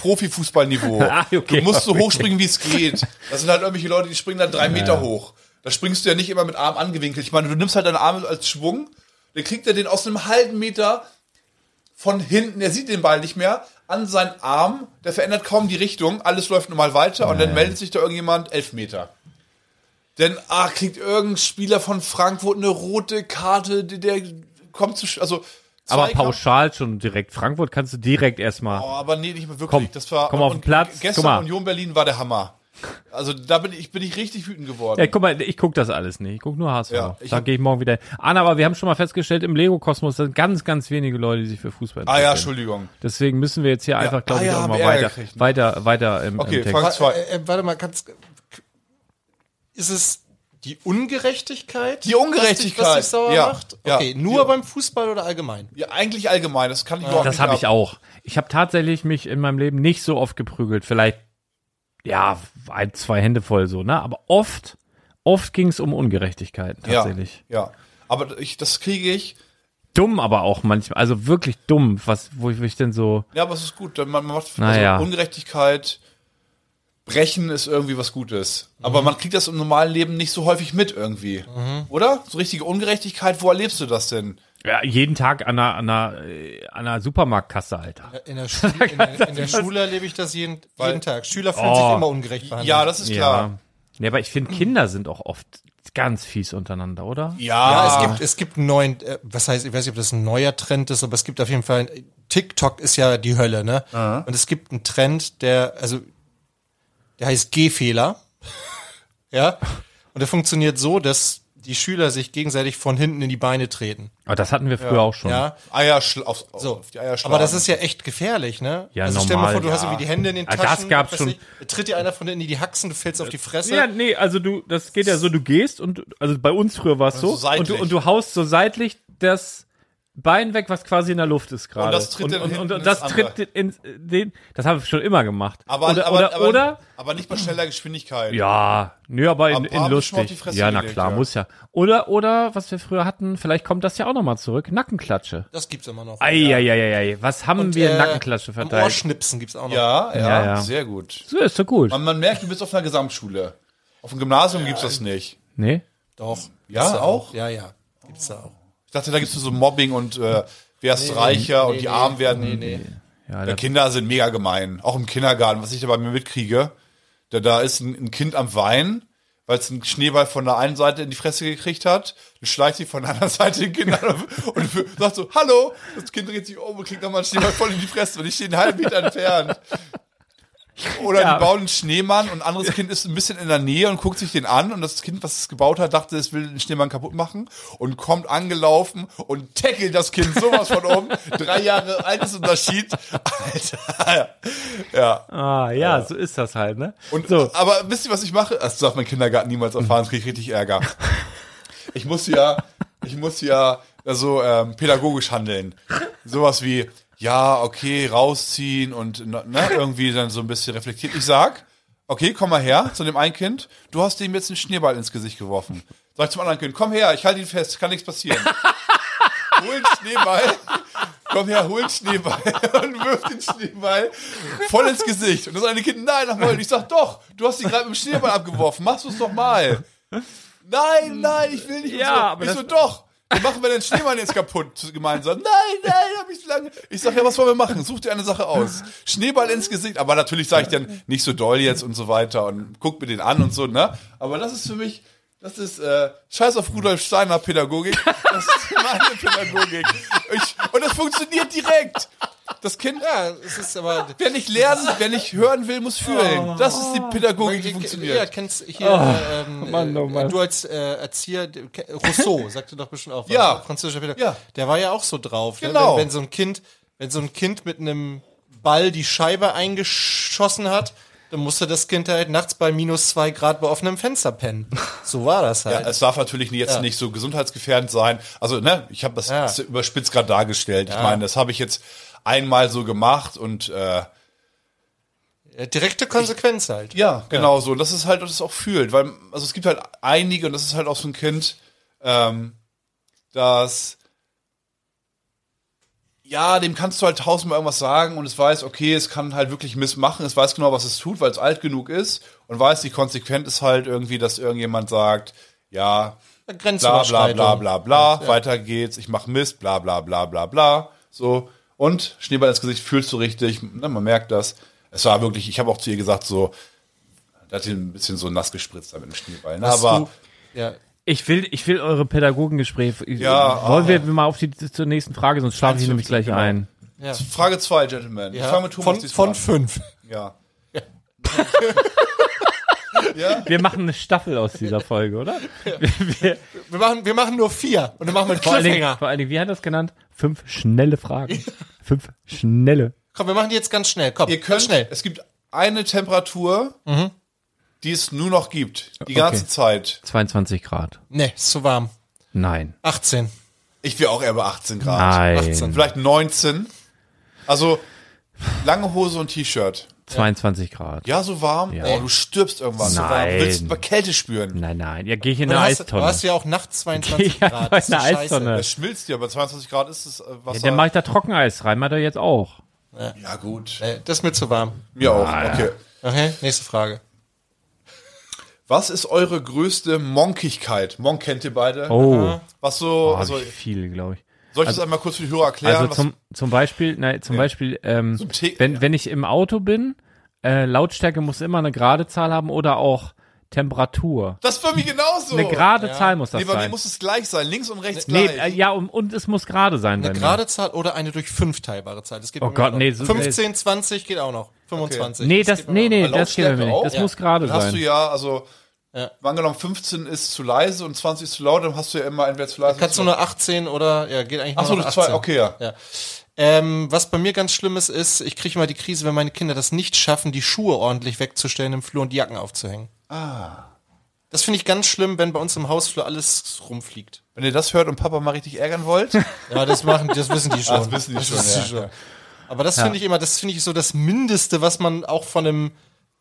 Speaker 4: Profifußballniveau.
Speaker 3: Ah, okay.
Speaker 4: Du musst so hoch springen, wie es geht. Das sind halt irgendwelche Leute, die springen dann drei Meter hoch. Da springst du ja nicht immer mit Arm angewinkelt. Ich meine, du nimmst halt deinen Arm als Schwung, dann kriegt er den aus einem halben Meter von hinten, er sieht den Ball nicht mehr, an seinen Arm, der verändert kaum die Richtung, alles läuft normal weiter und dann meldet sich da irgendjemand, elf Meter. Denn, ah, kriegt irgendein Spieler von Frankfurt eine rote Karte, die- der kommt zu, sch- also,
Speaker 3: aber
Speaker 4: Zweikampf-
Speaker 3: pauschal schon direkt. Frankfurt kannst du direkt erstmal.
Speaker 4: Oh, aber nee, nicht mehr wirklich.
Speaker 3: Komm,
Speaker 4: das war,
Speaker 3: komm auf
Speaker 4: und
Speaker 3: den Platz,
Speaker 4: Gestern
Speaker 3: guck mal.
Speaker 4: Union Berlin war der Hammer. Also da bin ich, bin ich richtig wütend geworden.
Speaker 3: Ja, guck mal, ich guck das alles nicht. Ich guck nur HSV.
Speaker 4: Ja, ich
Speaker 3: da
Speaker 4: hab-
Speaker 3: gehe ich morgen wieder. hin. Anna, aber wir haben schon mal festgestellt, im Lego-Kosmos sind ganz, ganz wenige Leute, die sich für Fußball
Speaker 4: ah
Speaker 3: interessieren.
Speaker 4: ja, Entschuldigung.
Speaker 3: Deswegen müssen wir jetzt hier einfach, glaube
Speaker 4: Ah
Speaker 3: ich,
Speaker 4: ja,
Speaker 3: auch
Speaker 4: haben
Speaker 3: mal
Speaker 4: wir Ärger
Speaker 3: weiter,
Speaker 4: gekriegt, ne?
Speaker 3: weiter, weiter im,
Speaker 4: Okay,
Speaker 3: im Text.
Speaker 4: Frank- Zwei.
Speaker 5: Äh, äh, warte mal, kannst, ist es die Ungerechtigkeit?
Speaker 4: Die Ungerechtigkeit,
Speaker 5: Was dich, was dich sauer
Speaker 4: ja,
Speaker 5: macht?
Speaker 4: ja.
Speaker 5: Okay, nur
Speaker 4: Die-
Speaker 5: beim Fußball oder allgemein?
Speaker 4: Ja, eigentlich allgemein, das kann ich überhaupt
Speaker 3: das
Speaker 4: nicht
Speaker 3: habe ich
Speaker 4: ab.
Speaker 3: auch. Ich habe tatsächlich mich in meinem Leben nicht so oft geprügelt. Vielleicht, ja, ein, zwei Hände voll so, ne? Aber oft, oft ging es um Ungerechtigkeiten
Speaker 4: Ja,
Speaker 3: tatsächlich.
Speaker 4: ja. Aber ich, das kriege ich
Speaker 3: dumm, aber auch manchmal. Also wirklich dumm, was, wo ich, wo ich denn so.
Speaker 4: Ja, aber es ist gut. Man man macht
Speaker 3: Naja.
Speaker 4: also Ungerechtigkeit. Brechen ist irgendwie was Gutes.
Speaker 5: Mhm.
Speaker 4: Aber man kriegt das im normalen Leben nicht so häufig mit irgendwie. Oder? So richtige Ungerechtigkeit, wo erlebst du das denn?
Speaker 3: Ja, jeden Tag an einer, an einer, äh, an einer Supermarktkasse, Alter.
Speaker 5: In der, Schu in der, in der Schule erlebe ich das jeden, jeden Tag. Schüler fühlen
Speaker 3: Oh.
Speaker 5: sich immer ungerecht behandelt.
Speaker 4: Ja, das ist klar.
Speaker 3: Nee, aber ich finde, Kinder sind auch oft ganz fies untereinander, oder?
Speaker 4: Ja,
Speaker 3: Ah.
Speaker 5: Ja, es gibt, es gibt einen neuen, äh, was heißt, ich weiß nicht, ob das ein neuer Trend ist, aber es gibt auf jeden Fall, ein- TikTok ist ja die Hölle, ne? Und es gibt einen Trend, der, also, der heißt Gehfehler. ja? Und der funktioniert so, dass die Schüler sich gegenseitig von hinten in die Beine treten.
Speaker 3: Aber das hatten wir früher auch schon.
Speaker 5: Ja?
Speaker 4: Eier schla- auf,
Speaker 5: So.
Speaker 4: auf die Eier schlagen.
Speaker 5: aber das ist ja echt gefährlich, ne?
Speaker 3: Ja,
Speaker 5: also stell dir mal
Speaker 3: normal,
Speaker 5: vor, du hast
Speaker 3: ja.
Speaker 5: irgendwie die Hände in den
Speaker 3: Ah,
Speaker 5: Taschen.
Speaker 3: das gab's
Speaker 5: weiß
Speaker 3: schon.
Speaker 5: nicht, Tritt dir einer von hinten in die Haxen, du fällst auf die Fresse.
Speaker 3: Ja, nee, also du, das geht ja so, du gehst und, also bei uns früher war es so,
Speaker 4: Also seitlich.
Speaker 3: und, du, und du haust so seitlich das Bein weg, was quasi in der Luft ist gerade.
Speaker 4: Und das tritt dann
Speaker 3: und,
Speaker 4: hinten
Speaker 3: und,
Speaker 4: ins
Speaker 3: und das
Speaker 4: andere.
Speaker 3: tritt in den, das habe ich schon immer gemacht.
Speaker 4: aber,
Speaker 3: oder,
Speaker 4: aber,
Speaker 3: oder,
Speaker 4: aber,
Speaker 3: oder,
Speaker 4: aber nicht bei schneller Geschwindigkeit.
Speaker 3: ja, nö, aber in,
Speaker 4: Aber
Speaker 3: in
Speaker 4: hab ich schon mal auf die
Speaker 3: lustig.
Speaker 4: Fresse
Speaker 3: Ja, na
Speaker 4: gelegt,
Speaker 3: klar,
Speaker 4: ja.
Speaker 3: muss ja. Oder, oder, was wir früher hatten, vielleicht kommt das ja auch nochmal zurück, Nackenklatsche.
Speaker 5: Das gibt's immer noch.
Speaker 3: Eieieiei, was haben
Speaker 5: Und,
Speaker 3: wir
Speaker 5: äh,
Speaker 3: Nackenklatsche
Speaker 5: am
Speaker 3: verteilt?
Speaker 5: Ohrschnipsen gibt's auch noch.
Speaker 4: Ja, ja,
Speaker 3: Ja, ja.
Speaker 4: sehr gut.
Speaker 3: So, ist doch gut.
Speaker 4: Man, man merkt, du bist auf einer Gesamtschule. Auf dem Gymnasium gibt's das nicht.
Speaker 3: Nee?
Speaker 5: Doch.
Speaker 4: Ja,
Speaker 5: Gibt's da
Speaker 4: auch?
Speaker 5: Ja, ja. Gibt's da auch.
Speaker 4: Ich dachte, da gibt's nur so Mobbing und äh, wer ist reicher und die Armen werden.
Speaker 3: Ja,
Speaker 4: Ja,
Speaker 3: da,
Speaker 4: Kinder sind mega gemein. Auch im Kindergarten, was ich da bei mir mitkriege. Da, da ist ein, ein Kind am Weinen, weil es einen Schneeball von der einen Seite in die Fresse gekriegt hat. Dann schleicht sie von der anderen Seite den Kindern und sagt so, hallo. Das Kind dreht sich um und kriegt nochmal einen Schneeball voll in die Fresse. Und ich stehe einen halben Meter entfernt. Oder
Speaker 3: Ja.
Speaker 4: die bauen einen Schneemann und ein anderes Kind ist ein bisschen in der Nähe und guckt sich den an und das Kind, was es gebaut hat, dachte, es will den Schneemann kaputt machen und kommt angelaufen und tackelt das Kind sowas von um. Drei Jahre Altersunterschied. Alter. Ja.
Speaker 3: ah, ja, so ist das halt, ne?
Speaker 4: Und,
Speaker 3: so.
Speaker 4: Aber wisst ihr, was ich mache? Das darf mein Kindergarten niemals erfahren, sonst kriege ich richtig Ärger. Ich muss ja, ich muss ja so ähm, pädagogisch handeln. Sowas wie, ja, okay, rausziehen und ne, irgendwie dann so ein bisschen reflektiert. Ich sag, okay, komm mal her zu dem einen Kind, du hast dem jetzt einen Schneeball ins Gesicht geworfen. Sag ich zum anderen Kind, komm her, ich halte ihn fest, kann nichts passieren. Hol einen Schneeball, komm her, hol einen Schneeball und wirf den Schneeball voll ins Gesicht. Und das eine Kind, nein, nochmal. Und ich sag, doch, du hast ihn gerade mit dem Schneeball abgeworfen, machst du es doch mal. Nein, nein, ich will nicht. Und
Speaker 3: Ja,
Speaker 4: so,
Speaker 3: aber
Speaker 4: ich
Speaker 3: das-
Speaker 4: so, doch. Dann machen wir den Schneemann jetzt kaputt zu- gemeinsam. Nein, nein, hab ich lange. Ich sag ja, was wollen wir machen? Such dir eine Sache aus. Schneeball ins Gesicht. Aber natürlich sage ich dann nicht so doll jetzt und so weiter und guck mir den an und so, ne? Aber das ist für mich, das ist äh, Scheiß auf Rudolf Steiner Pädagogik. Das ist meine Pädagogik. Ich, und das funktioniert direkt. Das Kind,
Speaker 5: Ja, es ist aber.
Speaker 4: wer nicht lernen, wer nicht hören will, muss fühlen. Das ist die Pädagogik, die
Speaker 5: Ja,
Speaker 4: funktioniert.
Speaker 5: kennst hier, ähm,
Speaker 3: Mann, oh
Speaker 5: äh,
Speaker 3: Mann.
Speaker 5: du als äh, Erzieher, äh, Rousseau sagte doch bestimmt auch, was,
Speaker 4: Ja.
Speaker 5: ne? französischer Pädagoge.
Speaker 4: Ja.
Speaker 5: Der war ja auch so drauf.
Speaker 4: Genau.
Speaker 5: Ne? Wenn, wenn so ein Kind, wenn so ein Kind mit einem Ball die Scheibe eingeschossen hat, dann musste das Kind halt nachts bei minus zwei Grad bei offenem Fenster pennen. So war das halt.
Speaker 4: Ja, also es darf natürlich jetzt nicht so gesundheitsgefährdend sein. Also, ne, ich habe das
Speaker 5: Ja.
Speaker 4: jetzt überspitzt gerade dargestellt. Ich meine, das habe ich jetzt einmal so gemacht und äh,
Speaker 5: Äh, Direkte Konsequenz halt.
Speaker 4: ja, genau so. Und das ist halt, was es auch fühlt. Weil, also es gibt halt einige, und das ist halt auch so ein Kind, ähm, das ja, dem kannst du halt tausendmal irgendwas sagen und es weiß, okay, es kann halt wirklich missmachen, es weiß genau, was es tut, weil es alt genug ist und weiß, die Konsequenz ist halt irgendwie, dass irgendjemand sagt, ja, bla bla
Speaker 5: Grenzüberschreitung.
Speaker 4: bla bla bla, weiter geht's, ich mach Mist, bla bla bla bla bla. So. Und Schneeball ins Gesicht fühlst du richtig, ne, man merkt das. Es war wirklich, ich habe auch zu ihr gesagt, so, da hat sie ein bisschen so nass gespritzt da mit dem Schneeball. Ne?
Speaker 5: Hast
Speaker 4: Aber
Speaker 5: du, ja,
Speaker 3: Ich will, ich will eure Pädagogengespräche.
Speaker 4: Ja,
Speaker 3: Wollen
Speaker 4: ah.
Speaker 3: wir mal auf die zur nächsten Frage, sonst schlafe ich nämlich gleich ein.
Speaker 5: ja.
Speaker 4: Frage 2, Gentlemen. Ich fange mit Thomas
Speaker 5: von,
Speaker 4: diesmal
Speaker 5: von fünf.
Speaker 4: an. Ja. genau.
Speaker 3: Wir machen eine Staffel aus dieser Folge, oder? Wir, wir,
Speaker 5: Wir machen, wir machen nur vier und dann machen wir einen
Speaker 3: vor, allen Dingen,
Speaker 5: Cliffhanger.
Speaker 3: vor allen Dingen, wie hat das genannt? Fünf schnelle Fragen. Fünf schnelle.
Speaker 5: Komm, wir machen die jetzt ganz schnell. Komm,
Speaker 4: Ihr könnt,
Speaker 5: ganz schnell.
Speaker 4: es gibt eine Temperatur, die es nur noch gibt, die ganze
Speaker 3: Okay.
Speaker 4: Zeit.
Speaker 3: 22 Grad.
Speaker 5: Nee, ist zu warm.
Speaker 3: Nein.
Speaker 5: 18.
Speaker 4: Ich wäre auch eher bei 18 Grad.
Speaker 3: Nein.
Speaker 5: 18.
Speaker 4: Vielleicht 19. Also, lange Hose und T-Shirt.
Speaker 3: 22 Grad.
Speaker 4: Ja, so warm.
Speaker 3: Ja.
Speaker 4: Oh, du stirbst irgendwann. So warm.
Speaker 3: Nein.
Speaker 4: Willst du mal Kälte spüren?
Speaker 3: Nein, nein. Ja, gehe ich in
Speaker 5: Du
Speaker 3: eine
Speaker 5: hast, du
Speaker 3: Eistonne.
Speaker 5: hast ja auch nachts 22
Speaker 3: Ja,
Speaker 5: Grad.
Speaker 3: bei
Speaker 5: ist doch
Speaker 3: einer
Speaker 5: scheiße.
Speaker 3: Eistonne.
Speaker 4: Das schmilzt dir, bei 22 Grad ist es äh,
Speaker 3: ja,
Speaker 4: Wasser.
Speaker 3: dann mache ich da Trockeneis rein, macht er jetzt auch.
Speaker 4: ja gut.
Speaker 5: Äh, Das ist mir zu warm.
Speaker 4: Mir auch. Okay.
Speaker 5: Okay, nächste Frage.
Speaker 4: Was ist eure größte Monkigkeit? Monk kennt ihr beide. Mhm.
Speaker 3: Oh,
Speaker 4: Was so,
Speaker 3: oh
Speaker 4: also,
Speaker 3: hab ich viel, glaube ich.
Speaker 4: soll ich das einmal kurz für die Hörer erklären?
Speaker 3: also zum, zum Beispiel, nein, zum Beispiel, ähm,
Speaker 4: So Tee-
Speaker 3: wenn,
Speaker 4: ja.
Speaker 3: wenn ich im Auto bin, äh, Lautstärke muss immer eine gerade Zahl haben oder auch Temperatur.
Speaker 4: was, das war mir genauso.
Speaker 3: Eine gerade Zahl muss das
Speaker 4: Nee, bei mir
Speaker 3: sein.
Speaker 4: muss es gleich sein. Links und rechts
Speaker 3: Nee, äh,
Speaker 4: gleich.
Speaker 3: ja, und, und es muss gerade sein
Speaker 5: Eine
Speaker 3: bei
Speaker 5: gerade Zahl oder eine durch fünf teilbare Zahl. Das geht
Speaker 3: Oh
Speaker 5: bei mir
Speaker 3: Gott,
Speaker 5: auch noch.
Speaker 3: nee, so-
Speaker 5: 15, 20 geht auch noch. 25.
Speaker 3: mir. Nee,
Speaker 5: geht
Speaker 3: das,
Speaker 5: bei
Speaker 3: nee,
Speaker 5: mir
Speaker 3: nee,
Speaker 4: Bei
Speaker 3: das geht bei mir
Speaker 4: Lautstärke
Speaker 3: nicht. Das
Speaker 4: auch?
Speaker 3: muss gerade
Speaker 4: Dann hast
Speaker 3: sein.
Speaker 4: du ja, also,
Speaker 5: Ja.
Speaker 4: angenommen 15 ist zu leise und 20 ist zu laut, dann hast du ja immer entweder zu leise.
Speaker 5: auch. Kannst du nur 18 oder, ja, geht eigentlich nur
Speaker 4: Achso,
Speaker 5: noch
Speaker 4: du zwei, okay, ja.
Speaker 5: Ja. Ähm, was bei mir ganz schlimm ist, ist, ich kriege immer die Krise, wenn meine Kinder das nicht schaffen, die Schuhe ordentlich wegzustellen im Flur und die Jacken aufzuhängen. Ah. Das finde ich ganz schlimm, wenn bei uns im Hausflur alles rumfliegt.
Speaker 4: Wenn ihr das hört und Papa mal richtig ärgern wollt,
Speaker 5: Ja, das machen, das wissen die schon.
Speaker 4: das wissen die schon.
Speaker 5: wissen
Speaker 4: Ja.
Speaker 5: die schon. Aber das finde ich immer, das finde ich so das Mindeste, was man auch von einem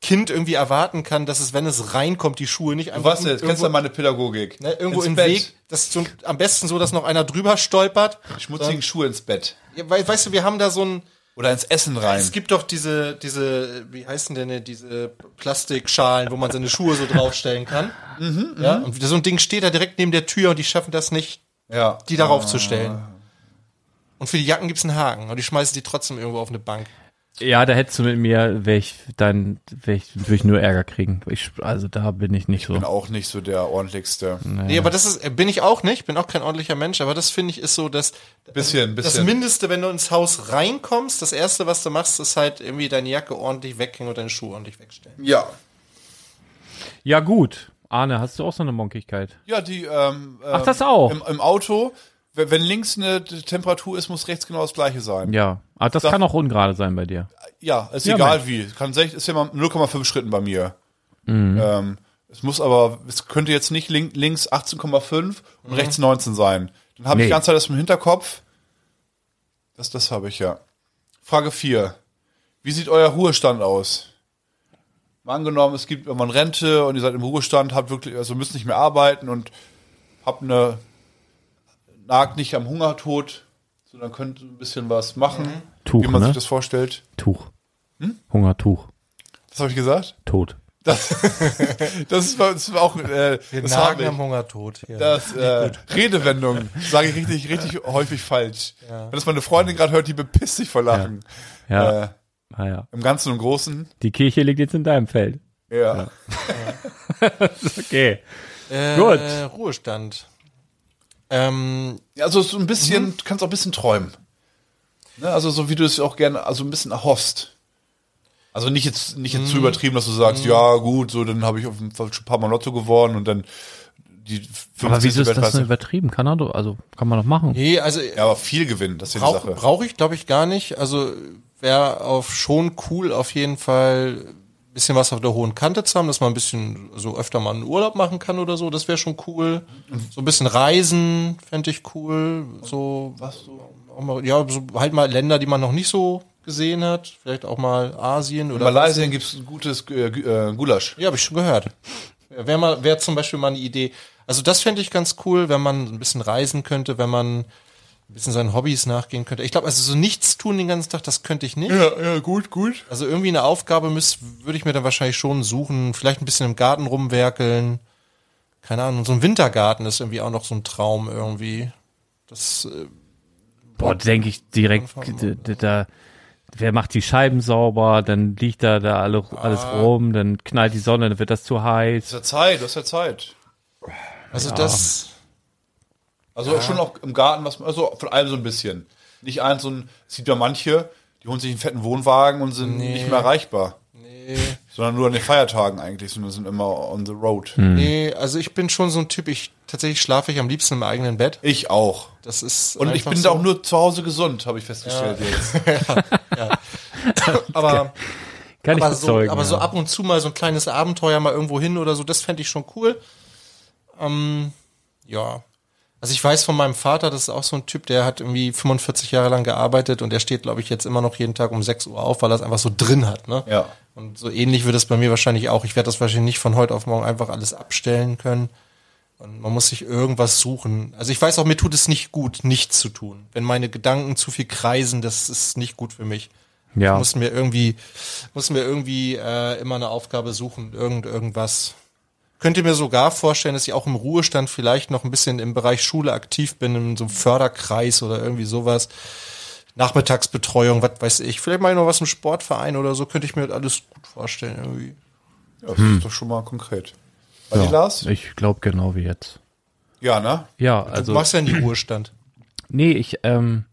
Speaker 5: Kind irgendwie erwarten kann, dass es, wenn es reinkommt, die Schuhe nicht
Speaker 4: Du
Speaker 5: einfach
Speaker 4: weißt ja, jetzt kennst du ja meine Pädagogik.
Speaker 5: ne, irgendwo
Speaker 4: ins
Speaker 5: im
Speaker 4: Bett.
Speaker 5: Weg, dass so, am besten so, dass noch einer drüber stolpert.
Speaker 4: Schmutzigen Schuhe ins Bett.
Speaker 5: Ja, wei- weißt du, wir haben da so ein,
Speaker 4: Oder ins Essen rein.
Speaker 5: Es gibt doch diese, diese, wie heißen denn die- diese Plastikschalen, wo man seine Schuhe so draufstellen kann. ja? Und so ein Ding steht da direkt neben der Tür und die schaffen das nicht,
Speaker 4: ja.
Speaker 5: die darauf zu stellen. Und für die Jacken gibt's einen Haken und die schmeißen die trotzdem irgendwo auf eine Bank.
Speaker 3: Ja, da hättest du mit mir, wär ich, dann wär ich, würde ich nur Ärger kriegen. Ich, also da bin ich nicht
Speaker 4: bin
Speaker 3: so.
Speaker 4: auch nicht so der ordentlichste.
Speaker 5: Nee, aber das ist, äh, bin ich auch nicht, bin auch kein ordentlicher Mensch, aber das finde ich ist so, dass
Speaker 4: Bisschen,
Speaker 5: das
Speaker 4: bisschen.
Speaker 5: Mindeste, wenn du ins Haus reinkommst, das Erste, was du machst, ist halt irgendwie deine Jacke ordentlich weghängen und deine Schuhe ordentlich wegstellen.
Speaker 4: ja.
Speaker 3: Ja, gut. Arne, hast du auch so eine Monkigkeit?
Speaker 4: Ja, die, ähm,
Speaker 3: Ach, das auch.
Speaker 4: Im, im Auto, wenn wenn links eine T- Temperatur ist, muss rechts genau das gleiche sein.
Speaker 3: Ja. Ah, das
Speaker 4: Sag-
Speaker 3: kann auch ungerade sein bei dir.
Speaker 4: Ja, ist
Speaker 3: Ja,
Speaker 4: egal wie. Kann sech, ist ja mal 0,5 Schritten bei mir.
Speaker 3: Mhm.
Speaker 4: Ähm, es muss aber, es könnte jetzt nicht link, links 18,5 und rechts 19 sein. Dann habe
Speaker 3: Mhm. Nee.
Speaker 4: ich die ganze Zeit das im Hinterkopf. Das, das habe ich ja. Frage 4. Wie sieht euer Ruhestand aus? Mal angenommen, es gibt irgendwann Rente und ihr seid im Ruhestand, habt wirklich, also müsst nicht mehr arbeiten und habt eine, nagt nicht am Hungertod, sondern könnt ein bisschen was machen,
Speaker 3: Tuch,
Speaker 4: wie man
Speaker 3: ne?
Speaker 4: sich das vorstellt.
Speaker 3: Tuch. Hungertuch.
Speaker 4: Was habe ich gesagt?
Speaker 3: Tot.
Speaker 4: Das, das ist bei uns auch äh, das haben ich.
Speaker 5: Hungertod. Ja.
Speaker 4: Das, äh, Redewendung sage ich richtig, richtig häufig falsch. Wenn das meine Freundin gerade hört, die bepisst sich vor Lachen.
Speaker 3: Ja.
Speaker 4: Äh,
Speaker 3: Ah, ja.
Speaker 4: Im Ganzen und Großen.
Speaker 3: Die Kirche liegt jetzt in deinem Feld.
Speaker 4: Ja.
Speaker 3: Okay.
Speaker 5: Äh,
Speaker 3: Gut.
Speaker 5: Ruhestand. Ähm,
Speaker 4: Ja, Also so ein bisschen,
Speaker 3: Mhm.
Speaker 4: du kannst auch ein bisschen träumen. Ne? Also so wie du es auch gerne, also ein bisschen erhoffst. Also nicht jetzt, nicht jetzt
Speaker 3: Mhm.
Speaker 4: zu übertrieben, dass du sagst, ja gut, so dann habe ich auf jeden Fall schon ein paar Mal Lotto gewonnen und dann die 50.
Speaker 3: Aber wieso ist das
Speaker 4: Weltmeister-
Speaker 3: nur übertrieben? Kann er doch, also kann man doch machen.
Speaker 5: nee, also
Speaker 4: ja, aber viel gewinnen, das ist ja die
Speaker 5: brauche
Speaker 4: Sache.
Speaker 5: brauch ich, glaube ich, gar nicht. Also wäre auf schon cool, auf jeden Fall ein bisschen was auf der hohen Kante zu haben, dass man ein bisschen so öfter mal einen Urlaub machen kann oder so. Das wäre schon cool. So ein bisschen reisen fände ich cool. So was auch mal, ja, so halt mal Länder, die man noch nicht so gesehen hat. Vielleicht auch mal Asien
Speaker 4: In
Speaker 5: oder
Speaker 4: Malaysia gibt es ein gutes äh, Gu- äh, Gulasch.
Speaker 5: Ja, habe ich schon gehört. Wäre mal, wäre zum Beispiel mal eine Idee. Also das fände ich ganz cool, wenn man ein bisschen reisen könnte, wenn man ein bisschen seinen Hobbys nachgehen könnte. Ich glaube, also so nichts tun den ganzen Tag, das könnte ich nicht.
Speaker 4: Ja, ja, gut, gut.
Speaker 5: Also irgendwie eine Aufgabe müsste, würde ich mir dann wahrscheinlich schon suchen. Vielleicht ein bisschen im Garten rumwerkeln. Keine Ahnung, so ein Wintergarten ist irgendwie auch noch so ein Traum irgendwie. Das, äh,
Speaker 3: Boah, denke ich direkt, d- d- da, wer macht die Scheiben sauber, dann liegt da, da alle, alles rum, dann knallt die Sonne, dann wird das zu heiß.
Speaker 4: Du hast ja Zeit, du hast ja Zeit.
Speaker 5: also das,
Speaker 4: Also schon auch im Garten, was man, also von allem so ein bisschen. Nicht eins, so ein, es gibt ja manche, die holen sich einen fetten Wohnwagen und sind nicht mehr erreichbar. Sondern nur an den Feiertagen eigentlich, sondern sind immer on the road.
Speaker 3: Hm.
Speaker 5: nee, also ich bin schon so ein Typ, ich, tatsächlich schlafe ich am liebsten im eigenen Bett.
Speaker 4: Ich auch.
Speaker 5: Das ist
Speaker 4: Und ich
Speaker 5: einfach
Speaker 4: bin
Speaker 5: so.
Speaker 4: da auch nur zu Hause gesund, habe ich festgestellt jetzt.
Speaker 5: aber,
Speaker 3: Kann
Speaker 5: aber,
Speaker 3: ich bezeugen.
Speaker 5: so, aber
Speaker 3: ja.
Speaker 5: so ab und zu mal so ein kleines Abenteuer mal irgendwo hin oder so, das fände ich schon cool. Ähm, ja. Also ich weiß von meinem Vater, das ist auch so ein Typ, der hat irgendwie 45 Jahre lang gearbeitet und der steht, glaube ich, jetzt immer noch jeden Tag um 6 Uhr auf, weil er es einfach so drin hat. Ne?
Speaker 4: Ja.
Speaker 5: Und so ähnlich wird es bei mir wahrscheinlich auch. Ich werde das wahrscheinlich nicht von heute auf morgen einfach alles abstellen können. Und man muss sich irgendwas suchen. Also ich weiß auch, mir tut es nicht gut, nichts zu tun. Wenn meine Gedanken zu viel kreisen, das ist nicht gut für mich.
Speaker 3: Ja.
Speaker 5: Ich muss mir irgendwie, muss mir irgendwie äh, immer eine Aufgabe suchen, irgend irgendwas. Könnt ihr mir sogar vorstellen, dass ich auch im Ruhestand vielleicht noch ein bisschen im Bereich Schule aktiv bin, in so einem Förderkreis oder irgendwie sowas. Nachmittagsbetreuung, was weiß ich. Vielleicht mal noch was im Sportverein oder so, könnte ich mir alles gut vorstellen irgendwie.
Speaker 4: Ja, das ist doch schon mal konkret. Bei dir, Lars?
Speaker 3: Hm. Ich glaube genau wie jetzt.
Speaker 4: Ja, ne?
Speaker 3: Ja,
Speaker 5: Du
Speaker 3: also.
Speaker 5: machst ja nie Ruhestand.
Speaker 3: Nee, ich ähm,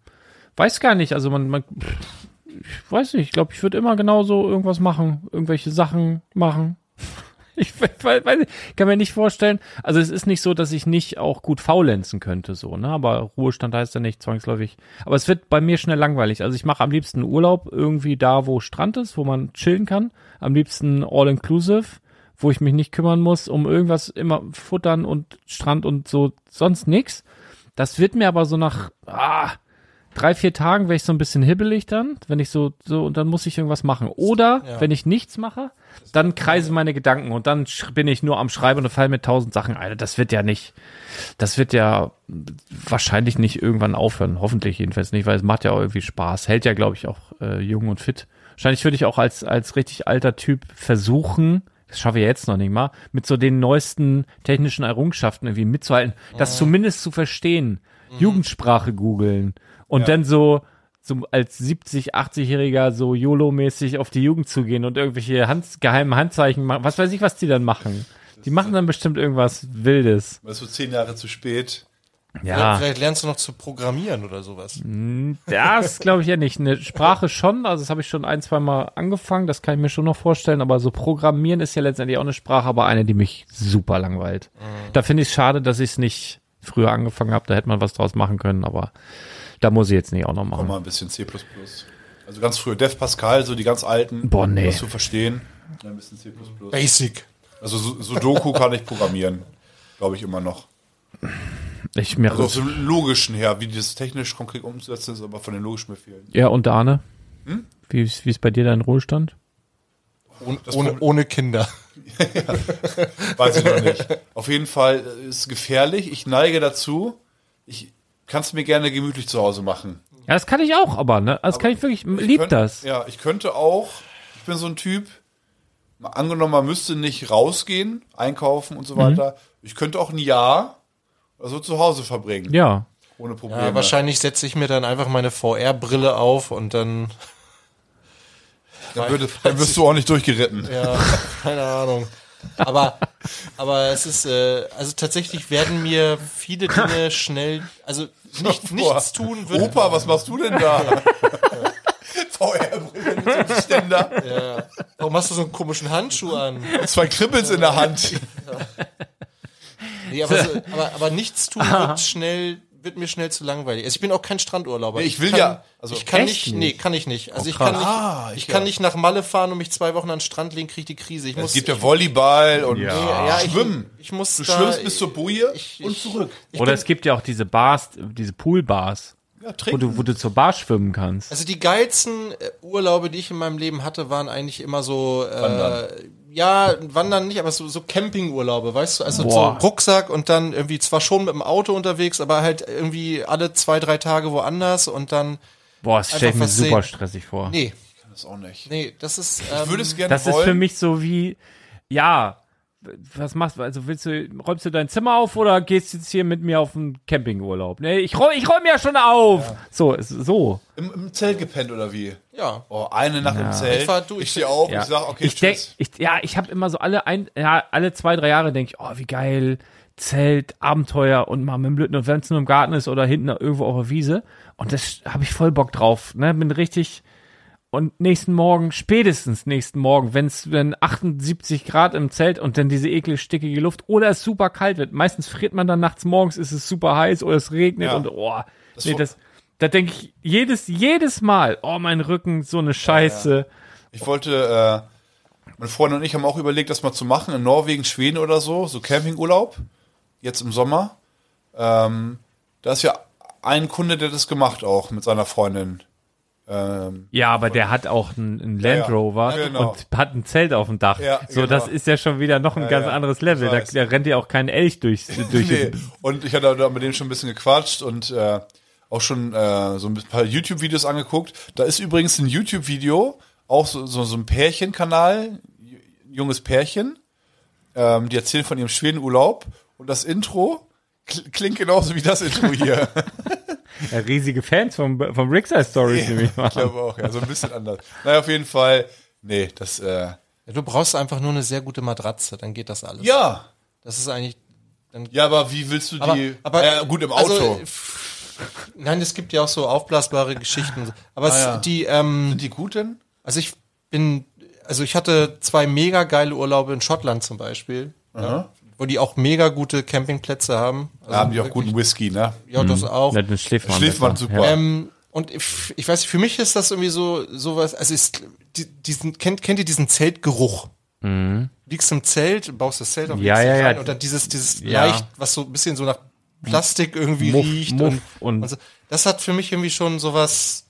Speaker 3: weiß gar nicht. Also man, man ich weiß nicht. Ich glaube, ich würde immer genauso irgendwas machen, irgendwelche Sachen machen. Ich we- we- weiß nicht, kann mir nicht vorstellen. Also es ist nicht so, dass ich nicht auch gut faulenzen könnte, so, ne? Aber Ruhestand heißt ja nicht zwangsläufig. Aber es wird bei mir schnell langweilig. Also ich mache am liebsten Urlaub irgendwie da, wo Strand ist, wo man chillen kann. Am liebsten all inclusive, wo ich mich nicht kümmern muss um irgendwas immer futtern und Strand und so sonst nix. Das wird mir aber so nach ah, drei, vier Tagen wäre ich so ein bisschen hibbelig dann, wenn ich so, so, und dann muss ich irgendwas machen. Oder
Speaker 5: Ja.
Speaker 3: wenn ich nichts mache, dann kreisen meine Gedanken und dann sch- bin ich nur am Schreiben und fallen mir tausend Sachen ein. Das wird ja nicht, das wird ja wahrscheinlich nicht irgendwann aufhören. Hoffentlich jedenfalls nicht, weil es macht ja auch irgendwie Spaß. Hält ja, glaube ich, auch äh, jung und fit. Wahrscheinlich würde ich auch als, als richtig alter Typ versuchen, das schaffe ich jetzt noch nicht mal, mit so den neuesten technischen Errungenschaften irgendwie mitzuhalten, das zumindest zu verstehen. Jugendsprache googeln und dann so zum, als 70, 80-Jähriger so YOLO-mäßig auf die Jugend zu gehen und irgendwelche Hand, geheimen Handzeichen machen. Was weiß ich, was die dann machen. Die machen dann bestimmt irgendwas Wildes.
Speaker 4: Das ist so zehn Jahre zu spät.
Speaker 5: Ja.
Speaker 3: Ja. Mhm.
Speaker 5: Vielleicht lernst du noch zu programmieren oder sowas.
Speaker 3: Das glaube ich ja nicht. Eine Sprache schon, also das habe ich schon ein, zwei Mal angefangen, das kann ich mir schon noch vorstellen, aber so Programmieren ist ja letztendlich auch eine Sprache, aber eine, die mich super langweilt. Da finde ich es schade, dass ich es nicht früher angefangen habe, da hätte man was draus machen können, aber da muss ich jetzt nicht auch noch
Speaker 4: Auch
Speaker 3: machen.
Speaker 4: mal ein bisschen C. Also ganz früher Dev Pascal, so die ganz alten.
Speaker 3: Boah, nee.
Speaker 4: Das zu verstehen. Dann ein bisschen C.
Speaker 5: Basic.
Speaker 4: Also so- Sudoku kann ich programmieren. Glaube ich immer noch.
Speaker 3: Ich mir
Speaker 4: Also aus dem Logischen her, wie das technisch konkret umzusetzen ist, aber von den logischen Befehlen.
Speaker 3: Ja, und Arne? Wie ist wie ist bei dir dein Ruhestand?
Speaker 5: Ohne, ohne, ohne Kinder.
Speaker 4: Weiß ich noch nicht. Auf jeden Fall äh, ist es gefährlich. Ich neige dazu. Ich kann es mir gerne gemütlich zu Hause machen.
Speaker 3: Ja, das kann ich auch, aber, ne? Das kann ich wirklich, lieb
Speaker 4: könnte-
Speaker 3: das.
Speaker 4: Ja, ich könnte auch, ich bin so ein Typ, mal angenommen, man müsste nicht rausgehen, einkaufen
Speaker 3: Mhm.
Speaker 4: und so weiter. Ich könnte auch ein Jahr oder so zu Hause verbringen,
Speaker 3: Ja.
Speaker 4: ohne Probleme.
Speaker 5: Ja, wahrscheinlich setze ich mir dann einfach meine VR-Brille auf und dann,
Speaker 4: Dann, würde, dann wirst du auch nicht durchgeritten.
Speaker 5: ja, keine Ahnung. Aber, aber es ist, äh, also tatsächlich werden mir viele Dinge schnell, also nicht, nichts tun würde.
Speaker 4: Opa, was machst du denn da? VR-Brille mit dem Ständer,
Speaker 5: Ja. Warum hast du so einen komischen Handschuh an?
Speaker 4: zwei Kribbels in der Hand.
Speaker 5: Nee, aber, so, aber, aber nichts tun wird schnell, wird mir schnell zu langweilig. Also ich bin auch kein Strandurlauber.
Speaker 4: Nee, ich will
Speaker 5: kann,
Speaker 4: ja- also-
Speaker 5: ich kann
Speaker 3: Echt
Speaker 5: nicht, nee, kann ich nicht. Also ich
Speaker 3: krass.
Speaker 5: kann nicht,
Speaker 4: Ah,
Speaker 5: ich
Speaker 4: ich
Speaker 5: kann
Speaker 4: ja.
Speaker 5: nicht nach Malle fahren und mich zwei Wochen an den Strand legen, kriege ich die Krise. Ich muss,
Speaker 4: Es gibt ja Volleyball und
Speaker 5: ja, ich-
Speaker 4: Schwimmen.
Speaker 5: ich muss
Speaker 4: du
Speaker 5: da-
Speaker 4: schwimmst bis zur Boje
Speaker 5: ich-
Speaker 4: und
Speaker 5: ich-
Speaker 4: zurück.
Speaker 3: Oder es gibt ja auch diese Bars, diese Poolbars,
Speaker 4: Ja,
Speaker 3: wo du, wo du zur Bar schwimmen kannst.
Speaker 5: Also die geilsten äh, Urlaube, die ich in meinem Leben hatte, waren eigentlich immer so äh, ja, wandern nicht, aber so, so Campingurlaube, weißt du, also so
Speaker 3: Boah.
Speaker 5: Rucksack und dann irgendwie zwar schon mit dem Auto unterwegs, aber halt irgendwie alle zwei, drei Tage woanders und dann
Speaker 3: Boah, das stelle ich
Speaker 5: einfach
Speaker 3: mir
Speaker 5: was
Speaker 3: super
Speaker 5: sehen.
Speaker 3: stressig vor.
Speaker 5: nee,
Speaker 4: Das auch nicht.
Speaker 5: nee, das ist ähm,
Speaker 4: Ich würde
Speaker 5: Mhm.
Speaker 4: es gerne
Speaker 3: Das ist
Speaker 4: wollen.
Speaker 3: für mich so wie, ja, was machst du? Also willst du, räumst du dein Zimmer auf oder gehst jetzt hier mit mir auf einen Campingurlaub? Nee, ich räume ich räum ja schon auf. So, es- so.
Speaker 4: Im, Im Zelt gepennt oder wie?
Speaker 5: ja.
Speaker 4: Oh, eine Nacht im Zelt.
Speaker 5: Ich fahr- du,
Speaker 4: ich
Speaker 5: ich-
Speaker 4: stehe auf,
Speaker 3: Ja.
Speaker 4: ich sag, okay,
Speaker 3: ich denk,
Speaker 4: tschüss.
Speaker 3: ich, ja, ich habe immer so alle ein, ja, alle zwei, drei Jahre denke ich, oh, wie geil, Zelt, Abenteuer und mal mit dem Blöden, und wenn es nur im Garten ist oder hinten irgendwo auf der Wiese. Und das habe ich voll Bock drauf, ne, bin richtig, und nächsten Morgen, spätestens nächsten Morgen, wenn es wenn 78 Grad im Zelt und dann diese eklig stickige Luft oder es super kalt wird. Meistens friert man dann nachts morgens, ist es super heiß oder es regnet
Speaker 4: Ja.
Speaker 3: und oh, das nee,
Speaker 4: war-
Speaker 3: das, da denke ich jedes, jedes Mal, oh, mein Rücken, so eine Scheiße.
Speaker 4: Ich wollte, äh, meine Freundin und ich haben auch überlegt, das mal zu machen in Norwegen, Schweden oder so, so Campingurlaub, jetzt im Sommer. Ähm, da ist ja ein Kunde, der das gemacht auch mit seiner Freundin. Ähm,
Speaker 3: Ja, aber der hat auch einen, einen Land
Speaker 4: Ja, ja.
Speaker 3: Rover
Speaker 4: Ja, genau.
Speaker 3: und hat ein Zelt auf dem Dach.
Speaker 4: Ja,
Speaker 3: so,
Speaker 4: genau.
Speaker 3: das ist ja schon wieder noch ein ganz
Speaker 4: ja.
Speaker 3: anderes Level.
Speaker 4: Ich
Speaker 3: Da,
Speaker 4: weiß.
Speaker 3: da rennt ja auch kein Elch durchs, durch
Speaker 4: nee.
Speaker 3: den-
Speaker 4: Und ich hatte da mit dem schon ein bisschen gequatscht und äh, auch schon äh, so ein paar YouTube-Videos angeguckt. Da ist übrigens ein YouTube-Video, auch so, so, so ein Pärchenkanal, j- junges Pärchen. Ähm, die erzählen von ihrem Schwedenurlaub und das Intro kl klingt genauso wie das Intro hier.
Speaker 3: Ja, äh, riesige Fans vom, vom Rickside Stories, nehme ich mal.
Speaker 4: ich glaube auch, ja, so ein bisschen anders. Naja, auf jeden Fall, nee, das, äh,
Speaker 5: Du brauchst einfach nur eine sehr gute Matratze, dann geht das alles.
Speaker 4: ja.
Speaker 5: Das ist eigentlich. Dann,
Speaker 4: Ja, aber wie willst du die, äh, gut, im Auto.
Speaker 5: also, f- nein, es gibt ja auch so aufblasbare Geschichten. Aber es,
Speaker 4: Ah, ja.
Speaker 5: die, ähm,
Speaker 4: Sind die gut denn?
Speaker 5: also ich bin, also ich hatte zwei mega geile Urlaube in Schottland zum Beispiel, ja, wo die auch mega gute Campingplätze haben. Also
Speaker 4: Da haben die auch
Speaker 5: wirklich-
Speaker 4: guten Whisky, ne?
Speaker 5: Ja, das auch.
Speaker 3: Ja, dann schläft man
Speaker 4: Schläft man
Speaker 3: besser.
Speaker 4: super.
Speaker 5: Ähm, und ich, ich weiß nicht, für mich ist das irgendwie so sowas, also ist die, diesen kennt kennt ihr diesen Zeltgeruch? Liegst im Zelt, baust das Zelt auf,
Speaker 3: Mhm. Ja,
Speaker 5: legst dich
Speaker 3: ja,
Speaker 5: rein
Speaker 3: ja.
Speaker 5: und dann dieses dieses
Speaker 3: Ja.
Speaker 5: leicht, was so ein bisschen so nach Plastik irgendwie
Speaker 3: Muff,
Speaker 5: riecht
Speaker 3: Muff und-
Speaker 5: so. das hat für mich irgendwie schon sowas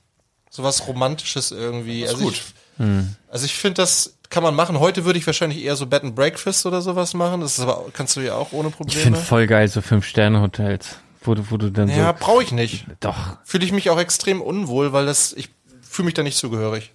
Speaker 5: sowas romantisches irgendwie. also
Speaker 4: gut.
Speaker 5: Ich,
Speaker 3: Hm.
Speaker 5: also ich finde das kann man machen. Heute würde ich wahrscheinlich eher so Bed and Breakfast oder sowas machen. Das ist aber kannst du ja auch ohne
Speaker 3: Ich finde
Speaker 5: Probleme.
Speaker 3: voll geil so Fünf-Sterne-Hotels, wo, du- wo du dann
Speaker 5: Ja, brauche ich nicht.
Speaker 3: so, doch,
Speaker 5: Fühle ich mich auch extrem unwohl, weil das ich fühle mich da nicht zugehörig.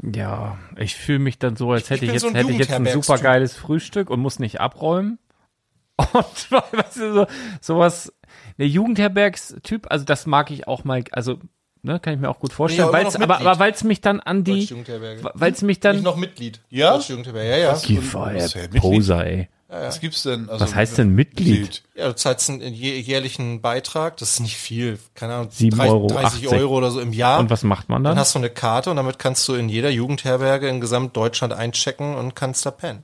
Speaker 3: ja, ich fühle mich dann so, als hätte ich,
Speaker 5: bin
Speaker 3: jetzt,
Speaker 5: so ein
Speaker 3: hätte ich jetzt ein
Speaker 5: Jugendherbergstyp.
Speaker 3: super geiles Frühstück und muss nicht abräumen. Und weißt du, so, sowas, der Jugendherbergstyp, also das mag ich auch mal, also, ne, kann ich mir auch gut vorstellen,
Speaker 5: aber
Speaker 3: weil
Speaker 5: immer
Speaker 3: es,
Speaker 5: noch
Speaker 3: aber,
Speaker 5: Mitglied.
Speaker 3: aber weil es mich dann an die,
Speaker 5: Deutschjugendherberge.
Speaker 3: weil es mich
Speaker 5: Ich
Speaker 3: dann,
Speaker 5: noch Mitglied.
Speaker 4: Ja?
Speaker 5: Deutschjugendherberge, ja, ja.
Speaker 3: Giefer,
Speaker 4: Das ist ja
Speaker 3: ey,
Speaker 4: Mitglied.
Speaker 3: Poser, ey.
Speaker 4: Was gibt's denn? Also,
Speaker 3: Was heißt denn Mitglied?
Speaker 5: Ja, du zahlst einen jä- jährlichen Beitrag, das ist nicht viel, keine Ahnung,
Speaker 3: Sieben
Speaker 5: drei-
Speaker 3: Euro,
Speaker 5: 30
Speaker 3: 80.
Speaker 5: Euro oder so im Jahr.
Speaker 3: Und was macht man dann?
Speaker 5: Dann hast du eine Karte und damit kannst du in jeder Jugendherberge in Gesamtdeutschland einchecken und kannst da pennen.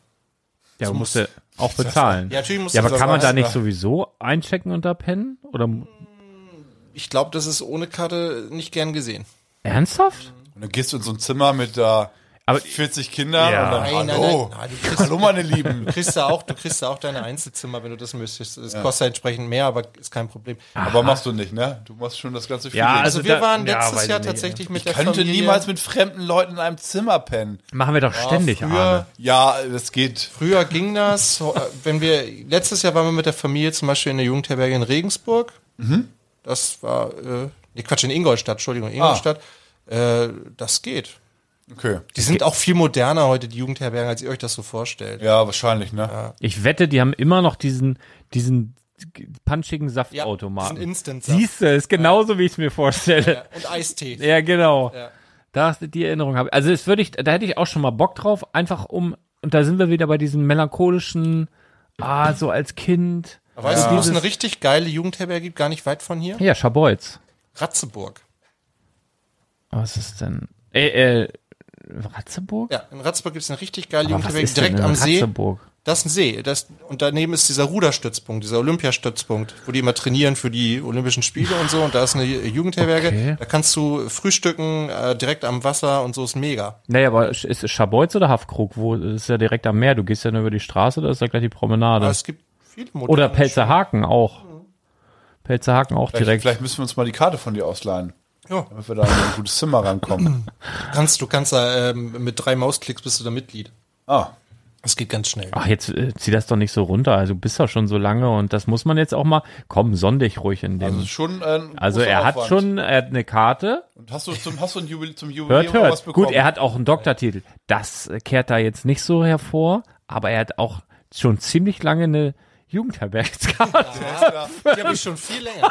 Speaker 3: Ja,
Speaker 5: musst-
Speaker 3: musst du auch bezahlen.
Speaker 5: Ja, natürlich musst
Speaker 3: Ja,
Speaker 5: du
Speaker 3: aber
Speaker 5: das
Speaker 3: kann man da
Speaker 5: leisten.
Speaker 3: nicht sowieso einchecken und da pennen? Oder mu-
Speaker 5: Ich glaube, das ist ohne Karte nicht gern gesehen.
Speaker 3: ernsthaft?
Speaker 4: Und dann gehst du in so ein Zimmer mit da
Speaker 3: Aber-
Speaker 4: 40 Kindern
Speaker 3: Ja.
Speaker 4: und dann,
Speaker 5: Nein, nein,
Speaker 4: Ah, hallo,
Speaker 5: nein, nein, du kriegst-
Speaker 4: hallo meine Lieben.
Speaker 5: Du kriegst da auch, du kriegst da auch deine Einzelzimmer, wenn du das müsstest. Es kostet entsprechend mehr, aber ist kein Problem.
Speaker 4: Aber machst du nicht, ne? Du machst schon das ganze Feeling.
Speaker 3: Ja,
Speaker 5: Also
Speaker 3: Ah, Also
Speaker 5: wir
Speaker 3: da-
Speaker 5: waren
Speaker 3: ja,
Speaker 5: letztes
Speaker 3: weiß ich
Speaker 5: Jahr
Speaker 3: nicht,
Speaker 5: tatsächlich mit
Speaker 4: ich
Speaker 5: der
Speaker 4: könnte
Speaker 5: Familie.
Speaker 4: niemals mit fremden Leuten in einem Zimmer pennen.
Speaker 3: Machen wir doch ständig, Arne.
Speaker 5: früher,
Speaker 4: Ja, das geht.
Speaker 5: Früher ging das, ho- äh, wenn wir, letztes Jahr waren wir mit der Familie zum Beispiel in der Jugendherberge in Regensburg.
Speaker 3: Mhm.
Speaker 5: Das war, äh, nee, Quatsch, in Ingolstadt, Entschuldigung,
Speaker 3: Ah.
Speaker 5: Ingolstadt. Äh, das geht.
Speaker 4: Okay.
Speaker 5: Die sind auch viel moderner heute, die Jugendherbergen, als ihr euch das so vorstellt.
Speaker 4: Ja, wahrscheinlich, ne?
Speaker 3: Ich wette, die haben immer noch diesen, diesen punchigen
Speaker 5: Ja,
Speaker 3: Saftautomaten.
Speaker 5: instant
Speaker 3: Siehst du, ist genauso, wie ich es mir vorstelle.
Speaker 5: Und Eistee.
Speaker 3: Ja, genau.
Speaker 5: Ja.
Speaker 3: Da hast du die Erinnerung. hab- Also das würde ich, da hätte ich auch schon mal Bock drauf, einfach um, und da sind wir wieder bei diesem melancholischen, ah, so als Kind.
Speaker 5: Aber weißt
Speaker 3: so
Speaker 5: du, wo es
Speaker 3: dieses-
Speaker 5: eine richtig geile Jugendherberge gibt, gar nicht weit von hier?
Speaker 3: Ja, Schabolz.
Speaker 5: Ratzeburg.
Speaker 3: Was ist denn? Äh, äh, Ratzeburg?
Speaker 5: Ja, in Ratzeburg gibt es eine richtig geile
Speaker 3: Aber was
Speaker 5: Jugendherberge
Speaker 3: ist denn
Speaker 5: direkt
Speaker 3: in
Speaker 5: am See.
Speaker 3: Ratzeburg?
Speaker 5: Das ist ein See. Das, und daneben ist dieser Ruderstützpunkt, dieser Olympiastützpunkt, wo die immer trainieren für die Olympischen Spiele und so. Und da ist eine Jugendherberge.
Speaker 3: Okay.
Speaker 5: Da kannst du frühstücken äh, direkt am Wasser und so ist mega.
Speaker 3: Naja, aber ist es Schabolz oder Haftkrug? Wo das ist ja direkt am Meer? Du gehst ja nur über die Straße, da ist ja gleich die
Speaker 5: Aber
Speaker 3: Promenade.
Speaker 5: es gibt viele Modelle.
Speaker 3: Oder Pelzerhaken auch. Pelzerhaken auch
Speaker 4: Vielleicht,
Speaker 3: direkt.
Speaker 4: vielleicht müssen wir uns mal die Karte von dir ausleihen,
Speaker 5: Ja,
Speaker 4: damit wir da in ein gutes Zimmer rankommen.
Speaker 5: du kannst, du kannst da ähm, mit drei Mausklicks bist du da Mitglied.
Speaker 4: Ah,
Speaker 5: Das geht ganz schnell.
Speaker 3: Ach, jetzt äh, zieh das doch nicht so runter. Also du bist ja schon so lange und das muss man jetzt auch mal. Komm, sonn dich ruhig in dem.
Speaker 4: also
Speaker 3: Also,
Speaker 4: schon ein
Speaker 3: er
Speaker 4: großer
Speaker 3: hat
Speaker 4: Aufwand.
Speaker 3: schon er hat eine Karte.
Speaker 4: Und hast du zum, hast du ein Jubil, zum Jubiläum
Speaker 3: Hört,
Speaker 4: was
Speaker 3: hört.
Speaker 4: bekommen?
Speaker 3: Gut, er hat auch einen Doktortitel. Das äh, kehrt da jetzt nicht so hervor, aber er hat auch schon ziemlich lange eine Jugendherbergskarte.
Speaker 5: Die habe ich schon viel länger.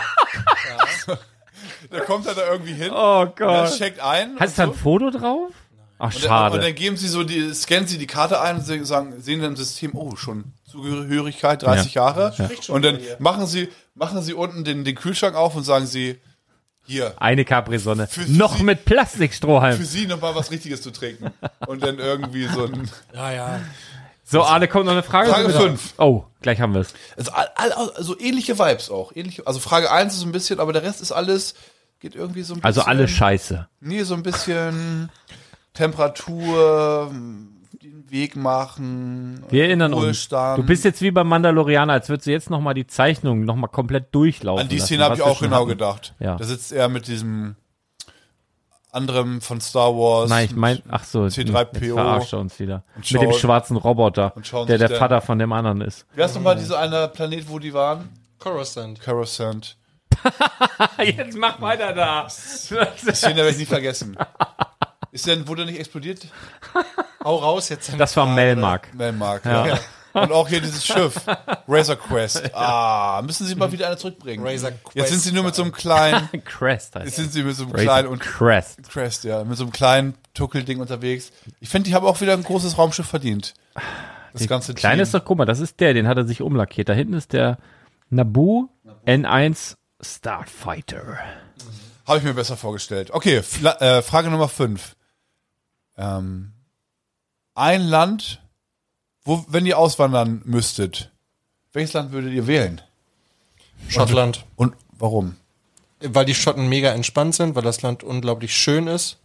Speaker 4: Da kommt er da irgendwie hin,
Speaker 3: Oh
Speaker 4: er
Speaker 3: Gott.
Speaker 4: checkt ein.
Speaker 3: Hast du da ein Foto drauf? Ach,
Speaker 4: Und dann, und
Speaker 3: schade.
Speaker 4: dann geben sie so die, scannen sie die Karte ein und sie sagen, sehen dann im System, oh, schon Zugehörigkeit, 30 Jahre. Und dann machen sie, machen sie unten den, den Kühlschrank auf und sagen sie, hier,
Speaker 3: Eine Capri-Sonne.
Speaker 4: Für
Speaker 3: Noch
Speaker 4: Sie-
Speaker 3: mit
Speaker 4: für
Speaker 3: Plastikstrohhalm.
Speaker 4: sie nochmal was Richtiges zu trinken. Und dann irgendwie so ein.
Speaker 5: Ja, ja.
Speaker 3: So, Arne, kommt noch eine Frage.
Speaker 4: Frage
Speaker 3: Bitte.
Speaker 4: fünf.
Speaker 3: Oh, gleich haben wir es.
Speaker 4: Also, all, all, also ähnliche Vibes auch. Ähnliche, also Frage 1 ist ein bisschen, aber der Rest ist alles, geht irgendwie so ein bisschen.
Speaker 3: Also alle Scheiße.
Speaker 4: Nee, so ein bisschen Temperatur, den Weg machen.
Speaker 3: Wir erinnern uns.
Speaker 4: Wohlstand.
Speaker 3: Du bist jetzt wie beim Mandalorianer, als würdest du jetzt nochmal die Zeichnung nochmal komplett durchlaufen.
Speaker 4: An die
Speaker 3: lassen,
Speaker 4: Szene habe
Speaker 3: was
Speaker 4: ich
Speaker 3: wir
Speaker 4: auch
Speaker 3: schon
Speaker 4: genau
Speaker 3: hatten.
Speaker 4: gedacht.
Speaker 3: Ja.
Speaker 4: Da sitzt er mit diesem anderem von Star Wars.
Speaker 3: Nein, ich meine, ach so,
Speaker 4: C3PO.
Speaker 3: jetzt verarscht er uns wieder.
Speaker 4: schaut-
Speaker 3: Mit dem schwarzen Roboter,
Speaker 4: und schauen
Speaker 3: der
Speaker 4: sich
Speaker 3: der
Speaker 4: dann-
Speaker 3: Vater von dem anderen ist.
Speaker 4: Wer ist nochmal dieser eine Planet, wo die waren?
Speaker 5: Coruscant.
Speaker 4: Coruscant.
Speaker 3: Jetzt mach weiter da.
Speaker 4: Die Szene werde ich nie vergessen. Ist denn, wurde nicht explodiert?
Speaker 5: Hau raus jetzt.
Speaker 3: Das war Melmark.
Speaker 4: Melmark. Ja. Und auch hier dieses Schiff. Razor Quest. Ah, müssen sie mal wieder eine zurückbringen.
Speaker 5: Razor Quest.
Speaker 4: Jetzt sind sie nur mit so einem kleinen,
Speaker 3: Crest
Speaker 4: jetzt
Speaker 3: heißt
Speaker 4: sind sie mit so einem
Speaker 3: er.
Speaker 4: kleinen und
Speaker 3: Crest.
Speaker 4: Crest, ja, mit so einem kleinen Tuckelding unterwegs. Ich finde, die haben auch wieder ein großes Raumschiff verdient. Das ganze
Speaker 3: Klein
Speaker 4: Team.
Speaker 3: ist doch, guck mal, das ist der, den hat er sich umlackiert. Da hinten ist der Naboo N1 Starfighter.
Speaker 4: Habe ich mir besser vorgestellt. Okay, Fla- äh, Frage Nummer 5. Ähm, ein Land, wo, wenn ihr auswandern müsstet, welches Land würdet ihr wählen?
Speaker 5: Schottland.
Speaker 4: Und warum?
Speaker 5: Weil die Schotten mega entspannt sind, weil das Land unglaublich schön ist.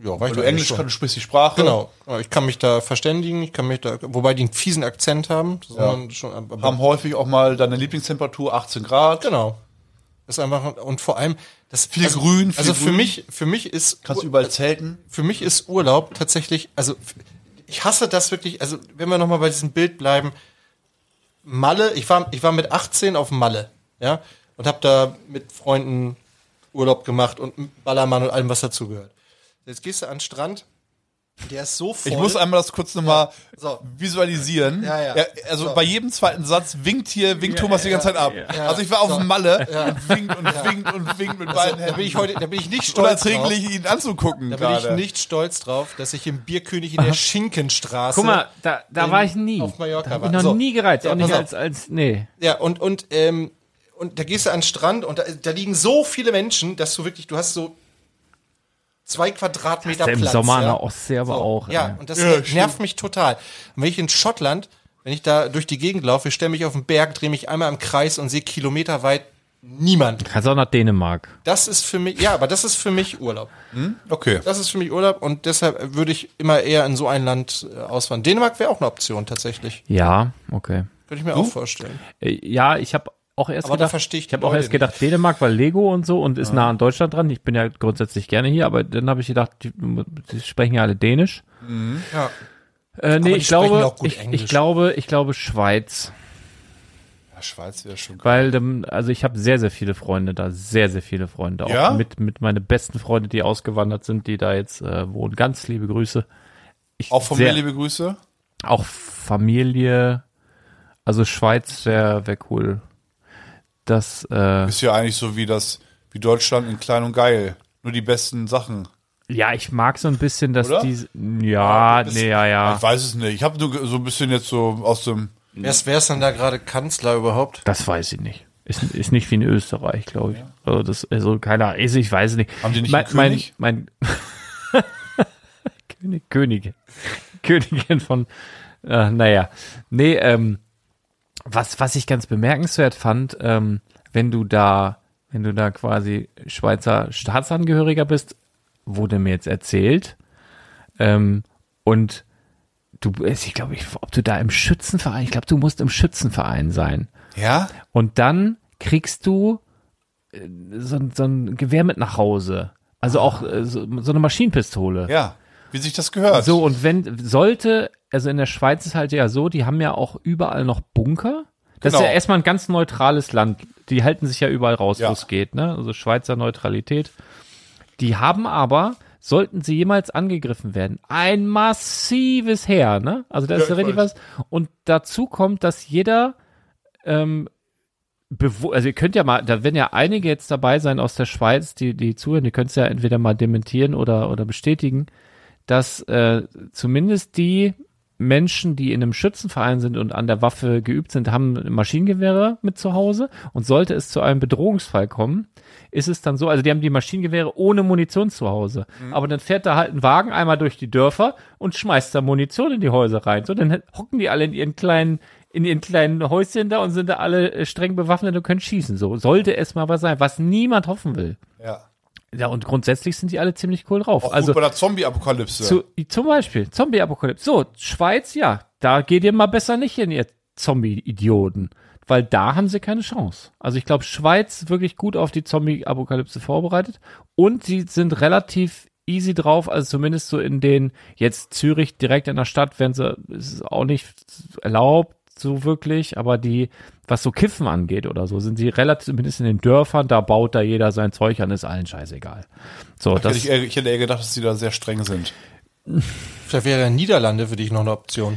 Speaker 5: Ja, weil
Speaker 4: Weil du Englisch kannst, du sprichst die Sprache.
Speaker 5: Genau. Ja, Ich kann mich da verständigen, ich kann mich da, wobei die einen fiesen Akzent haben. Das
Speaker 4: Ja.
Speaker 5: ist man schon, aber,
Speaker 4: Haben häufig auch mal deine Lieblingstemperatur 18 Grad.
Speaker 5: genau. Das ist einfach, und vor allem, das
Speaker 4: Viel Grün, viel
Speaker 5: Also für
Speaker 4: Grün.
Speaker 5: mich, für mich ist,
Speaker 4: Kannst überall zelten.
Speaker 5: für mich ist Urlaub tatsächlich, also ich hasse das wirklich, also wenn wir nochmal bei diesem Bild bleiben, Malle, ich war, ich war mit 18 auf Malle, ja, und habe da mit Freunden Urlaub gemacht und mit Ballermann und allem, was dazugehört. Jetzt gehst du an den Strand, der ist so voll.
Speaker 4: Ich muss einmal das kurz nochmal
Speaker 5: so.
Speaker 4: visualisieren.
Speaker 5: Ja, ja.
Speaker 4: also
Speaker 5: So.
Speaker 4: bei jedem zweiten Satz winkt hier, winkt Thomas die ganze Zeit ab. Also ich war auf
Speaker 5: So.
Speaker 4: dem Malle und winkt und winkt und winkt mit beiden
Speaker 5: da bin
Speaker 4: Händen.
Speaker 5: ich heute, da bin ich nicht stolz drauf.
Speaker 4: Unerträglich, ihn anzugucken.
Speaker 5: Da bin
Speaker 4: gerade.
Speaker 5: ich nicht stolz drauf, dass ich im Bierkönig in der Schinkenstraße.
Speaker 3: Guck mal, da, da
Speaker 5: in-
Speaker 3: war ich nie.
Speaker 5: auf Mallorca
Speaker 3: da hab
Speaker 5: war.
Speaker 3: ich noch
Speaker 5: So.
Speaker 3: nie gereizt.
Speaker 5: Ja,
Speaker 3: Auch nicht
Speaker 5: pass auf.
Speaker 3: als, als, nee.
Speaker 5: Ja, und, und, ähm, und da gehst du an den Strand und da, da liegen so viele Menschen, dass du wirklich, du hast so zwei Quadratmeter
Speaker 3: Der im
Speaker 5: Platz.
Speaker 3: Sommer an
Speaker 5: ja.
Speaker 3: der Ostsee aber
Speaker 5: So,
Speaker 3: auch.
Speaker 5: Ja,
Speaker 3: ey.
Speaker 5: und das
Speaker 4: Ja,
Speaker 5: nervt mich total. Und wenn ich in Schottland, wenn ich da durch die Gegend laufe, ich stelle mich auf den Berg, drehe mich einmal im Kreis und sehe kilometerweit niemanden.
Speaker 3: Kannst auch nach Dänemark.
Speaker 5: Das ist für mich, ja, aber das ist für mich Urlaub.
Speaker 4: Hm? Okay.
Speaker 5: Das ist für mich Urlaub und deshalb würde ich immer eher in so ein Land äh, auswandern. Dänemark wäre auch eine Option tatsächlich.
Speaker 3: Ja, okay.
Speaker 5: Könnte ich mir auch vorstellen.
Speaker 3: Äh, Ja, ich habe auch erst
Speaker 5: Aber da
Speaker 3: gedacht,
Speaker 5: verstehe ich die
Speaker 3: ich habe auch
Speaker 5: Leute
Speaker 3: erst gedacht, Dänemark war Lego und so und ist nah an Deutschland dran. Ich bin ja grundsätzlich gerne hier, aber dann habe ich gedacht, die, die sprechen ja alle Dänisch.
Speaker 5: Mhm, Ja.
Speaker 3: Äh,
Speaker 5: die
Speaker 3: nee, ich
Speaker 5: sprechen
Speaker 3: glaube,
Speaker 5: auch gut
Speaker 3: ich,
Speaker 5: Englisch.
Speaker 3: ich glaube, ich glaube Schweiz,
Speaker 4: Ja, Schweiz wäre schon geil.
Speaker 3: weil ähm, also ich habe sehr sehr viele Freunde da, sehr sehr viele Freunde auch
Speaker 4: Ja?
Speaker 3: mit mit meine besten Freunde, die ausgewandert sind, die da jetzt äh, wohnen. Ganz liebe Grüße. Ich
Speaker 4: Auch von
Speaker 3: sehr-
Speaker 4: mir liebe Grüße.
Speaker 3: auch Familie, also Schweiz wäre wär cool. Das äh,
Speaker 4: Ist ja eigentlich so wie das, wie Deutschland in klein und geil. Nur die besten Sachen.
Speaker 3: Ja, ich mag so ein bisschen, dass
Speaker 4: Oder? Ah,
Speaker 3: die. Ja,
Speaker 4: Das-
Speaker 3: nee, ja, ja.
Speaker 4: Ich weiß es nicht. Ich habe nur ge- so ein bisschen jetzt so aus dem.
Speaker 5: Wer ist, wer ist denn da gerade Kanzler überhaupt?
Speaker 3: Das weiß ich nicht. Ist, ist nicht wie in Österreich, glaube ich. Also, das, also keine Ahnung. Also, ich weiß es nicht.
Speaker 4: Haben die nicht
Speaker 3: mein,
Speaker 4: einen König?
Speaker 3: Mein, mein König, Königin. Königin von. Äh, naja. Nee, ähm, was, was ich ganz bemerkenswert fand, ähm, wenn du da, wenn du da quasi Schweizer Staatsangehöriger bist, wurde mir jetzt erzählt. Ähm, und du, ich glaube, ich, ob du da im Schützenverein, ich glaube, du musst im Schützenverein sein.
Speaker 4: Ja?
Speaker 3: Und dann kriegst du äh, so, ein- so ein Gewehr mit nach Hause. Also auch äh, so, so eine Maschinenpistole.
Speaker 4: Ja. Wie sich das gehört.
Speaker 3: So, und wenn, sollte, also in der Schweiz ist halt ja so, die haben ja auch überall noch Bunker. Das
Speaker 4: Genau.
Speaker 3: ist ja erstmal ein ganz neutrales Land. Die halten sich ja überall raus,
Speaker 4: Ja.
Speaker 3: wo es geht, ne? Also Schweizer Neutralität. Die haben aber, sollten sie jemals angegriffen werden, ein massives Heer, ne? Also da ist
Speaker 4: ich
Speaker 3: ja richtig
Speaker 4: weiß.
Speaker 3: was. Und dazu kommt, dass jeder, ähm, bewo- also ihr könnt ja mal, da werden ja einige jetzt dabei sein aus der Schweiz, die, die zuhören, die könnt es ja entweder mal dementieren oder, oder bestätigen, dass äh, zumindest die Menschen, die in einem Schützenverein sind und an der Waffe geübt sind, haben Maschinengewehre mit zu Hause und sollte es zu einem Bedrohungsfall kommen, ist es dann so, also die haben die Maschinengewehre ohne Munition zu Hause, aber dann fährt da halt ein Wagen einmal durch die Dörfer und schmeißt da Munition in die Häuser rein. So, dann hocken die alle in ihren kleinen in ihren kleinen Häuschen da und sind da alle äh, streng bewaffnet und können schießen. So sollte es mal was sein, was niemand hoffen will.
Speaker 4: Ja.
Speaker 3: Ja, und grundsätzlich sind die alle ziemlich cool drauf.
Speaker 4: Auch
Speaker 3: also
Speaker 4: gut bei der Zombie-Apokalypse.
Speaker 3: zu, zum Beispiel Zombie-Apokalypse. So, Schweiz, ja, da geht ihr mal besser nicht hin, ihr Zombie-Idioten. Weil da haben sie keine Chance. Also ich glaube, Schweiz wirklich gut auf die Zombie-Apokalypse vorbereitet. Und sie sind relativ easy drauf, also zumindest so in den, jetzt Zürich direkt in der Stadt, werden sie, ist es auch nicht erlaubt, so wirklich, aber die, was so Kiffen angeht oder so, sind sie relativ, zumindest in den Dörfern, da baut da jeder sein Zeug an, ist allen scheißegal. So,
Speaker 4: hätte
Speaker 3: das,
Speaker 4: ich, eher, ich hätte eher gedacht, dass die da sehr streng sind.
Speaker 5: Vielleicht wäre ja Niederlande für dich noch eine Option.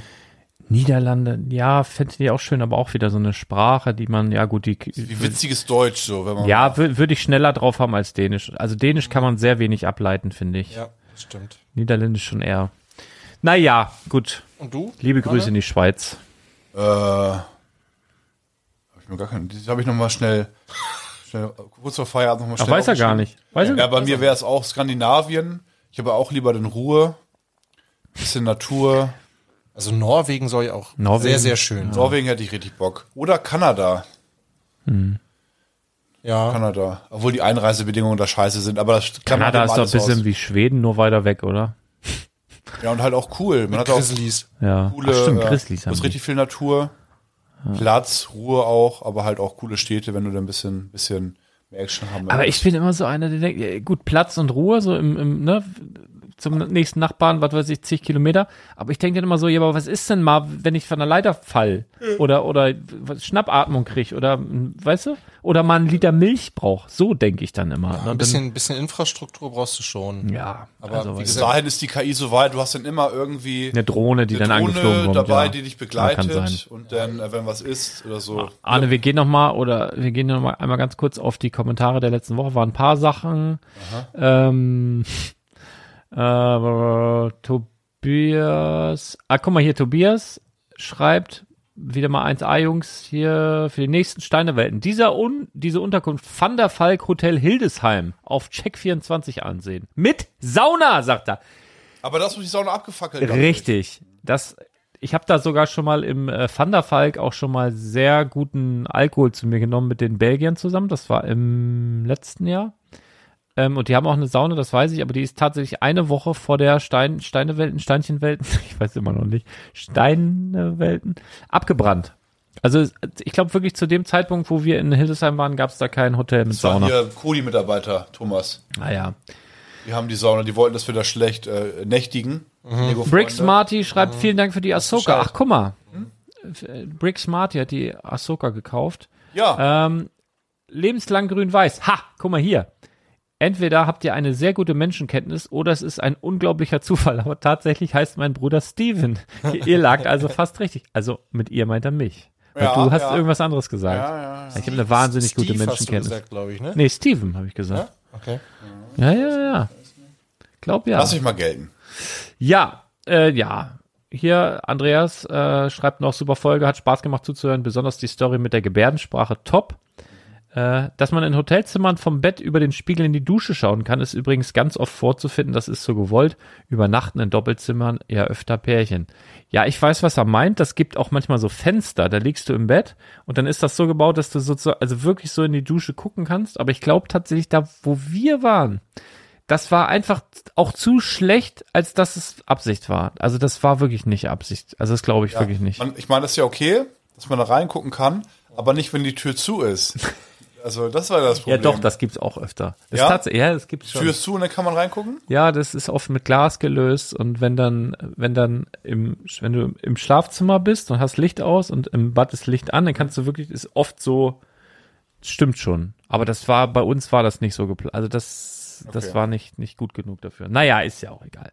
Speaker 3: Niederlande, ja, fände ich auch schön, aber auch wieder so eine Sprache, die man, ja gut, die,
Speaker 4: Wie witziges Deutsch, so, wenn man.
Speaker 3: ja, wür- würde ich schneller drauf haben als Dänisch. Also Dänisch kann man sehr wenig ableiten, finde ich.
Speaker 5: Ja, stimmt.
Speaker 3: Niederländisch schon eher. Naja, gut.
Speaker 5: Und du?
Speaker 3: Liebe Grüße in die Schweiz.
Speaker 4: Äh, hab ich mir gar keinen. Das habe ich nochmal schnell, schnell. Kurz vor Feierabend nochmal
Speaker 3: Ach,
Speaker 4: schnell.
Speaker 3: weiß er gar
Speaker 4: aufgeschrieben.
Speaker 3: nicht. Weiß er
Speaker 4: Ja, bei mir wäre es auch Skandinavien. Ich habe auch lieber den Ruhe. Bisschen Natur.
Speaker 5: Also Norwegen soll ja auch
Speaker 3: Norwegen.
Speaker 5: sehr, sehr schön sein.
Speaker 4: Norwegen hätte ich richtig Bock. Oder Kanada.
Speaker 5: Ja.
Speaker 4: Kanada. Obwohl die Einreisebedingungen da scheiße sind, aber das kann
Speaker 3: Kanada
Speaker 4: man
Speaker 3: ist doch
Speaker 4: dem
Speaker 3: ein
Speaker 4: alles
Speaker 3: bisschen
Speaker 4: aus.
Speaker 3: wie Schweden, nur weiter weg, oder?
Speaker 4: Ja, und halt auch cool. Man hat auch
Speaker 5: Grizzlies.
Speaker 3: Ja.
Speaker 4: coole.
Speaker 3: Ach, stimmt,
Speaker 4: äh,
Speaker 3: Grizzlies
Speaker 4: du
Speaker 3: haben
Speaker 4: hast
Speaker 3: die.
Speaker 4: richtig viel Natur. Platz, Ruhe auch, aber halt auch coole Städte, wenn du da ein bisschen, bisschen mehr Action haben
Speaker 3: Aber
Speaker 4: willst.
Speaker 3: ich bin immer so einer, der denkt, ja, gut, Platz und Ruhe, so im, im ne, zum nächsten Nachbarn, was weiß ich, zig Kilometer. Aber ich denke dann immer so, ja, aber was ist denn mal, wenn ich von der Leiter fall?
Speaker 4: Hm.
Speaker 3: Oder, oder was- Schnappatmung krieg? Oder, mm, weißt du? Oder mal einen Liter Milch brauch. So denke ich dann immer. ne?
Speaker 5: Ein bisschen, ein bisschen Infrastruktur brauchst du schon.
Speaker 3: dann, ja,
Speaker 5: aber
Speaker 3: also,
Speaker 5: wie
Speaker 3: was-
Speaker 4: Bis dahin ist die KI so weit, du hast dann immer irgendwie
Speaker 3: eine Drohne, die
Speaker 4: eine
Speaker 3: dann angeflogen kommt.
Speaker 4: dabei,
Speaker 3: ja.
Speaker 4: die dich
Speaker 3: Ja, kann sein.
Speaker 4: begleitet und dann, äh, wenn was ist oder so.
Speaker 3: Arne, wir gehen noch mal oder wir gehen noch mal einmal ganz kurz auf die Kommentare der letzten Woche. Waren ein paar Sachen. Ähm, äh, Tobias, ah guck mal hier, Tobias schreibt wieder mal 1A Jungs hier für die nächsten Steinewelten. Dieser un, diese Unterkunft Van der Falk Hotel Hildesheim auf Check 24 ansehen. Mit Sauna, sagt er.
Speaker 4: Aber das muss ich auch noch abgefackelt haben.
Speaker 3: Richtig. Das, ich habe da sogar schon mal im äh, Van der Falk auch schon mal sehr guten Alkohol zu mir genommen mit den Belgiern zusammen. Das war im letzten Jahr. Ähm, und die haben auch eine Sauna, das weiß ich, aber die ist tatsächlich eine Woche vor der Stein, Steinewelten, Steinchenwelten, ich weiß immer noch nicht, Steinewelten, abgebrannt. Also ich glaube wirklich zu dem Zeitpunkt, wo wir in Hildesheim waren, gab es da kein Hotel mit
Speaker 4: Das waren
Speaker 3: Sauna. Ah
Speaker 4: hier Kodi-Mitarbeiter, Thomas.
Speaker 3: Naja.
Speaker 4: Die haben die Sauna, die wollten, dass wir da schlecht äh, nächtigen. Mhm.
Speaker 3: Briggs Marty schreibt, vielen Dank für die Ahsoka. Ach, guck mal. Äh, Briggs Marty hat die Ahsoka gekauft.
Speaker 4: Ja,
Speaker 3: Ähm, lebenslang grün-weiß. Ha, guck mal hier. Entweder habt ihr eine sehr gute Menschenkenntnis oder es ist ein unglaublicher Zufall. Aber tatsächlich heißt mein Bruder Steven. Ihr- ihr lagt also fast richtig. Also mit ihr meint er mich. Weil
Speaker 4: Ja,
Speaker 3: du hast
Speaker 4: ja.
Speaker 3: irgendwas anderes gesagt. Ich habe eine wahnsinnig gute
Speaker 5: Steve hast du
Speaker 3: Menschenkenntnis.
Speaker 5: gesagt, glaube ich, ne?
Speaker 3: Nee, Steven habe ich gesagt.
Speaker 5: Okay.
Speaker 3: Ja, ja, ja. ja. Glaub ja.
Speaker 4: lass mich mal gelten.
Speaker 3: Ja, äh, ja. Hier, Andreas äh, schreibt noch, super Folge, hat Spaß gemacht zuzuhören, besonders die Story mit der Gebärdensprache, top. Äh, dass man in Hotelzimmern vom Bett über den Spiegel in die Dusche schauen kann, ist übrigens ganz oft vorzufinden, das ist so gewollt. Übernachten in Doppelzimmern eher öfter Pärchen. Ja, ich weiß, was er meint, das gibt auch manchmal so Fenster, da liegst du im Bett und dann ist das so gebaut, dass du sozusagen, also wirklich so in die Dusche gucken kannst, aber ich glaube tatsächlich, da wo wir waren, das war einfach auch zu schlecht, als dass es Absicht war. Also das war wirklich nicht Absicht. Also das glaube ich wirklich nicht.
Speaker 4: Man, ich meine, das ist ja okay, dass man da reingucken kann, aber nicht, wenn die Tür zu ist. Also, das war das
Speaker 3: Ja,
Speaker 4: Problem.
Speaker 3: doch, das gibt's auch öfter. Das
Speaker 4: Ja?
Speaker 3: tats- ja, das gibt's schon.
Speaker 4: Tür ist zu und dann kann man reingucken?
Speaker 3: Ja, das ist oft mit Glas gelöst und wenn dann, wenn dann im, wenn du im Schlafzimmer bist und hast Licht aus und im Bad ist Licht an, dann kannst du wirklich, ist oft so, stimmt schon. Aber das war, bei uns war das nicht so geplant. Also das, das
Speaker 4: Okay.
Speaker 3: war nicht, nicht gut genug dafür. Naja, ist ja auch egal.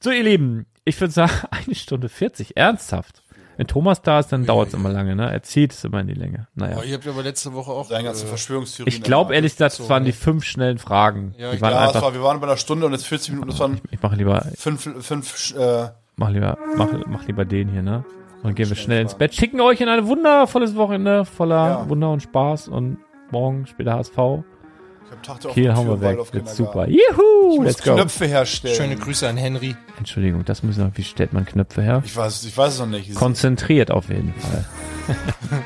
Speaker 3: So, ihr Lieben, ich würde sagen, eine Stunde 40, ernsthaft. Wenn Thomas da ist, dann dauert's immer lange, ne? Er zieht es immer in die Länge. Naja.
Speaker 5: Oh, ihr habt ja aber letzte Woche auch. äh,
Speaker 4: Deine ganzen Verschwörungstheorien.
Speaker 3: Ich glaube ehrlich gesagt,
Speaker 5: so,
Speaker 3: es waren
Speaker 5: ne?
Speaker 3: die fünf schnellen Fragen.
Speaker 5: Ja,
Speaker 3: die
Speaker 5: ich
Speaker 3: waren
Speaker 4: Ja, das
Speaker 3: einfach,
Speaker 4: war, wir waren bei einer Stunde und jetzt 40 Minuten, das waren
Speaker 3: ich mache lieber,
Speaker 4: fünf, fünf äh,
Speaker 3: Mach lieber, mach, mach lieber den hier, ne? Und dann gehen wir schnell ins Bett. Schicken euch in ein wundervolles Wochenende voller
Speaker 4: Ja.
Speaker 3: Wunder und Spaß und morgen später HSV.
Speaker 4: ich hab Tag auf
Speaker 3: Kiel
Speaker 4: den
Speaker 3: hauen wir
Speaker 4: Türwald
Speaker 3: weg.
Speaker 4: auf
Speaker 3: Wird
Speaker 4: Kindergarten.
Speaker 3: super. Juhu,
Speaker 4: Muss
Speaker 3: let's go.
Speaker 4: Knöpfe herstellen.
Speaker 5: Schöne Grüße an Henry.
Speaker 3: Entschuldigung, das müssen wir, wie stellt man Knöpfe her?
Speaker 4: Ich weiß, ich weiß es noch nicht.
Speaker 3: Konzentriert auf jeden Fall.